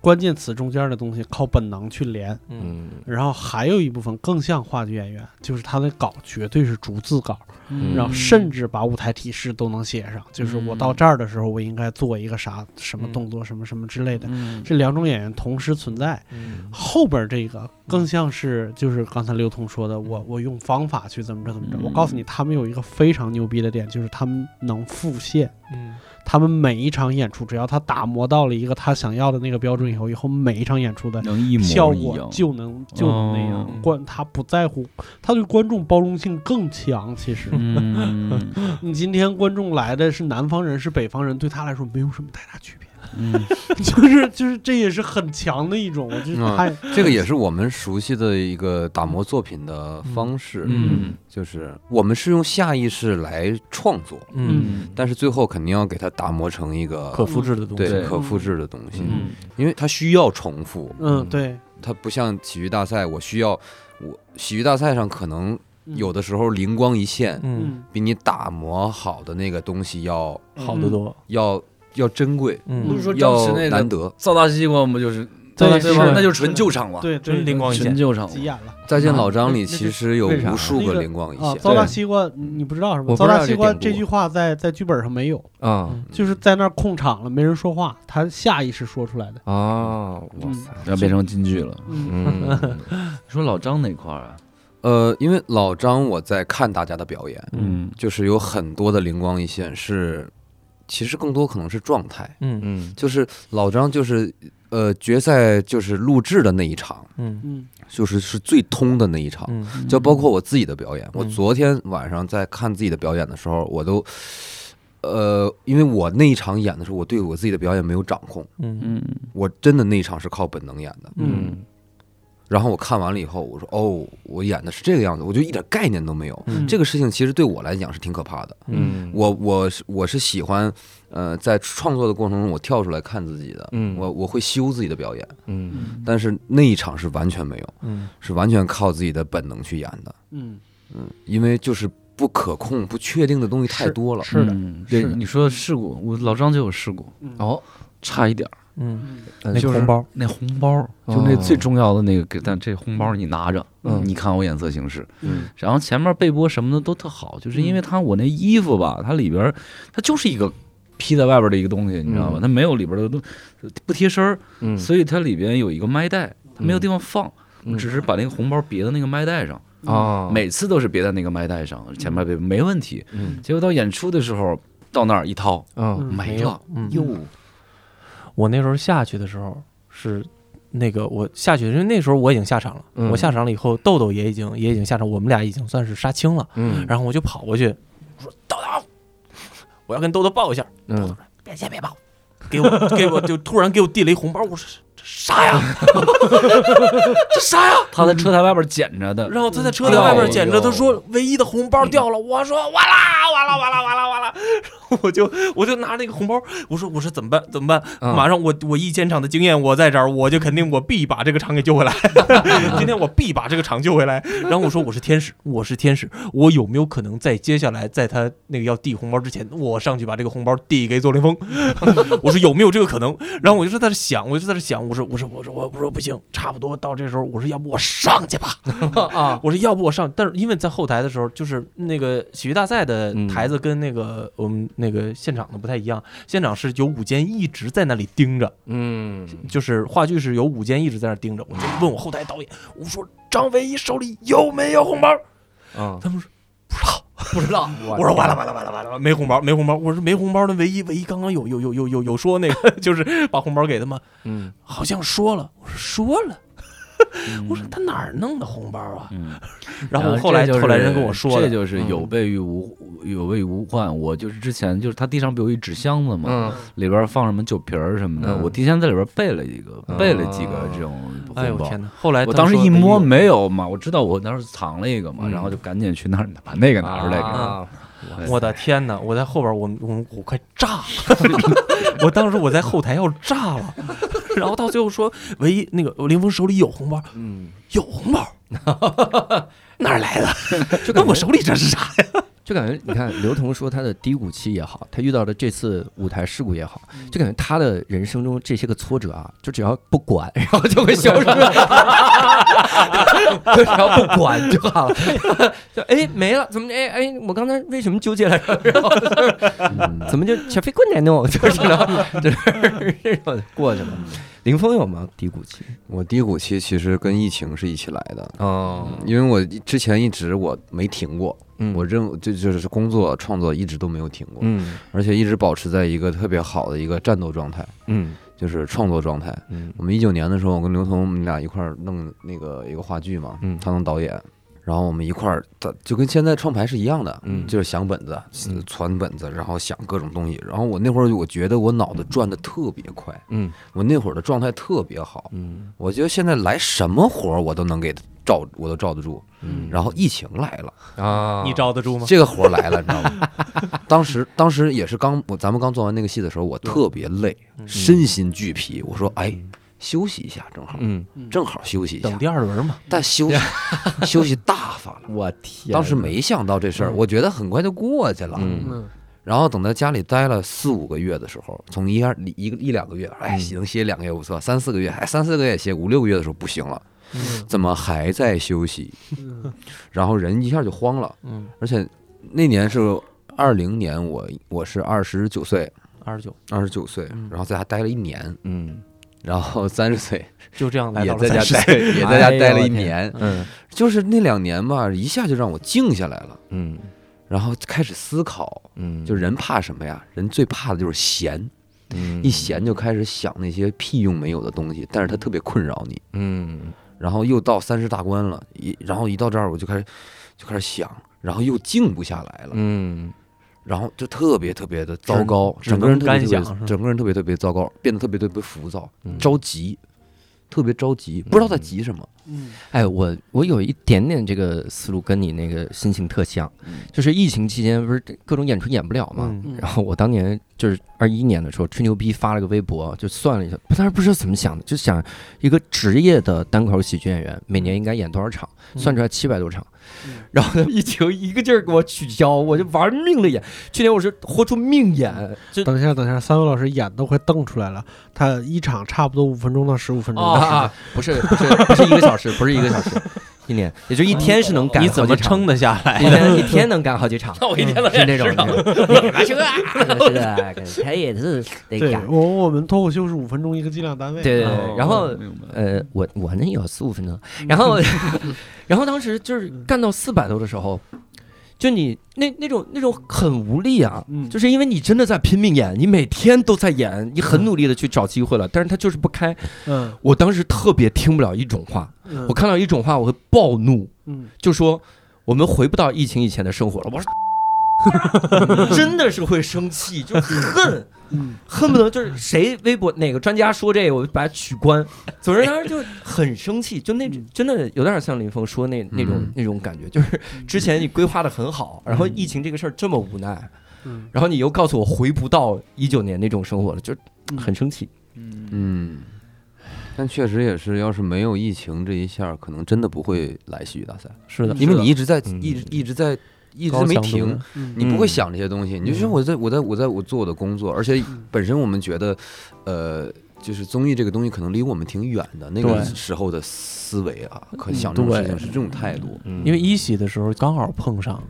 Speaker 4: 关键词中间的东西靠本能去连。
Speaker 6: 嗯
Speaker 1: 嗯
Speaker 4: 然后还有一部分更像话剧演员，就是他的稿绝对是逐字稿。
Speaker 1: 嗯
Speaker 4: 然后甚至把舞台提示都能写上，就是我
Speaker 8: 嗯
Speaker 4: 到这儿的时候，我应该做一个啥什么动作，什么什么之类的。
Speaker 6: 嗯
Speaker 4: 这两种演员同时存在，
Speaker 8: 嗯
Speaker 4: 后边这个更像是就是刚才刘通说的，我我用方法去怎么着怎么着。
Speaker 8: 嗯
Speaker 4: 我告诉你，他们有一个非常牛逼的点，就是他们能复现，
Speaker 6: 嗯
Speaker 4: 他们每一场演出，只要他打磨到了一个他想要的那个标准以后，以后每一场演出的
Speaker 8: 能一
Speaker 4: 效
Speaker 8: 模一
Speaker 4: 果
Speaker 8: 样，
Speaker 4: 就能就能那
Speaker 8: 哦
Speaker 4: 样。观他不在乎，他对观众包容性更强，其实。
Speaker 8: 嗯
Speaker 4: 你今天观众来的是南方人是北方人，对他来说没有什么太大区别，
Speaker 8: 嗯
Speaker 4: 就是就是这也是很强的一种，我就是
Speaker 7: 嗯
Speaker 4: 太
Speaker 7: 这个也是我们熟悉的一个打磨作品的方式，
Speaker 8: 嗯
Speaker 7: 就是我们是用下意识来创作，
Speaker 6: 嗯，
Speaker 7: 但是最后肯定要给它打磨成一个
Speaker 6: 可复制的东西，
Speaker 7: 对
Speaker 8: 对
Speaker 7: 可复制的东西，
Speaker 8: 嗯
Speaker 7: 因为它需要重复，
Speaker 4: 嗯对
Speaker 7: 它不像喜剧大赛，我需要我喜剧大赛上可能有的时候灵光一现，
Speaker 6: 嗯，
Speaker 4: 嗯，
Speaker 7: 比你打磨好的那个东西要
Speaker 6: 好得多，
Speaker 7: 要要珍贵，
Speaker 6: 嗯，
Speaker 8: 是说当时
Speaker 7: 要
Speaker 8: 那
Speaker 7: 难
Speaker 8: 个嗯
Speaker 7: 得。
Speaker 8: 造大西瓜不就是？
Speaker 4: 对
Speaker 8: 造大西瓜
Speaker 4: 是
Speaker 8: 那就是纯救场了，
Speaker 4: 对，
Speaker 6: 真
Speaker 4: 对
Speaker 6: 灵光一
Speaker 8: 纯
Speaker 6: 现。
Speaker 8: 救场了。
Speaker 4: 急眼了。
Speaker 7: 再见老张
Speaker 4: 那
Speaker 7: 里
Speaker 4: 那
Speaker 7: 其实有
Speaker 3: 为啥
Speaker 7: 无数
Speaker 4: 那
Speaker 7: 个
Speaker 4: 个
Speaker 7: 灵光一
Speaker 4: 啊，
Speaker 7: 现，
Speaker 4: 糟大西瓜，你不知道是吧？
Speaker 7: 我不嗯
Speaker 4: 糟
Speaker 7: 知道
Speaker 4: 大西瓜
Speaker 7: 这典
Speaker 4: 这
Speaker 7: 故
Speaker 4: 句话在在剧本上没有，
Speaker 1: 啊
Speaker 4: 就是在那儿空场了，没人说话，他下意识说出来的。
Speaker 1: 啊！哇塞，
Speaker 8: 要变成京剧了。
Speaker 4: 哦嗯，
Speaker 1: 嗯，
Speaker 8: 说老张那块儿啊，
Speaker 7: 呃，因为老张我在看大家的表演，
Speaker 8: 嗯，
Speaker 7: 就是有很多的灵光一现是，其实更多可能是状态，
Speaker 6: 嗯
Speaker 1: 嗯
Speaker 7: 就是老张就是呃决赛就是录制的那一场，
Speaker 6: 嗯
Speaker 4: 嗯，
Speaker 7: 就是是最通的那一场，
Speaker 6: 嗯
Speaker 7: 就包括我自己的表演。我
Speaker 6: 嗯
Speaker 7: 昨天晚上在看自己的表演的时候，我都。呃，因为我那一场演的时候，我对我自己的表演没有掌控，
Speaker 6: 嗯
Speaker 8: 嗯
Speaker 7: 我真的那一场是靠本能演的。
Speaker 6: 嗯
Speaker 1: 嗯
Speaker 7: 然后我看完了以后，我说哦，我演的是这个样子，我就一点概念都没有。
Speaker 6: 嗯
Speaker 7: 这个事情其实对我来讲是挺可怕的。
Speaker 1: 嗯，
Speaker 7: 我我是我是喜欢，呃，在创作的过程中，我跳出来看自己的，
Speaker 1: 嗯
Speaker 7: 我我会修自己的表演，
Speaker 1: 嗯
Speaker 7: 但是那一场是完全没有，
Speaker 6: 嗯
Speaker 7: 是完全靠自己的本能去演的，
Speaker 4: 嗯，
Speaker 7: 因为就是不可控、不确定的东西太多了。
Speaker 4: 是的，
Speaker 8: 嗯对，
Speaker 4: 是的
Speaker 8: 你说事故，我老张就有事故，
Speaker 4: 嗯
Speaker 1: 哦，
Speaker 8: 差一点儿，
Speaker 6: 嗯，
Speaker 4: 嗯
Speaker 1: 呃
Speaker 6: 那
Speaker 1: 就
Speaker 6: 个
Speaker 1: 是
Speaker 6: 红包，
Speaker 8: 那红包就那
Speaker 1: 哦
Speaker 8: 最重要的那个给，但这红包你拿着，
Speaker 1: 嗯
Speaker 8: 你看我眼色行事，
Speaker 4: 嗯
Speaker 8: 然后前面背波什么的都特好，就是因为它我那衣服吧，它里边儿它就是一个披在外边儿的一个东西，你知道吧？
Speaker 1: 嗯
Speaker 8: 它没有里边儿的东不贴身儿，
Speaker 1: 嗯，
Speaker 8: 所以它里边有一个麦袋，它没有地方放，
Speaker 1: 嗯
Speaker 8: 我只是把那个红包别在那个麦袋上，
Speaker 1: 啊，
Speaker 8: 每次都是别在那个麦袋上，前面背没问题。
Speaker 1: 嗯
Speaker 8: 结果到演出的时候，到那儿一掏
Speaker 1: 嗯
Speaker 4: 嗯
Speaker 8: 没
Speaker 4: 有
Speaker 8: 了，
Speaker 6: 嗯，
Speaker 8: 哟，
Speaker 6: 我那时候下去的时候是那个我下去，因为那时候我已经下场了，
Speaker 1: 嗯
Speaker 6: 我下场了以后，豆豆也已经也已经下场，我们俩已经算是杀青了。
Speaker 1: 嗯，
Speaker 6: 然后我就跑过去，我说豆豆，我要跟豆豆抱一下，
Speaker 1: 嗯
Speaker 6: 别先别抱，给我给我就突然给我递了一红包，我说这啥呀？这啥呀？
Speaker 8: 他在车台外边捡着
Speaker 1: 嗯
Speaker 8: 的，
Speaker 6: 然后他在车在外
Speaker 1: 哦
Speaker 6: 边捡着，他说唯一的红包掉了，我说完啦完啦完啦完啦完啦， 然后我就我就拿那个红包，我说我说怎么办怎么办？
Speaker 1: 嗯
Speaker 6: 马上我我一监场的经验我在这儿，我就肯定我必把这个场给救回来，今天我必把这个场救回来。然后我说我是天使，我是天使，我有没有可能在接下来在他那个要递红包之前，我上去把这个红包递给左凌峰？我说有没有这个可能？然后我就在这想，我就在这想，我说我说我说我我说不行，差不多到这时候，我说要不我上去吧。
Speaker 1: 啊，
Speaker 6: 我说要不我上，但是因为在后台的时候，就是那个喜剧大赛的
Speaker 1: 嗯
Speaker 6: 台子跟那个我们那个现场的不太一样，现场是有舞间一直在那里盯着，
Speaker 1: 嗯
Speaker 6: 就是话剧是有舞间一直在那盯着，我就问我后台导演，我说张唯一手里有没有红包？
Speaker 1: 啊，
Speaker 6: 他们说
Speaker 1: 不知道，
Speaker 6: 我说完了完了完了完了，没红包没红包，我说没红包的唯一唯一刚刚有有有有有有说那个 就是把红包给他们，
Speaker 1: 嗯
Speaker 6: 好像说了，我说说了。嗯我说他哪儿弄的红包啊？
Speaker 8: 嗯，
Speaker 6: 然后后来
Speaker 8: 这就是
Speaker 6: 后来人跟我说嗯
Speaker 8: 这
Speaker 6: 了，
Speaker 8: 就是有备于无有备于无患。我就是之前就是他地上不有一纸箱子嘛，
Speaker 1: 嗯
Speaker 8: 里边放什么酒瓶儿什么的，
Speaker 1: 嗯
Speaker 8: 我提前在里边备了一个，
Speaker 1: 嗯
Speaker 8: 备了几个这种
Speaker 6: 哎呦
Speaker 8: 红包。
Speaker 6: 天哪！后来
Speaker 8: 我
Speaker 6: 他
Speaker 8: 当时
Speaker 6: 说
Speaker 8: 一
Speaker 6: 唯
Speaker 8: 摸
Speaker 6: 有
Speaker 8: 没有嘛，我知道我当时藏了一个嘛，
Speaker 1: 嗯
Speaker 8: 然后就赶紧去那儿把那个拿出来给他。，
Speaker 1: 啊，
Speaker 6: 我的天哪！我在后边，我们我们我快炸了！ 我当时我在后台要炸了， 然后到最后说，唯一那个林峰手里有红包，
Speaker 1: 嗯，
Speaker 6: 有红包，哪儿来 的？那我手里这是啥呀？
Speaker 1: 就感觉你看刘同说他的低谷期也好，他遇到的这次舞台事故也好，就感觉他的人生中这些个挫折啊，就只要不管， 然后就会消失，就只要不管就好了。 就哎没了，怎么哎哎，我刚才为什么纠结来着？然后就是嗯怎么就小飞棍来弄，就是然后就是这种就过去了。嗯林峰有吗？低谷期？
Speaker 7: 我低谷期其实跟疫情是一起来的，
Speaker 1: 哦，
Speaker 7: 因为我之前一直我没停过，
Speaker 1: 嗯
Speaker 7: 我认这就是工作创作一直都没有停过，
Speaker 1: 嗯
Speaker 7: 而且一直保持在一个特别好的一个战斗状态，
Speaker 1: 嗯
Speaker 7: 就是创作状态。
Speaker 1: 嗯
Speaker 7: 我们一九年的时候，我跟刘同我们俩一块儿弄那个一个话剧嘛，
Speaker 1: 嗯
Speaker 7: 他当导演，然后我们一块儿，他就跟现在创牌是一样的，
Speaker 1: 嗯
Speaker 7: 就是想本子
Speaker 1: 嗯，
Speaker 7: 传本子，然后想各种东西。然后我那会儿我觉得我脑子转的特别快，
Speaker 1: 嗯
Speaker 7: 我那会儿的状态特别好，
Speaker 1: 嗯
Speaker 7: 我觉得现在来什么活儿我都能给他罩，我都罩得住。
Speaker 1: 嗯
Speaker 7: 然后疫情来了，
Speaker 1: 啊，
Speaker 6: 你招得住吗？
Speaker 7: 这个活儿来了，你知道吗？ 当时当
Speaker 1: 嗯
Speaker 7: 时也是刚我咱们刚做完那个戏的时候，我特别累，身心俱疲。我说，哎，休息一下，正好
Speaker 1: 嗯，
Speaker 7: 正好休息一
Speaker 6: 等
Speaker 7: 下，
Speaker 6: 第二轮嘛。
Speaker 7: 但休息休息大发了。
Speaker 1: 我天，
Speaker 7: 当时没想到这事儿，我觉得很快就过去了。
Speaker 1: 嗯
Speaker 7: 然后等在家里待了四五个月的时候，从一二一个一两个月，
Speaker 6: 嗯
Speaker 7: 哎，能歇两个月不错，三四个月，哎，三四个月也歇，五六个月的时候不行了，
Speaker 6: 嗯
Speaker 7: 怎么还在休息？然后人一下就慌了，
Speaker 6: 嗯，
Speaker 7: 而且那年是二零年我，我是二十九岁，
Speaker 6: 二十九，嗯
Speaker 7: 二十九岁，然后在家待了一年，
Speaker 1: 嗯
Speaker 7: 然后三十岁
Speaker 6: 就这样来
Speaker 7: 也
Speaker 6: 到了
Speaker 7: 在家
Speaker 6: 30
Speaker 7: 待， 也在家待了一
Speaker 6: 哎
Speaker 7: 年
Speaker 6: 呦，我天
Speaker 1: 嗯
Speaker 7: 就是那两年吧，一下就让我静下来了，
Speaker 1: 嗯
Speaker 7: 然后开始思考，
Speaker 1: 嗯，
Speaker 7: 就人怕什么呀？人最怕的就是闲。
Speaker 1: 嗯
Speaker 7: 一闲就开始想那些屁用没有的东西，但是它特别困扰你。
Speaker 1: 嗯
Speaker 7: 然后又到三十大关了，一然后一到这儿我就开始就开始想，然后又静不下来了，
Speaker 1: 嗯
Speaker 7: 然后就特别特别的糟糕，
Speaker 6: 只
Speaker 7: 整个人特别
Speaker 6: 只能
Speaker 7: 特
Speaker 6: 干想是
Speaker 7: 别
Speaker 6: 吧
Speaker 7: 整个人特别特别糟糕，变得特别特别浮躁
Speaker 1: 嗯，
Speaker 7: 着急，特别着急，不知道在急什么。
Speaker 4: 嗯
Speaker 1: 哎，我我有一点点这个思路跟你那个心情特像，就是疫情期间不是各种演出演不了嘛，
Speaker 6: 嗯
Speaker 1: 然后我当年就是二一年的时候吹牛逼发了个微博，就算了一下，不当时不知道怎么想的，就想一个职业的单口喜剧演员每年应该演多少场，
Speaker 6: 嗯
Speaker 1: 算出来七百多场。然后呢，疫情一个劲儿给我取消，我就玩命的演。去年我是豁出命演，就
Speaker 4: 等一下，等一下，三位老师眼都快瞪出来了。他一场差不多五分钟到十五
Speaker 6: 哦
Speaker 4: 分钟
Speaker 7: 哦
Speaker 4: 的时间，
Speaker 1: 啊，不是不是不是一个小时，不是一个小时，一年也就一天是能干
Speaker 6: 哦你
Speaker 1: 好
Speaker 6: 怎
Speaker 1: 几
Speaker 6: 么
Speaker 1: 场
Speaker 6: 撑得下
Speaker 4: 哎
Speaker 6: 来？
Speaker 1: 一天一天能干好几场嗯
Speaker 8: 那我一天都
Speaker 1: 是
Speaker 8: 也
Speaker 1: 那种
Speaker 8: 知道，
Speaker 1: 你们是啊，是啊，他也是得
Speaker 4: 对
Speaker 1: 干，。
Speaker 4: 我我们脱口秀是五分钟一个计量单位。
Speaker 1: 对对
Speaker 4: 啊
Speaker 6: 哦
Speaker 1: 对，然后
Speaker 8: 明白
Speaker 1: 呃，我我那有四五分钟，
Speaker 4: 嗯
Speaker 1: 然后 然后当时就是干到四百多的时候，就你那那种那种很无力啊，
Speaker 4: 嗯
Speaker 1: 就是因为你真的在拼命演，你每天都在演，你很努力的去找机会了，但是他就是不开。
Speaker 4: 嗯
Speaker 1: 我当时特别听不了一种话，
Speaker 4: 嗯
Speaker 1: 我看到一种话我会暴怒，
Speaker 4: 嗯
Speaker 1: 就说我们回不到疫情以前的生活了。我说 真的是会生气，就恨。
Speaker 4: 嗯
Speaker 1: 恨不得就是谁微博哪个专家说这个，我就把它取关。总之当时就很生气，就那种真的有点像林峰说那那种
Speaker 7: 嗯
Speaker 1: 嗯那种感觉，就是之前你规划的很好，然后疫情这个事儿这么无奈，
Speaker 4: 嗯
Speaker 1: 然后你又告诉我回不到一九年那种生活了，就
Speaker 4: 嗯
Speaker 1: 很生气。
Speaker 7: 嗯，但确实也是，要是没有疫情这一下，可能真的不会来戏剧大赛，
Speaker 6: 是的，
Speaker 7: 因为你一直在
Speaker 1: 嗯
Speaker 7: 一直一直在一直
Speaker 6: 高
Speaker 7: 在没
Speaker 6: 强度
Speaker 7: 停
Speaker 6: 的。
Speaker 7: 你不
Speaker 1: 嗯
Speaker 7: 会想这些东西，你就说我在我在我在我做我的工作，而且本身我们觉得，呃，就是综艺这个东西可能离我们挺远的，那个
Speaker 6: 对
Speaker 7: 时候的思维啊，可
Speaker 6: 嗯
Speaker 7: 想这种事
Speaker 6: 对
Speaker 7: 情是这种态度。
Speaker 1: 嗯
Speaker 6: 因为一喜的时候刚好碰上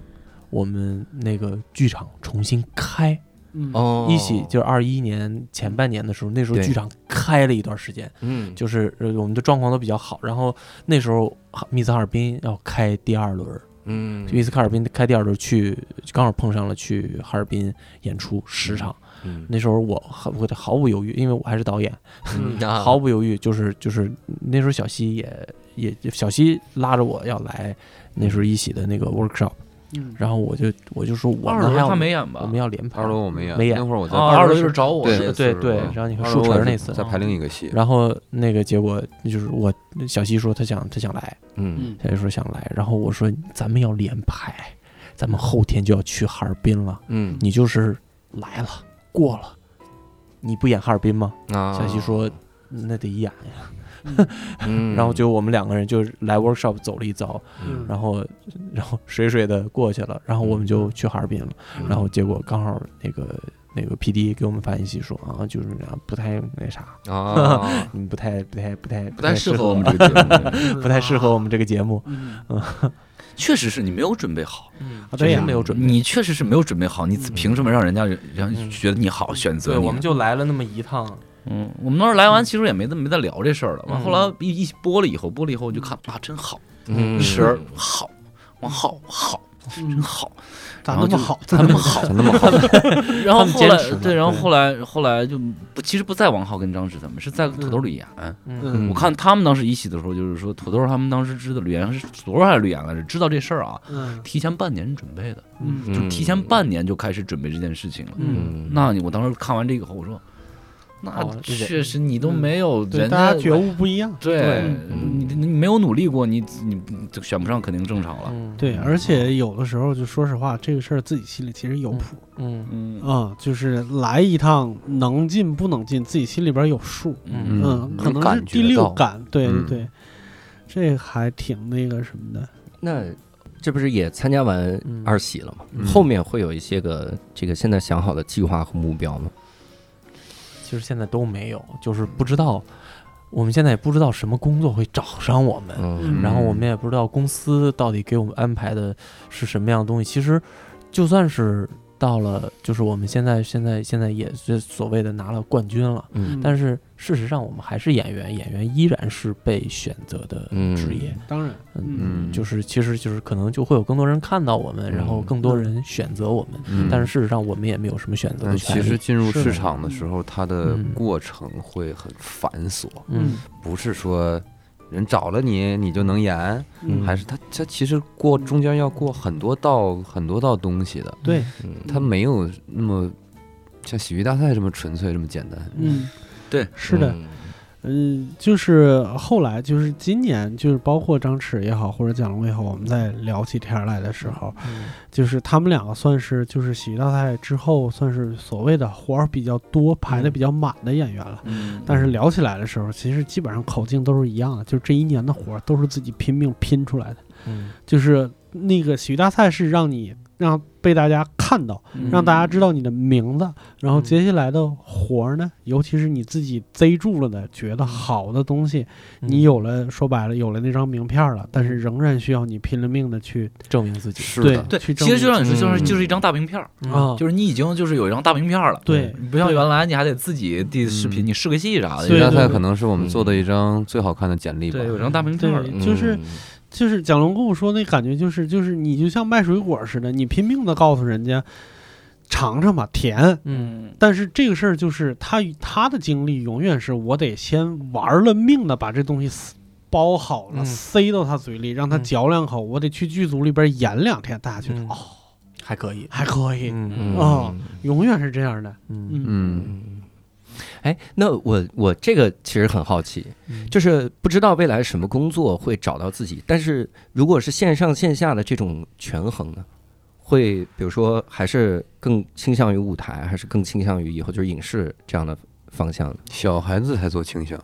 Speaker 6: 我们那个剧场重新开，
Speaker 4: 嗯
Speaker 1: 哦
Speaker 6: 一喜就是二一年前半年的时候，那时候
Speaker 1: 对
Speaker 6: 剧场开了一段时间，
Speaker 1: 嗯就
Speaker 6: 就是呃我们的状况都比较好。然后那时候哈密斯哈尔滨要开第二轮，
Speaker 1: 嗯
Speaker 6: 密斯哈尔滨开第二轮去，刚好碰上了去哈尔滨演出十场。
Speaker 1: 嗯
Speaker 6: 那时候我毫我毫不犹豫，因为我还是导演，
Speaker 1: 嗯啊
Speaker 6: 毫不犹豫，就是就是那时候小西也也小西拉着我要来那时候一起的那个 workshop，
Speaker 4: 嗯
Speaker 6: 然后我就我就说我
Speaker 8: 二
Speaker 6: 们
Speaker 8: 轮
Speaker 6: 还要
Speaker 8: 他没演吧？
Speaker 6: 我们要连排
Speaker 7: 二楼我没演，
Speaker 6: 没演
Speaker 7: 那会儿我在
Speaker 8: 哦，
Speaker 7: 二
Speaker 8: 二
Speaker 7: 楼
Speaker 8: 轮就是找我
Speaker 7: 对
Speaker 8: 那
Speaker 6: 是
Speaker 8: 个
Speaker 6: 对
Speaker 7: 是
Speaker 6: 对
Speaker 7: 是，
Speaker 6: 然后你看
Speaker 7: 二
Speaker 6: 树
Speaker 7: 楼
Speaker 6: 城
Speaker 7: 我
Speaker 6: 那次，嗯
Speaker 7: 在排另一个戏，
Speaker 6: 然后那个结果就是我小西说他想他想来，
Speaker 1: 嗯
Speaker 6: 小西说想来，然后我说咱们要连排，咱们后天就要去哈尔滨了，
Speaker 1: 嗯
Speaker 6: 你就是来了过了，你不演哈尔滨吗？
Speaker 1: 啊
Speaker 6: 小西说那得演呀。
Speaker 1: 嗯
Speaker 6: 然后就我们两个人就来 workshop 走了一遭，
Speaker 1: 嗯
Speaker 6: 然后然后水水的过去了，然后我们就去哈尔滨了，
Speaker 1: 嗯
Speaker 6: 然后结果刚好那个那个 P D 给我们发信息说啊，就是你俩不太那啥，
Speaker 1: 啊
Speaker 6: 你们不太不太不太
Speaker 8: 不
Speaker 6: 不
Speaker 8: 太
Speaker 6: 适
Speaker 8: 适合我们
Speaker 6: 这
Speaker 8: 这个 节目，
Speaker 6: 不太适合我们这个节目，
Speaker 4: 嗯
Speaker 8: 确实是你没有准备好，
Speaker 4: 啊对呀
Speaker 6: 嗯真没有准备。
Speaker 8: 你确实是没有准备好，你凭什么让人家让
Speaker 6: 嗯
Speaker 8: 觉得你好选择
Speaker 6: 对，
Speaker 8: 你？
Speaker 6: 我们就来了那么一趟，
Speaker 8: 嗯，我们当时来完，其实也没没再聊这事儿了。完
Speaker 6: 嗯
Speaker 8: 后来一一播了以后，播了以后我就看啊，真好，
Speaker 1: 嗯
Speaker 8: 十好，王浩好，真
Speaker 4: 嗯，
Speaker 8: 好，
Speaker 4: 咋
Speaker 8: 然
Speaker 4: 那
Speaker 8: 后
Speaker 4: 么
Speaker 8: 就
Speaker 4: 好？
Speaker 8: 他那么好，
Speaker 7: 才那么好。
Speaker 8: 然后
Speaker 6: 他们
Speaker 8: 后来
Speaker 6: 坚持嘛
Speaker 8: 对，然后
Speaker 6: 对
Speaker 8: 后来后来就不，其实不在王浩跟张弛他们，是在土豆吕岩。
Speaker 1: 嗯
Speaker 8: 我看他们当时一起的时候，就是说土豆他们当时知道吕岩是土豆还是吕岩来着，知道这事儿啊，
Speaker 4: 嗯
Speaker 8: 提前半年准备的，
Speaker 4: 嗯
Speaker 8: 就提前半年就开始准备这件事情了。
Speaker 4: 嗯
Speaker 1: 嗯
Speaker 8: 那你我当时看完这个以后，我说那
Speaker 4: 哦人
Speaker 8: 确实你都没有
Speaker 4: 对，
Speaker 8: 人
Speaker 4: 大
Speaker 8: 嗯家
Speaker 4: 家觉悟不一样。
Speaker 8: 对嗯
Speaker 1: 对
Speaker 8: 你你没有努力过，你你就选不上肯定正常了。
Speaker 6: 嗯
Speaker 4: 对，而且有的时候就说实话，这个事儿自己心里其实有谱
Speaker 6: 嗯
Speaker 8: 嗯
Speaker 4: 啊、就是来一趟能进不能进，自己心里边有数。
Speaker 8: 嗯
Speaker 4: 嗯，可能是
Speaker 7: 感
Speaker 4: 第
Speaker 7: 觉
Speaker 4: 六
Speaker 7: 到
Speaker 4: 感，对对
Speaker 7: 嗯
Speaker 4: 对，这还挺那个什么的。
Speaker 1: 那这不是也参加完
Speaker 6: 嗯
Speaker 1: 二喜了吗？
Speaker 7: 嗯
Speaker 1: 后面会有一些个这个现在想好的计划和目标吗？
Speaker 6: 其实现在都没有，就是不知道，我们现在也不知道什么工作会找上我们，
Speaker 1: 嗯
Speaker 6: 然后我们也不知道公司到底给我们安排的是什么样的东西。其实，就算是到了，就是我们现在现在现在也是所谓的拿了冠军了，
Speaker 1: 嗯
Speaker 6: 但是事实上我们还是演员，演员依然是被选择的
Speaker 1: 嗯
Speaker 6: 职业。
Speaker 4: 当然，
Speaker 7: 嗯，
Speaker 6: 就是，其实就是可能就会有更多人看到我们，然后
Speaker 1: 嗯
Speaker 6: 更多人选择我们，
Speaker 7: 嗯
Speaker 6: 但是事实上我们也没有什么选择
Speaker 7: 但
Speaker 6: 嗯哎的权
Speaker 7: 其
Speaker 6: 利。
Speaker 7: 实进入
Speaker 4: 是的
Speaker 7: 市场的时候，它的
Speaker 6: 嗯
Speaker 7: 过程会很繁琐，
Speaker 6: 嗯，
Speaker 7: 不是说人找了你你就能演，
Speaker 1: 嗯
Speaker 7: 还是他他其实过中间要过很多道很多道东西的，
Speaker 4: 对，
Speaker 1: 嗯
Speaker 7: 他没有那么像喜剧大赛这么纯粹这么简单。
Speaker 4: 嗯，
Speaker 8: 对，
Speaker 4: 是的，，嗯，就是后来就是今年，就是包括张弛也好，或者蒋龙也好，我们在聊起天儿来的时候，
Speaker 6: 嗯
Speaker 4: 就是他们两个算是就是喜剧大赛之后，算是所谓的活儿比较多、排的比较满的演员了。
Speaker 8: 嗯
Speaker 4: 但是聊起来的时候，其实基本上口径都是一样的，就是这一年的活儿都是自己拼命拼出来的。
Speaker 6: 嗯
Speaker 4: 就是那个喜剧大赛是让你让被大家看到，
Speaker 8: 嗯
Speaker 4: 让大家知道你的名字，然后接下来的活儿呢，尤其是你自己贼住了的，觉得好的东西，
Speaker 8: 嗯
Speaker 4: 你有了，说白了有了那张名片了，但是仍然需要你拼了命的去
Speaker 6: 证明自己，
Speaker 7: 是
Speaker 4: 对
Speaker 7: 的，
Speaker 8: 对，
Speaker 4: 去
Speaker 8: 其
Speaker 4: 证
Speaker 8: 嗯实就
Speaker 4: 明
Speaker 8: 像你说，就是
Speaker 7: 嗯
Speaker 8: 就是一张大名片儿，
Speaker 6: 嗯
Speaker 4: 啊，
Speaker 8: 就是你已经就是有一张大名片儿了。嗯
Speaker 4: 对
Speaker 8: 你不像原来你还得自己递视频，
Speaker 7: 嗯
Speaker 8: 你试个戏啥的。
Speaker 7: 喜剧
Speaker 4: 对
Speaker 7: 大
Speaker 4: 对
Speaker 7: 赛
Speaker 4: 对
Speaker 7: 可能是我们做的一张最好看的简历吧
Speaker 8: 对，。有一张大名片儿了。
Speaker 4: 对，就是
Speaker 1: 嗯
Speaker 4: 就是蒋龙跟我说那感觉就是就是你就像卖水果似的，你拼命的告诉人家尝尝吧，甜，
Speaker 6: 嗯
Speaker 4: 但是这个事儿就是他他的经历永远是我得先玩了命的把这东西撕包好了，
Speaker 6: 嗯
Speaker 4: 塞到他嘴里，让他
Speaker 6: 嗯
Speaker 4: 嚼两口。我得去剧组里边演两天，大家觉得、
Speaker 6: 嗯
Speaker 4: 哦
Speaker 6: 还可以，
Speaker 4: 还可以，
Speaker 6: 嗯
Speaker 1: 嗯
Speaker 4: 哦永远是这样的。
Speaker 6: 嗯
Speaker 4: 嗯
Speaker 7: 嗯，
Speaker 1: 嗯，哎，那我我这个其实很好奇，就是不知道未来什么工作会找到自己，但是如果是线上线下的这种权衡呢，会比如说还是更倾向于舞台，还是更倾向于以后就是影视这样的方向呢？
Speaker 7: 小孩子才做倾向，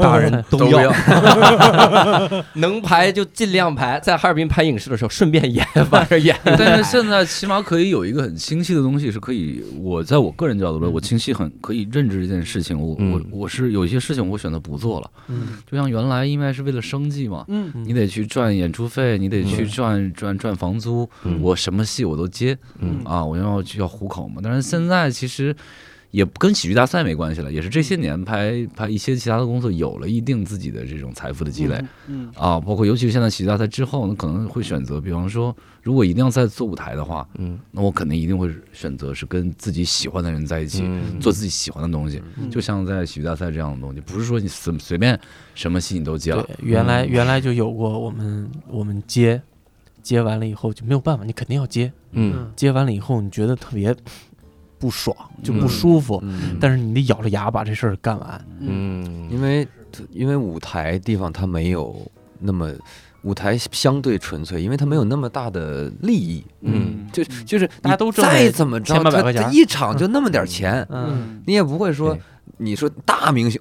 Speaker 1: 大人
Speaker 4: 都
Speaker 1: 都
Speaker 4: 要
Speaker 1: 要，能排就尽量排，在哈尔滨拍影视的时候顺便演，晚上演。
Speaker 8: 但是现在起码可以有一个很清晰的东西，是可以我在我个人角度论，我清晰很可以认知这件事情。我我
Speaker 1: 嗯
Speaker 8: 我是有一些事情我选择不做了，
Speaker 4: 嗯
Speaker 8: 就像原来因为是为了生计嘛，
Speaker 4: 嗯
Speaker 8: 你得去赚演出费，你得去
Speaker 1: 嗯
Speaker 8: 赚赚赚房租，
Speaker 1: 嗯
Speaker 8: 我什么戏我都接
Speaker 1: 嗯
Speaker 8: 啊，我要去要糊口嘛。但是现在其实也跟喜剧大赛没关系了，也是这些
Speaker 1: 嗯
Speaker 8: 年拍拍一些其他的工作有了一定自己的这种财富的积累。
Speaker 4: 嗯
Speaker 8: 啊，包括尤其是现在喜剧大赛之后，那可能会选择，比方说，如果一定要再做舞台的话，
Speaker 1: 嗯，
Speaker 8: 那我肯定一定会选择是跟自己喜欢的人在一起，
Speaker 1: 嗯
Speaker 8: 做自己喜欢的东西。
Speaker 4: 嗯
Speaker 8: 就像在喜剧大赛这样的东西，不是说你随随便什么戏你都接
Speaker 6: 对
Speaker 8: 了。，嗯
Speaker 6: 原来原来就有过，我们我们接接完了以后就没有办法，你肯定要接，
Speaker 1: 嗯
Speaker 6: 接完了以后你觉得特别不爽，就不
Speaker 1: 嗯
Speaker 6: 舒服，
Speaker 7: 嗯，
Speaker 6: 但是你得咬着牙把这事儿干完。
Speaker 1: 嗯
Speaker 7: 因为因为舞台地方它没有那么舞台相对纯粹，因为它没有那么大的利益，
Speaker 1: 嗯
Speaker 7: 就就是
Speaker 6: 大家
Speaker 7: 你
Speaker 6: 都挣
Speaker 7: 再
Speaker 6: 那
Speaker 7: 怎么着，
Speaker 6: 千八百
Speaker 7: 它
Speaker 6: 块钱
Speaker 7: 它一场就那么点儿钱，
Speaker 6: 嗯，
Speaker 7: 你也不会说
Speaker 1: 对
Speaker 7: 你说大明星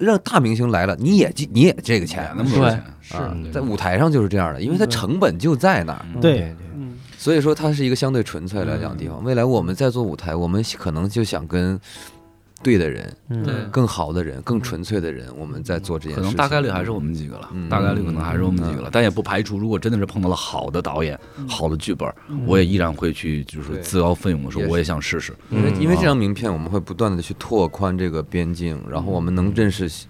Speaker 7: 让大明星来了，你也你也这个
Speaker 8: 钱
Speaker 7: 钱
Speaker 8: 那么多
Speaker 6: 对
Speaker 8: 钱，
Speaker 7: 啊
Speaker 1: 对
Speaker 7: 在舞台上就是这样的，因为它
Speaker 6: 嗯
Speaker 7: 成本就在那儿，
Speaker 8: 嗯
Speaker 4: 对
Speaker 1: 对对，
Speaker 4: 嗯
Speaker 7: 所以说它是一个相对纯粹来讲
Speaker 6: 嗯
Speaker 7: 的地方。未来我们在做舞台，我们可能就想跟对的人、
Speaker 6: 嗯
Speaker 7: 更好的人、更纯粹的人，我们在做这件事
Speaker 8: 可
Speaker 7: 情。
Speaker 8: 能大概率还是嗯我们几个了，
Speaker 7: 嗯
Speaker 8: 大概率可能还是我们几个了，但也不排除，如果真的是碰到了好的导演、好的剧本，我也依然会去，就是
Speaker 7: 对
Speaker 8: 自告奋勇地说
Speaker 7: 也是
Speaker 8: 嗯我也想试试。
Speaker 7: 因为
Speaker 1: 嗯
Speaker 7: 因为这张名片，我们会不断的去拓宽这个边境，然后我们能认识
Speaker 1: 嗯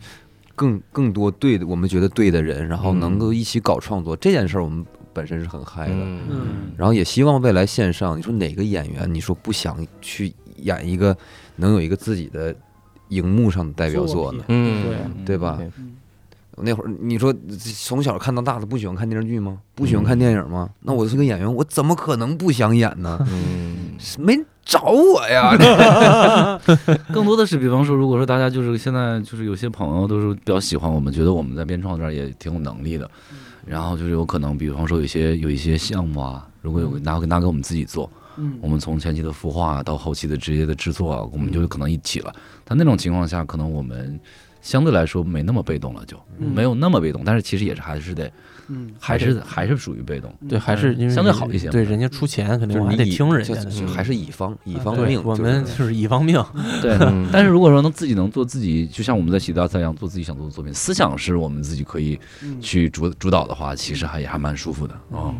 Speaker 7: 更更多对的，我们觉得对的人，然后能够一起搞创作这件事儿，我们本身是很嗨的。
Speaker 1: 嗯
Speaker 4: 嗯
Speaker 7: 然后也希望未来线上，你说哪个演员，你说不想去演一个能有一个自己的荧幕上的代表作呢？
Speaker 1: 嗯
Speaker 4: 对
Speaker 7: 对吧？
Speaker 1: 对
Speaker 7: 那会儿你说从小看到大的不喜欢看电视剧
Speaker 1: 嗯
Speaker 7: 吗？不喜欢看电影吗？那我是个演员，我怎么可能不想演 呢？
Speaker 1: 嗯，
Speaker 7: 没人找我呀！
Speaker 8: 更多的是，比方说，如果说大家就是现在就是有些朋友都是比较喜欢我们，觉得我们在编创这儿也挺有能力的，然后就是有可能，比方说有一些有一些项目啊，如果有个拿拿给我们自己做，
Speaker 4: 嗯
Speaker 8: 我们从前期的孵化到后期的职业的制作啊，我们就可能一起了。但那种情况下，可能我们相对来说没那么被动了，就
Speaker 4: 嗯
Speaker 8: 没有那么被动，但是其实也是还是得
Speaker 4: 嗯，
Speaker 8: 还是还是属于被动。
Speaker 6: 对，还是因为
Speaker 8: 相对
Speaker 6: 人
Speaker 8: 好一些嘛
Speaker 6: 对，人家出钱，肯定我还得
Speaker 7: 以
Speaker 6: 听人
Speaker 7: 就
Speaker 6: 家的。嗯
Speaker 7: 是还是乙方乙方
Speaker 6: 对
Speaker 7: 命，
Speaker 6: 我
Speaker 7: 就是
Speaker 6: 们就是乙方命，
Speaker 8: 对
Speaker 1: 嗯，
Speaker 8: 但是如果说能自己能做自己，就像我们在喜大赛一样做自己想做的作品，思想是我们自己可以
Speaker 4: 嗯
Speaker 8: 去主主导的话，其实还也还蛮舒服的哦，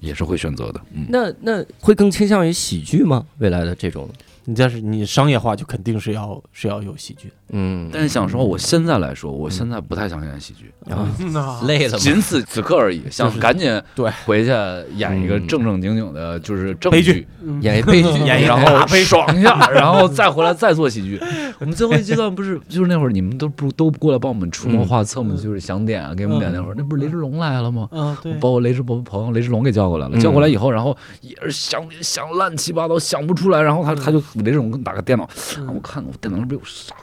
Speaker 8: 也是会选择的。嗯，
Speaker 1: 那那会更倾向于喜剧吗？未来的这种，
Speaker 6: 你这是你商业化就肯定是要是要有喜剧的。
Speaker 1: 嗯，
Speaker 8: 但是想说，我现在来说，我现在不太想演喜剧，
Speaker 1: 啊
Speaker 4: 那
Speaker 1: 累了吗？
Speaker 8: 仅此此刻而已，想赶紧
Speaker 6: 对
Speaker 8: 回去演一个
Speaker 1: 嗯
Speaker 8: 正正经经的，就是正
Speaker 6: 悲
Speaker 8: 剧，
Speaker 4: 嗯
Speaker 1: 演一悲剧，
Speaker 6: 演一
Speaker 8: 然
Speaker 6: 个
Speaker 8: 后爽一下， 然后再回来再做喜剧。我们最后一阶段不是就是那会儿你们都不都过来帮我们出谋划策嘛，就是想点啊，给我们点那会儿，那不是雷志龙来了吗？
Speaker 4: 嗯对，
Speaker 8: 把我雷志鹏朋友雷志龙给叫过来了，
Speaker 1: 嗯
Speaker 8: 叫过来以后，然后也是想想乱七八糟，想不出来，然后他
Speaker 4: 嗯
Speaker 8: 他就雷志龙打个电脑，
Speaker 4: 嗯
Speaker 8: 啊我看我电脑上边有啥。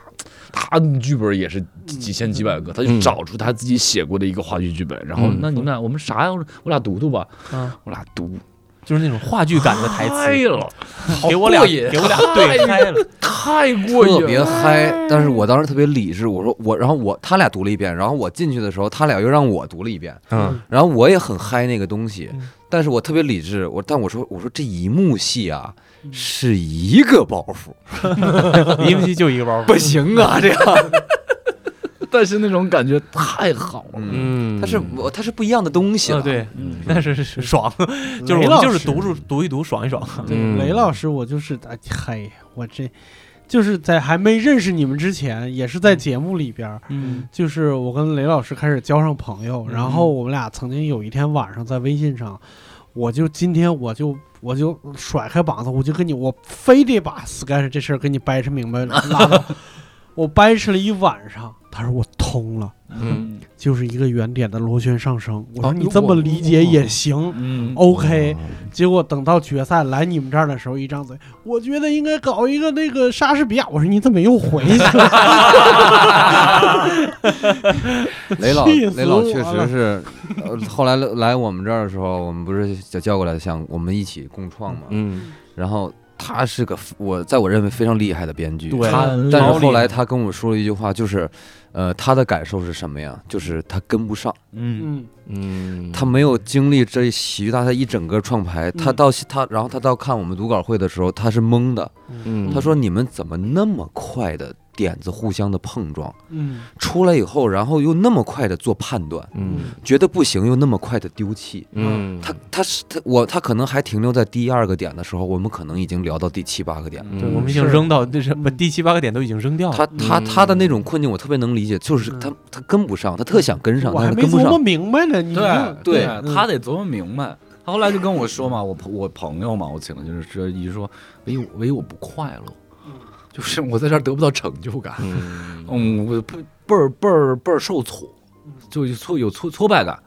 Speaker 8: 他的剧本也是几几千几百个，他就
Speaker 1: 嗯
Speaker 8: 找出他自己写过的一个话剧剧本，然后
Speaker 1: 嗯
Speaker 8: 那你们俩我们啥呀？我说我俩读读吧，
Speaker 4: 嗯
Speaker 8: 我俩读
Speaker 6: 就是那种话剧感的台
Speaker 8: 嗨
Speaker 6: 词，
Speaker 8: 了，
Speaker 6: 给我俩给 我俩对开了，
Speaker 8: 太过瘾了，
Speaker 7: 特别嗨，但是我当时特别理智，我说我，然后我他俩读了一遍，然后我进去的时候，他俩又让我读了一遍，
Speaker 1: 嗯，
Speaker 7: 然后我也很嗨那个东西
Speaker 4: 嗯，
Speaker 7: 但是我特别理智，我但我说我说这一幕戏啊
Speaker 6: 嗯
Speaker 7: 是一个包袱，
Speaker 6: 一个戏就一个包袱。
Speaker 7: 不行啊，这样，
Speaker 8: 但是那种感觉太好了，
Speaker 7: 嗯，
Speaker 1: 嗯，
Speaker 7: 它是我它是不一样的东西
Speaker 6: 啊，
Speaker 7: 了，
Speaker 6: 对，
Speaker 8: 嗯，
Speaker 6: 那是是爽， 就是我
Speaker 4: 雷
Speaker 6: 们
Speaker 4: 老
Speaker 6: 就是
Speaker 4: 师
Speaker 6: 读书读一读，爽一爽。
Speaker 4: 对，
Speaker 1: 嗯
Speaker 4: 雷老师，我就是哎嗨，我这就是在还没认识你们之前，也是在节目里边儿，
Speaker 6: 嗯
Speaker 4: 就是我跟雷老师开始交上朋友，然后我们俩曾经有一天晚上在微信上，我就今天我就。我就甩开膀子，我就跟你，我非得把 Sketch 这事儿跟你掰扯明白了，拉倒。 我掰扯了一晚上，他说我通了，
Speaker 1: 嗯
Speaker 4: 就是一个原点的螺旋上升。我
Speaker 8: 哦
Speaker 4: 说
Speaker 7: 啊
Speaker 4: 你这么理解也行
Speaker 8: 嗯，
Speaker 4: ，OK。结果等到决赛来你们这儿的时候，一张嘴，我觉得应该搞一个那个莎士比亚。我说你怎么又回去 了？
Speaker 7: 雷 老
Speaker 4: 气死
Speaker 7: 雷老
Speaker 4: 我
Speaker 7: 确
Speaker 4: 了
Speaker 7: 实是，呃后来来我们这儿的时候，我们不是叫叫过来想我们一起共创嘛，
Speaker 1: 嗯
Speaker 7: 然后他是个我在我认为非常厉害的编剧，
Speaker 6: 对
Speaker 7: 他
Speaker 8: 嗯
Speaker 7: 但
Speaker 6: 猫
Speaker 7: 是
Speaker 6: 里
Speaker 7: 后来他跟我说了一句话，就是，呃，他的感受是什么呀？就是他跟不上，
Speaker 6: 嗯，
Speaker 4: 嗯
Speaker 1: 嗯，
Speaker 7: 他没有经历这喜剧大赛一整个创排，他
Speaker 4: 嗯
Speaker 7: 到他，然后他到看我们读稿会的时候，他是懵的，
Speaker 1: 嗯，
Speaker 7: 他说你们怎么那么快的点子互相的碰撞
Speaker 4: 嗯
Speaker 7: 出来以后，然后又那么快的做判断，
Speaker 1: 嗯
Speaker 7: 觉得不行又那么快的丢弃。
Speaker 1: 嗯，
Speaker 7: 他他是他我他可能还停留在第二个点的时候，我们可能已经聊到第七八个点了。
Speaker 6: 对，我们已
Speaker 1: 嗯
Speaker 6: 经
Speaker 4: 是
Speaker 6: 扔到这是不第七八个点都已经扔掉了
Speaker 7: 他。
Speaker 8: 嗯
Speaker 7: 他他的那种困境，我特别能理解，就是他
Speaker 4: 哦嗯
Speaker 7: 他跟不上，他特想跟上，
Speaker 4: 我
Speaker 7: 但
Speaker 4: 还
Speaker 7: 是
Speaker 4: 没
Speaker 7: 跟不
Speaker 4: 琢磨
Speaker 7: 上。
Speaker 4: 明白呢。你
Speaker 8: 对
Speaker 4: 这
Speaker 7: 对
Speaker 4: 嗯
Speaker 8: 他得琢磨明白。他后来就跟我说嘛，我朋我朋友嘛，我请的就是这一直说，唯我唯我不快乐， 就是我在这儿得不到成就感，
Speaker 1: 嗯
Speaker 8: 嗯，我倍倍儿倍儿倍儿受挫，就有挫有挫挫败感。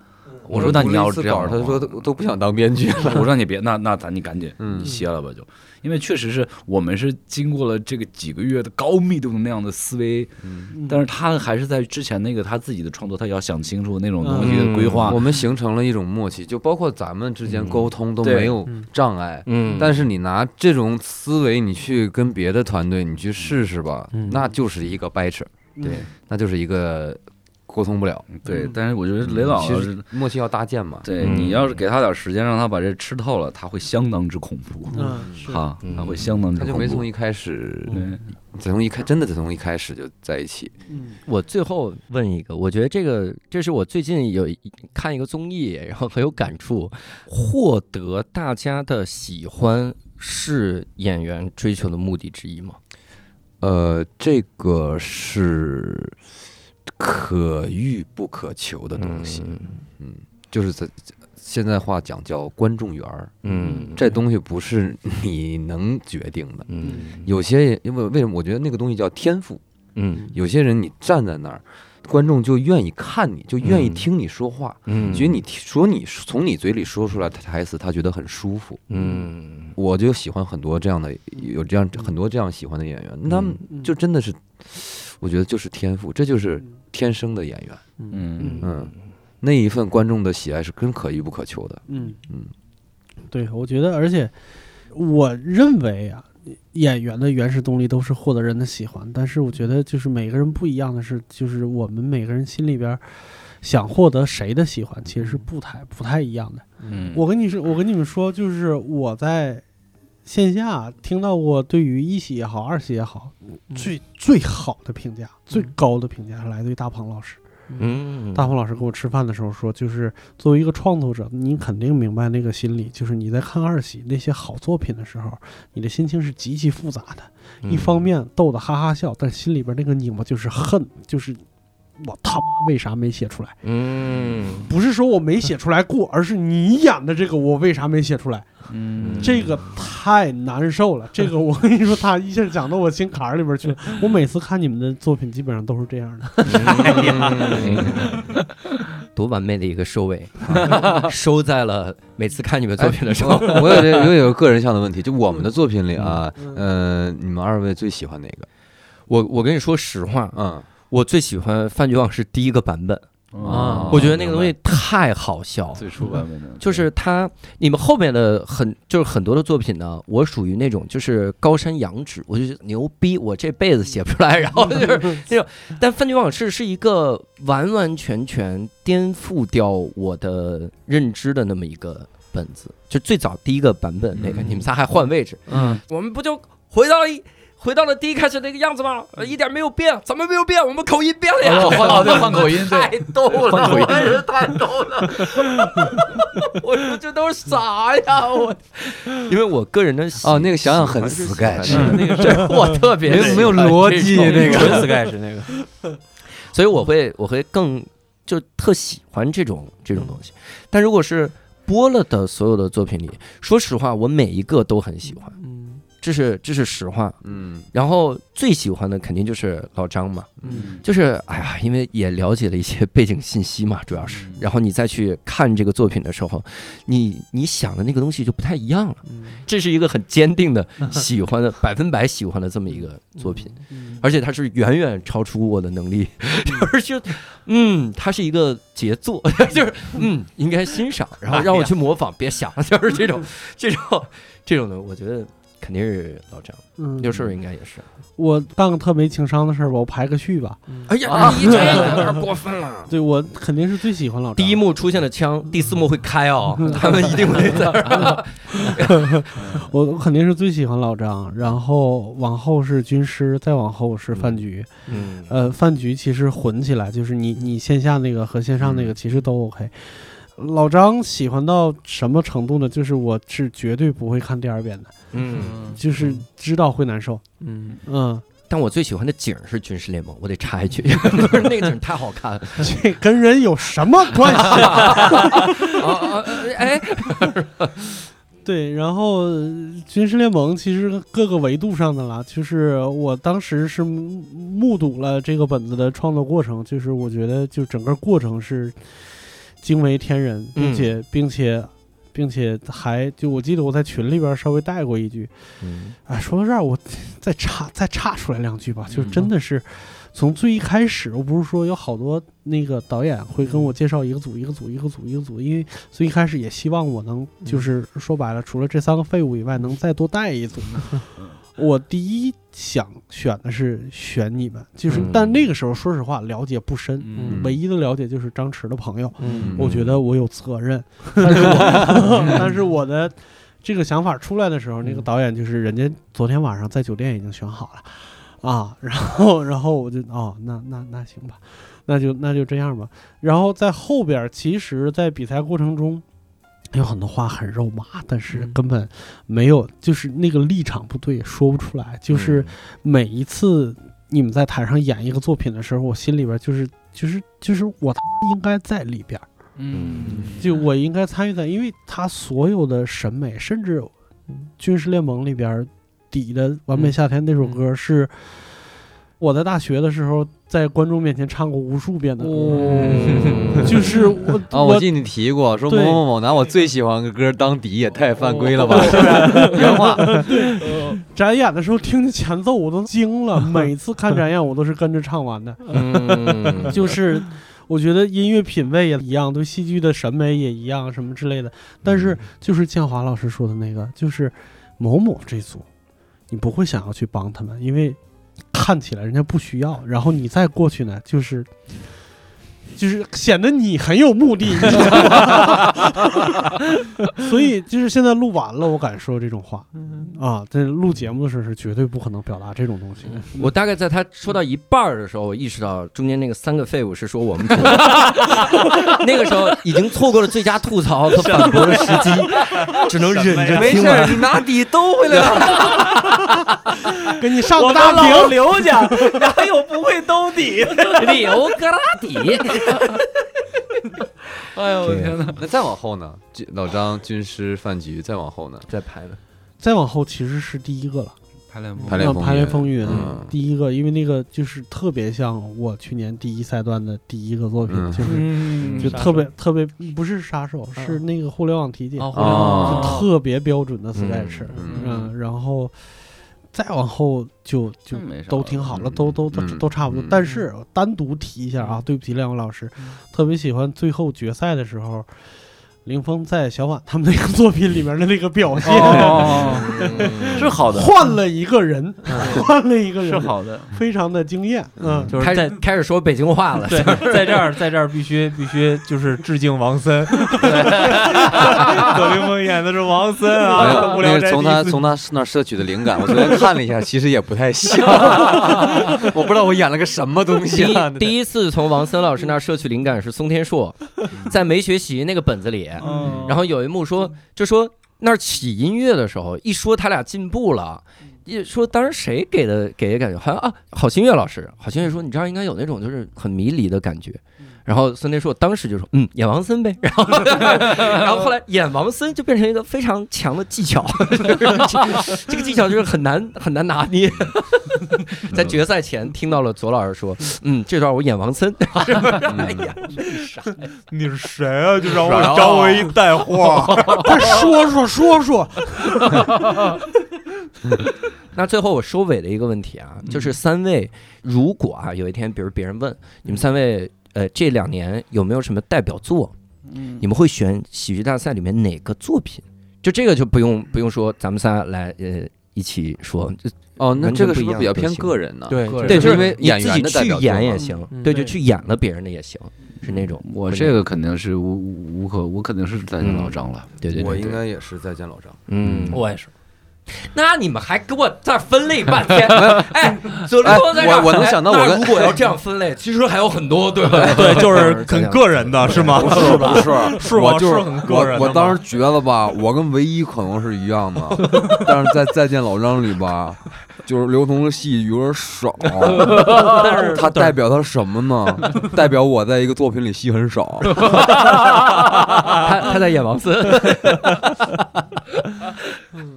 Speaker 8: 我说那你要是这样的话，
Speaker 7: 他说都都不想当编 剧了。
Speaker 8: 我让你别，那那咱你赶紧
Speaker 7: 嗯
Speaker 8: 你歇了吧，就，因为确实是我们是经过了这个几个月的高密度能量的思维，
Speaker 4: 嗯
Speaker 8: 但是他还是在之前那个他自己的创作，他要想清楚那种东西
Speaker 1: 嗯
Speaker 8: 的规划
Speaker 7: 我，们形成了一种默契，就包括咱们之间沟通都
Speaker 8: 嗯对
Speaker 7: 没有障碍。
Speaker 1: 嗯，
Speaker 7: 但
Speaker 1: 是
Speaker 7: 是你拿这种思维，你去跟别的团队，你去试试吧，
Speaker 6: 嗯
Speaker 7: 那就是一个掰扯，
Speaker 8: 对
Speaker 7: 那就是一个沟通不了。
Speaker 8: 对
Speaker 4: 嗯，
Speaker 8: 但是我觉得雷老
Speaker 7: 其
Speaker 8: 师
Speaker 7: 实。默契要搭建嘛。
Speaker 8: 对
Speaker 1: 嗯
Speaker 8: 你要是给他点时间，让他把这吃透了，他会相当之恐怖，
Speaker 4: 嗯是
Speaker 8: 啊
Speaker 1: 嗯，
Speaker 8: 他会相当之
Speaker 7: 他
Speaker 8: 恐
Speaker 7: 就
Speaker 8: 怖。
Speaker 7: 没从一开始，
Speaker 8: 对
Speaker 7: 从一开真的从一开始就在一起。
Speaker 4: 嗯
Speaker 1: 我最后问一个，我觉得这个这是我最近有一看一个综艺，然后很有感触，获得大家的喜欢是演员追求的目的之一吗？
Speaker 7: 呃，这个是可遇不可求的东西，嗯，就是在现在话讲叫观众缘儿，
Speaker 1: 嗯，
Speaker 7: 这东西不是你能决定的。
Speaker 1: 嗯
Speaker 7: 有些因为为什么？我觉得那个东西叫天赋。
Speaker 1: 嗯
Speaker 7: 有些人你站在那儿，观众就愿意看你，就愿意
Speaker 1: 嗯
Speaker 7: 听你说话，
Speaker 1: 嗯
Speaker 7: 觉得你提说你从你嘴里说出来的台词，他觉得很舒服。
Speaker 1: 嗯
Speaker 7: 我就喜欢很多这样的，有这样很多这样喜欢的演员，那他们
Speaker 4: 嗯
Speaker 7: 就真的是，我觉得就是天赋，这就是天生的演员。
Speaker 8: 嗯
Speaker 7: 嗯，那一份观众的喜爱是更可遇不可求的。
Speaker 4: 嗯
Speaker 7: 嗯，
Speaker 4: 对，我觉得，而且我认为啊，演员的原始动力都是获得人的喜欢，但是我觉得就是每个人不一样的是，就是我们每个人心里边儿想获得谁的喜欢，其实是不太不太一样的。
Speaker 8: 嗯
Speaker 4: 我跟你说，我跟你们说，就是我在线下听到过对于一喜也好，二喜也好，最最好的评价，最高的评价是来自于大鹏老师。
Speaker 1: 嗯
Speaker 4: 大鹏老师跟我吃饭的时候说，就是作为一个创作者，你肯定明白那个心理，就是你在看二喜那些好作品的时候，你的心情是极其复杂的。一方面逗得哈哈笑，但心里边那个拧巴就是恨，就是我他妈为啥没写出来？
Speaker 1: 嗯
Speaker 4: 不是说我没写出来过， 而是你演的这个我为啥没写出来？
Speaker 8: 嗯
Speaker 4: 这个太难受了，这个我跟你说，他一下讲到我心坎儿里边去了。我每次看你们的作品，基本上都是这样的。
Speaker 1: 多完美的一个收尾，收在了每次看你们作品的时候。
Speaker 7: 我我有这我有个人向的问题，就我们的作品里啊，
Speaker 4: 嗯
Speaker 7: 呃，你们二位最喜欢哪个？
Speaker 1: 我我跟你说实话，
Speaker 7: 嗯
Speaker 1: 我最喜欢《饭局往事》第一个版本，
Speaker 7: 啊
Speaker 1: 我觉得那个东西太好笑了。
Speaker 8: 哦最初版本的
Speaker 1: 就是他，你们后面的很就是很多的作品呢，我属于那种就是高山仰止，我就觉得牛逼，我这辈子写不出来，然后就是那种。但《饭局往事》是一个完完全全颠覆掉我的认知的那么一个本子，就最早第一个版本那个，
Speaker 8: 嗯
Speaker 1: 你们仨还换位置，
Speaker 8: 嗯，
Speaker 1: 我们不就回到了一。回到了第一开始那个样子吗？呃一点没有变，怎么没有变？我们口音变了呀！
Speaker 8: 哦换哦对换口音对
Speaker 1: 太逗了，
Speaker 8: 换口音
Speaker 1: 我也是太逗了。 我说这都是啥呀？我因为我个人的喜
Speaker 7: 哦，那个想想
Speaker 1: 喜
Speaker 7: 很
Speaker 1: 欢是喜
Speaker 7: sketch，
Speaker 1: 欢
Speaker 6: 嗯那个
Speaker 1: 这是我特别
Speaker 7: 没有
Speaker 1: 喜欢
Speaker 7: 没有逻辑
Speaker 1: 这种
Speaker 7: 那个
Speaker 6: 纯 sketch 那个，
Speaker 1: 所以我会我会更就特喜欢这种这种东西。但如果是播了的所有的作品里，说实话，我每一个都很喜欢，
Speaker 4: 嗯
Speaker 1: 这是这是实话。
Speaker 7: 嗯
Speaker 1: 然后最喜欢的肯定就是老张嘛，
Speaker 4: 嗯
Speaker 1: 就是哎呀，因为也了解了一些背景信息嘛，主要是，然后你再去看这个作品的时候，你你想的那个东西就不太一样了。
Speaker 4: 嗯，
Speaker 1: 这是一个很坚定 的喜欢的百分百喜欢的这么一个作品，
Speaker 4: 嗯
Speaker 1: 而且它是远远超出我的能力， 就是就嗯，它是一个杰作， 就是嗯应该欣赏，然
Speaker 4: 哎
Speaker 1: 后让我去模仿，别想，就是这
Speaker 4: 嗯
Speaker 1: 种这种这种的，我觉得肯定是老张，
Speaker 4: 嗯，
Speaker 1: 六兽应该也是。
Speaker 4: 我干个特没情商的事儿吧，我排个序吧。
Speaker 1: 哎呀，
Speaker 4: 啊
Speaker 1: 你这有 点过分了。
Speaker 4: 对我肯定是最喜欢老张
Speaker 1: 第一幕出现了枪，第四幕会开哦，
Speaker 4: 嗯
Speaker 1: 他们一定会在这 儿。
Speaker 4: 我我肯定是最喜欢老张，然后往后是军师，再往后是饭局。
Speaker 1: 嗯
Speaker 4: 呃，饭局其实混起来就是你你线下那个和线
Speaker 1: 嗯
Speaker 4: 上那个其实都 OK。老张喜欢到什么程度呢？就是我是绝对不会看第二遍的，
Speaker 1: 嗯，
Speaker 4: 就是知道会难受。
Speaker 6: 嗯，
Speaker 4: 嗯，
Speaker 1: 但我最喜欢的景儿是《军事联盟》，我得插一句， 就是那个景儿太好看了。
Speaker 4: 这跟人有什么关系？
Speaker 1: 啊啊哎，
Speaker 4: 对，然后呃军事联盟其实各个维度上的啦，就是我当时是目目睹了这个本子的创作过程，就是我觉得就整个过程是惊为天人，并且、并且并且还就我记得我在群里边稍微带过一句，哎，说到这儿我再插再插出来两句吧，就是真的是。从最一开始，我不是说有好多那个导演会跟我介绍一个组一个组一个组一个组，因为所以一开始也希望我能，就是说白了，除了这三个废物以外，能再多带一组。我第一想选的是选你们，就是
Speaker 1: 嗯
Speaker 4: 但那个时候说实话了解不深，
Speaker 8: 嗯
Speaker 4: 唯一的了解就是张弛的朋友，
Speaker 6: 嗯
Speaker 4: 我觉得我有责任，但是我但是我的。这个想法出来的时候，那个导演就是人家昨天晚上在酒店已经选好了，啊，然后然后我就哦，那那那行吧，那就那就这样吧。然后在后边儿，其实，在比赛过程中，有很多话很肉麻，但是根本没有，就是那个立场不对，说不出来。
Speaker 7: 嗯
Speaker 4: 就是每一次你们在台上演一个作品的时候，我心里边就是就是就是我他 妈应该在里边儿，
Speaker 8: 嗯
Speaker 4: 就我应该参与在，因为他所有的审美，甚至《嗯军事联盟》里边儿底的《完美夏天》那首歌是。我在大学的时候，在观众面前唱过无数遍的歌，
Speaker 1: 嗯
Speaker 4: 哦就是我、
Speaker 7: 啊，我
Speaker 4: 我
Speaker 7: 记得你提过，说某
Speaker 4: 对
Speaker 7: 某某拿我最喜欢的歌当底，也太犯 规了吧？原话，
Speaker 4: 展演的时候听着前奏我都惊了，每次看展演我都是跟着唱完的，
Speaker 1: 嗯，
Speaker 4: 就是我觉得音乐品味也一样，对戏剧的审美也一样，什么之类的。但是就是建华老师说的那个，就是某某这组，你不会想要去帮他们，因为看起来人家不需要，然后你再过去呢，就是。就是显得你很有目的，你知道吗 所以就是现在录完了，我敢说这种话啊！这录节目的时候是绝对不可能表达这种东西的。
Speaker 1: 我大概在他说到一半儿的时候，我意识到中间那个三个废物是说我们组， 那个时候已经错过了最佳吐槽和反驳的时机，只能忍着
Speaker 7: 没
Speaker 1: 听
Speaker 7: 事
Speaker 1: 完
Speaker 7: 儿，。你拿底 兜回来了。
Speaker 4: 给你上
Speaker 6: 嗯我
Speaker 4: 个
Speaker 6: 大
Speaker 4: 大屏，
Speaker 6: 老刘家哪有不会兜底的？
Speaker 1: 刘格拉底，
Speaker 8: 哎呦我天哪！
Speaker 7: 那再往后呢？这老张军师饭局，再往后呢？
Speaker 1: 在拍呢，
Speaker 4: 再往后其实是第一个了，
Speaker 8: 排练
Speaker 7: 排练
Speaker 4: 呃
Speaker 7: 风
Speaker 4: 排
Speaker 7: 云
Speaker 4: 练风云、
Speaker 7: 嗯
Speaker 4: 第一个，因为那个就是特别像我去年第一赛段的第一个作品，
Speaker 7: 嗯
Speaker 4: 就是
Speaker 6: 嗯
Speaker 4: 就特别特别不是杀手，
Speaker 6: 嗯
Speaker 4: 是那个互联网体检，
Speaker 1: 啊
Speaker 4: 就
Speaker 1: 互联网
Speaker 7: 哦
Speaker 4: 特别标准的 sketch，
Speaker 7: 嗯
Speaker 4: 嗯然后再往后就就
Speaker 8: 真没啥
Speaker 4: 都挺好了，
Speaker 7: 嗯
Speaker 4: 都都都
Speaker 7: 嗯
Speaker 4: 都差不多
Speaker 7: 嗯。
Speaker 4: 但是我单独提一下啊，对不起，亮勇老师，
Speaker 8: 嗯
Speaker 4: 特别喜欢最后决赛的时候，林峰在小婉他们那个作品里面的那个表现。
Speaker 8: 哦，是好的，
Speaker 4: 换了一个人，换了一个人，
Speaker 8: 是好的，
Speaker 4: 非常的惊艳。嗯，
Speaker 6: 就是
Speaker 1: 开
Speaker 6: 在
Speaker 1: 始开始说北京话了，
Speaker 6: 对，在这儿，在这儿必须必须就是致敬王森。左凌峰演的是王森
Speaker 7: 没
Speaker 6: 啊，
Speaker 7: 有，
Speaker 6: 无
Speaker 7: 那
Speaker 6: 聊
Speaker 7: 是
Speaker 6: 斋
Speaker 7: 从
Speaker 6: 第一
Speaker 7: 他
Speaker 6: 次
Speaker 7: 从他那儿摄取的灵感。我昨天看了一下，其实也不太 像，我不知道我演了个什么东西
Speaker 1: 第
Speaker 7: 啊。
Speaker 1: 一第一次从王森老师那儿摄取灵感是松天硕，在没学习那个本子里，
Speaker 6: 嗯
Speaker 1: 然后有一幕说，就说那儿起音乐的时候，一说他俩进步了。一说当时谁给的给的感觉，好像啊，郝星月老师，郝星月说你这样应该有那种就是很迷离的感觉，然后孙天硕当时就说嗯演王森呗， 然后然后后来演王森就变成一个非常强的技巧， 这这个技巧就是很难很难拿捏， 在决赛前听到了左老师说嗯这段我演王森， 哎呀
Speaker 6: 你是谁啊？就让
Speaker 7: 然
Speaker 6: 我
Speaker 7: 后
Speaker 4: 哦
Speaker 6: 找我一带 货。
Speaker 4: 嗯快说说说说，
Speaker 1: 那最后我收尾的一个问题啊，就是三位如果啊有一天，比如别人问你们三位，呃，这两年有没有什么代表作？
Speaker 8: 嗯
Speaker 1: 你们会选喜剧大赛里面哪个作品？就这个就不用不用说，咱们仨来呃一起说，就
Speaker 7: 哦，那
Speaker 1: 完全
Speaker 7: 这个
Speaker 1: 不
Speaker 7: 是
Speaker 1: 一样
Speaker 7: 不是比较
Speaker 1: 就
Speaker 7: 偏
Speaker 1: 行
Speaker 7: 个人呢？，
Speaker 6: 对
Speaker 1: 对，
Speaker 7: 就是
Speaker 1: 就
Speaker 7: 因为
Speaker 1: 你
Speaker 7: 演
Speaker 1: 自
Speaker 7: 员
Speaker 1: 己
Speaker 7: 的代
Speaker 1: 去
Speaker 7: 表作
Speaker 1: 演也
Speaker 7: 嘛
Speaker 1: 行，
Speaker 6: 嗯
Speaker 1: 对，就
Speaker 4: 对
Speaker 1: 去演了别人的也行，是那种。
Speaker 8: 我这个肯定是无无无可，我肯定是在
Speaker 1: 嗯
Speaker 8: 老张了。
Speaker 1: 对对
Speaker 7: 我
Speaker 1: 对，
Speaker 7: 应该也是再见老张。
Speaker 1: 嗯，
Speaker 6: 我也是，
Speaker 1: 那你们还给我这儿分类半天， 哎，左立
Speaker 7: 哎
Speaker 1: 东在这儿，
Speaker 7: 我我能想到
Speaker 1: 哎
Speaker 7: 我
Speaker 1: 那
Speaker 7: 跟
Speaker 1: 如果要这样分类，其实还有很多，对吧？
Speaker 6: 对，就是很个人的啊是吗？
Speaker 7: 是吧？是
Speaker 6: 是
Speaker 7: 我
Speaker 6: 吗
Speaker 7: 就是
Speaker 6: 很个人的
Speaker 7: 我。我当
Speaker 6: 吗
Speaker 7: 时觉得吧，我跟唯一可能是一样的， 但是在《再见老张》里吧，就是刘同的戏有点 少，但是他代表他什么呢？ 代表我在一个作品里戏很 少。
Speaker 1: 他他在演王 森。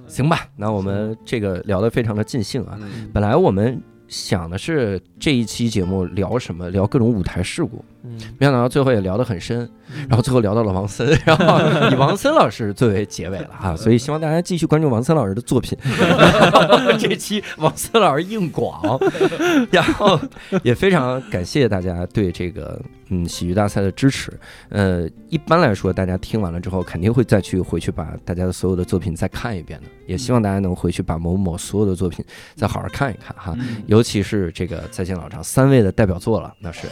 Speaker 1: 行吧，那我们这个聊得非常的尽兴啊。
Speaker 7: 嗯
Speaker 1: 本来我们想的是这一期节目聊什么，聊各种舞台事故，没想到最后也聊得很深，然后最后聊到了王森，然后以王森老师作为结尾了啊。所以希望大家继续关注王森老师的作品。嗯 这期王森老师硬广， 然后也非常感谢大家对这个嗯喜剧大赛的支持。呃，一般来说，大家听完了之后，肯定会再去回去把大家的所有的作品再看一遍的。也希望大家能回去把某某所有的作品再好好看一看哈，尤其是这个《再见老张》三位的代表作了，那是。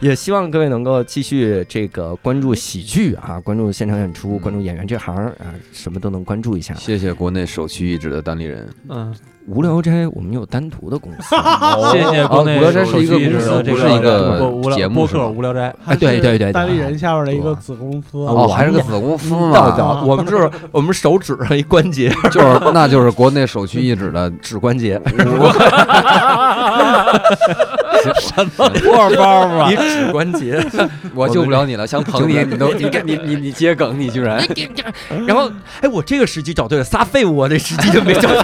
Speaker 1: 也希望各位能够继续这个关注喜剧啊，关注现场演出，关注演员这行啊，什么都能关注一下。
Speaker 7: 谢谢国内首屈一指的单立人，
Speaker 6: 嗯，
Speaker 1: 无聊斋我们有单独的公司，
Speaker 6: 谢谢国内
Speaker 7: 啊无聊斋是一个
Speaker 6: 手机
Speaker 7: 公司
Speaker 6: 的这
Speaker 7: 不是一个
Speaker 6: 不无
Speaker 7: 节
Speaker 6: 聊
Speaker 7: 目
Speaker 6: 播
Speaker 7: 是吧
Speaker 6: 客无 聊 斋，
Speaker 4: 还是
Speaker 1: 啊对对对
Speaker 4: 单立人下边的一个子公司，啊
Speaker 7: 哦，还是个子公司
Speaker 1: 道
Speaker 7: 嘛，
Speaker 1: 道，我们是我们手指上一关节，
Speaker 7: 就是那就是国内首屈一指的。
Speaker 1: 指关节，
Speaker 6: 多少包
Speaker 7: 啊
Speaker 6: 嘛
Speaker 1: 一？指关节。
Speaker 7: 我救不了你了， 想捧你，你都你你你你接梗，你居然
Speaker 1: 然后，哎，我这个时机找对了，仨废物啊，这时机就没找对，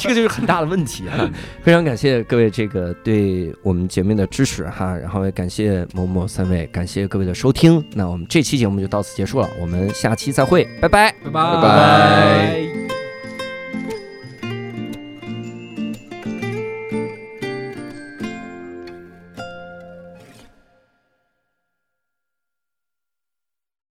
Speaker 1: 这个就是很大的问题啊！ 非常感谢各位这个对我们节目的支持哈，然后也感谢某某三位，感谢各位的收听。那我们这期节目就到此结束了，我们下期再会，拜拜。
Speaker 8: 拜
Speaker 7: 拜拜。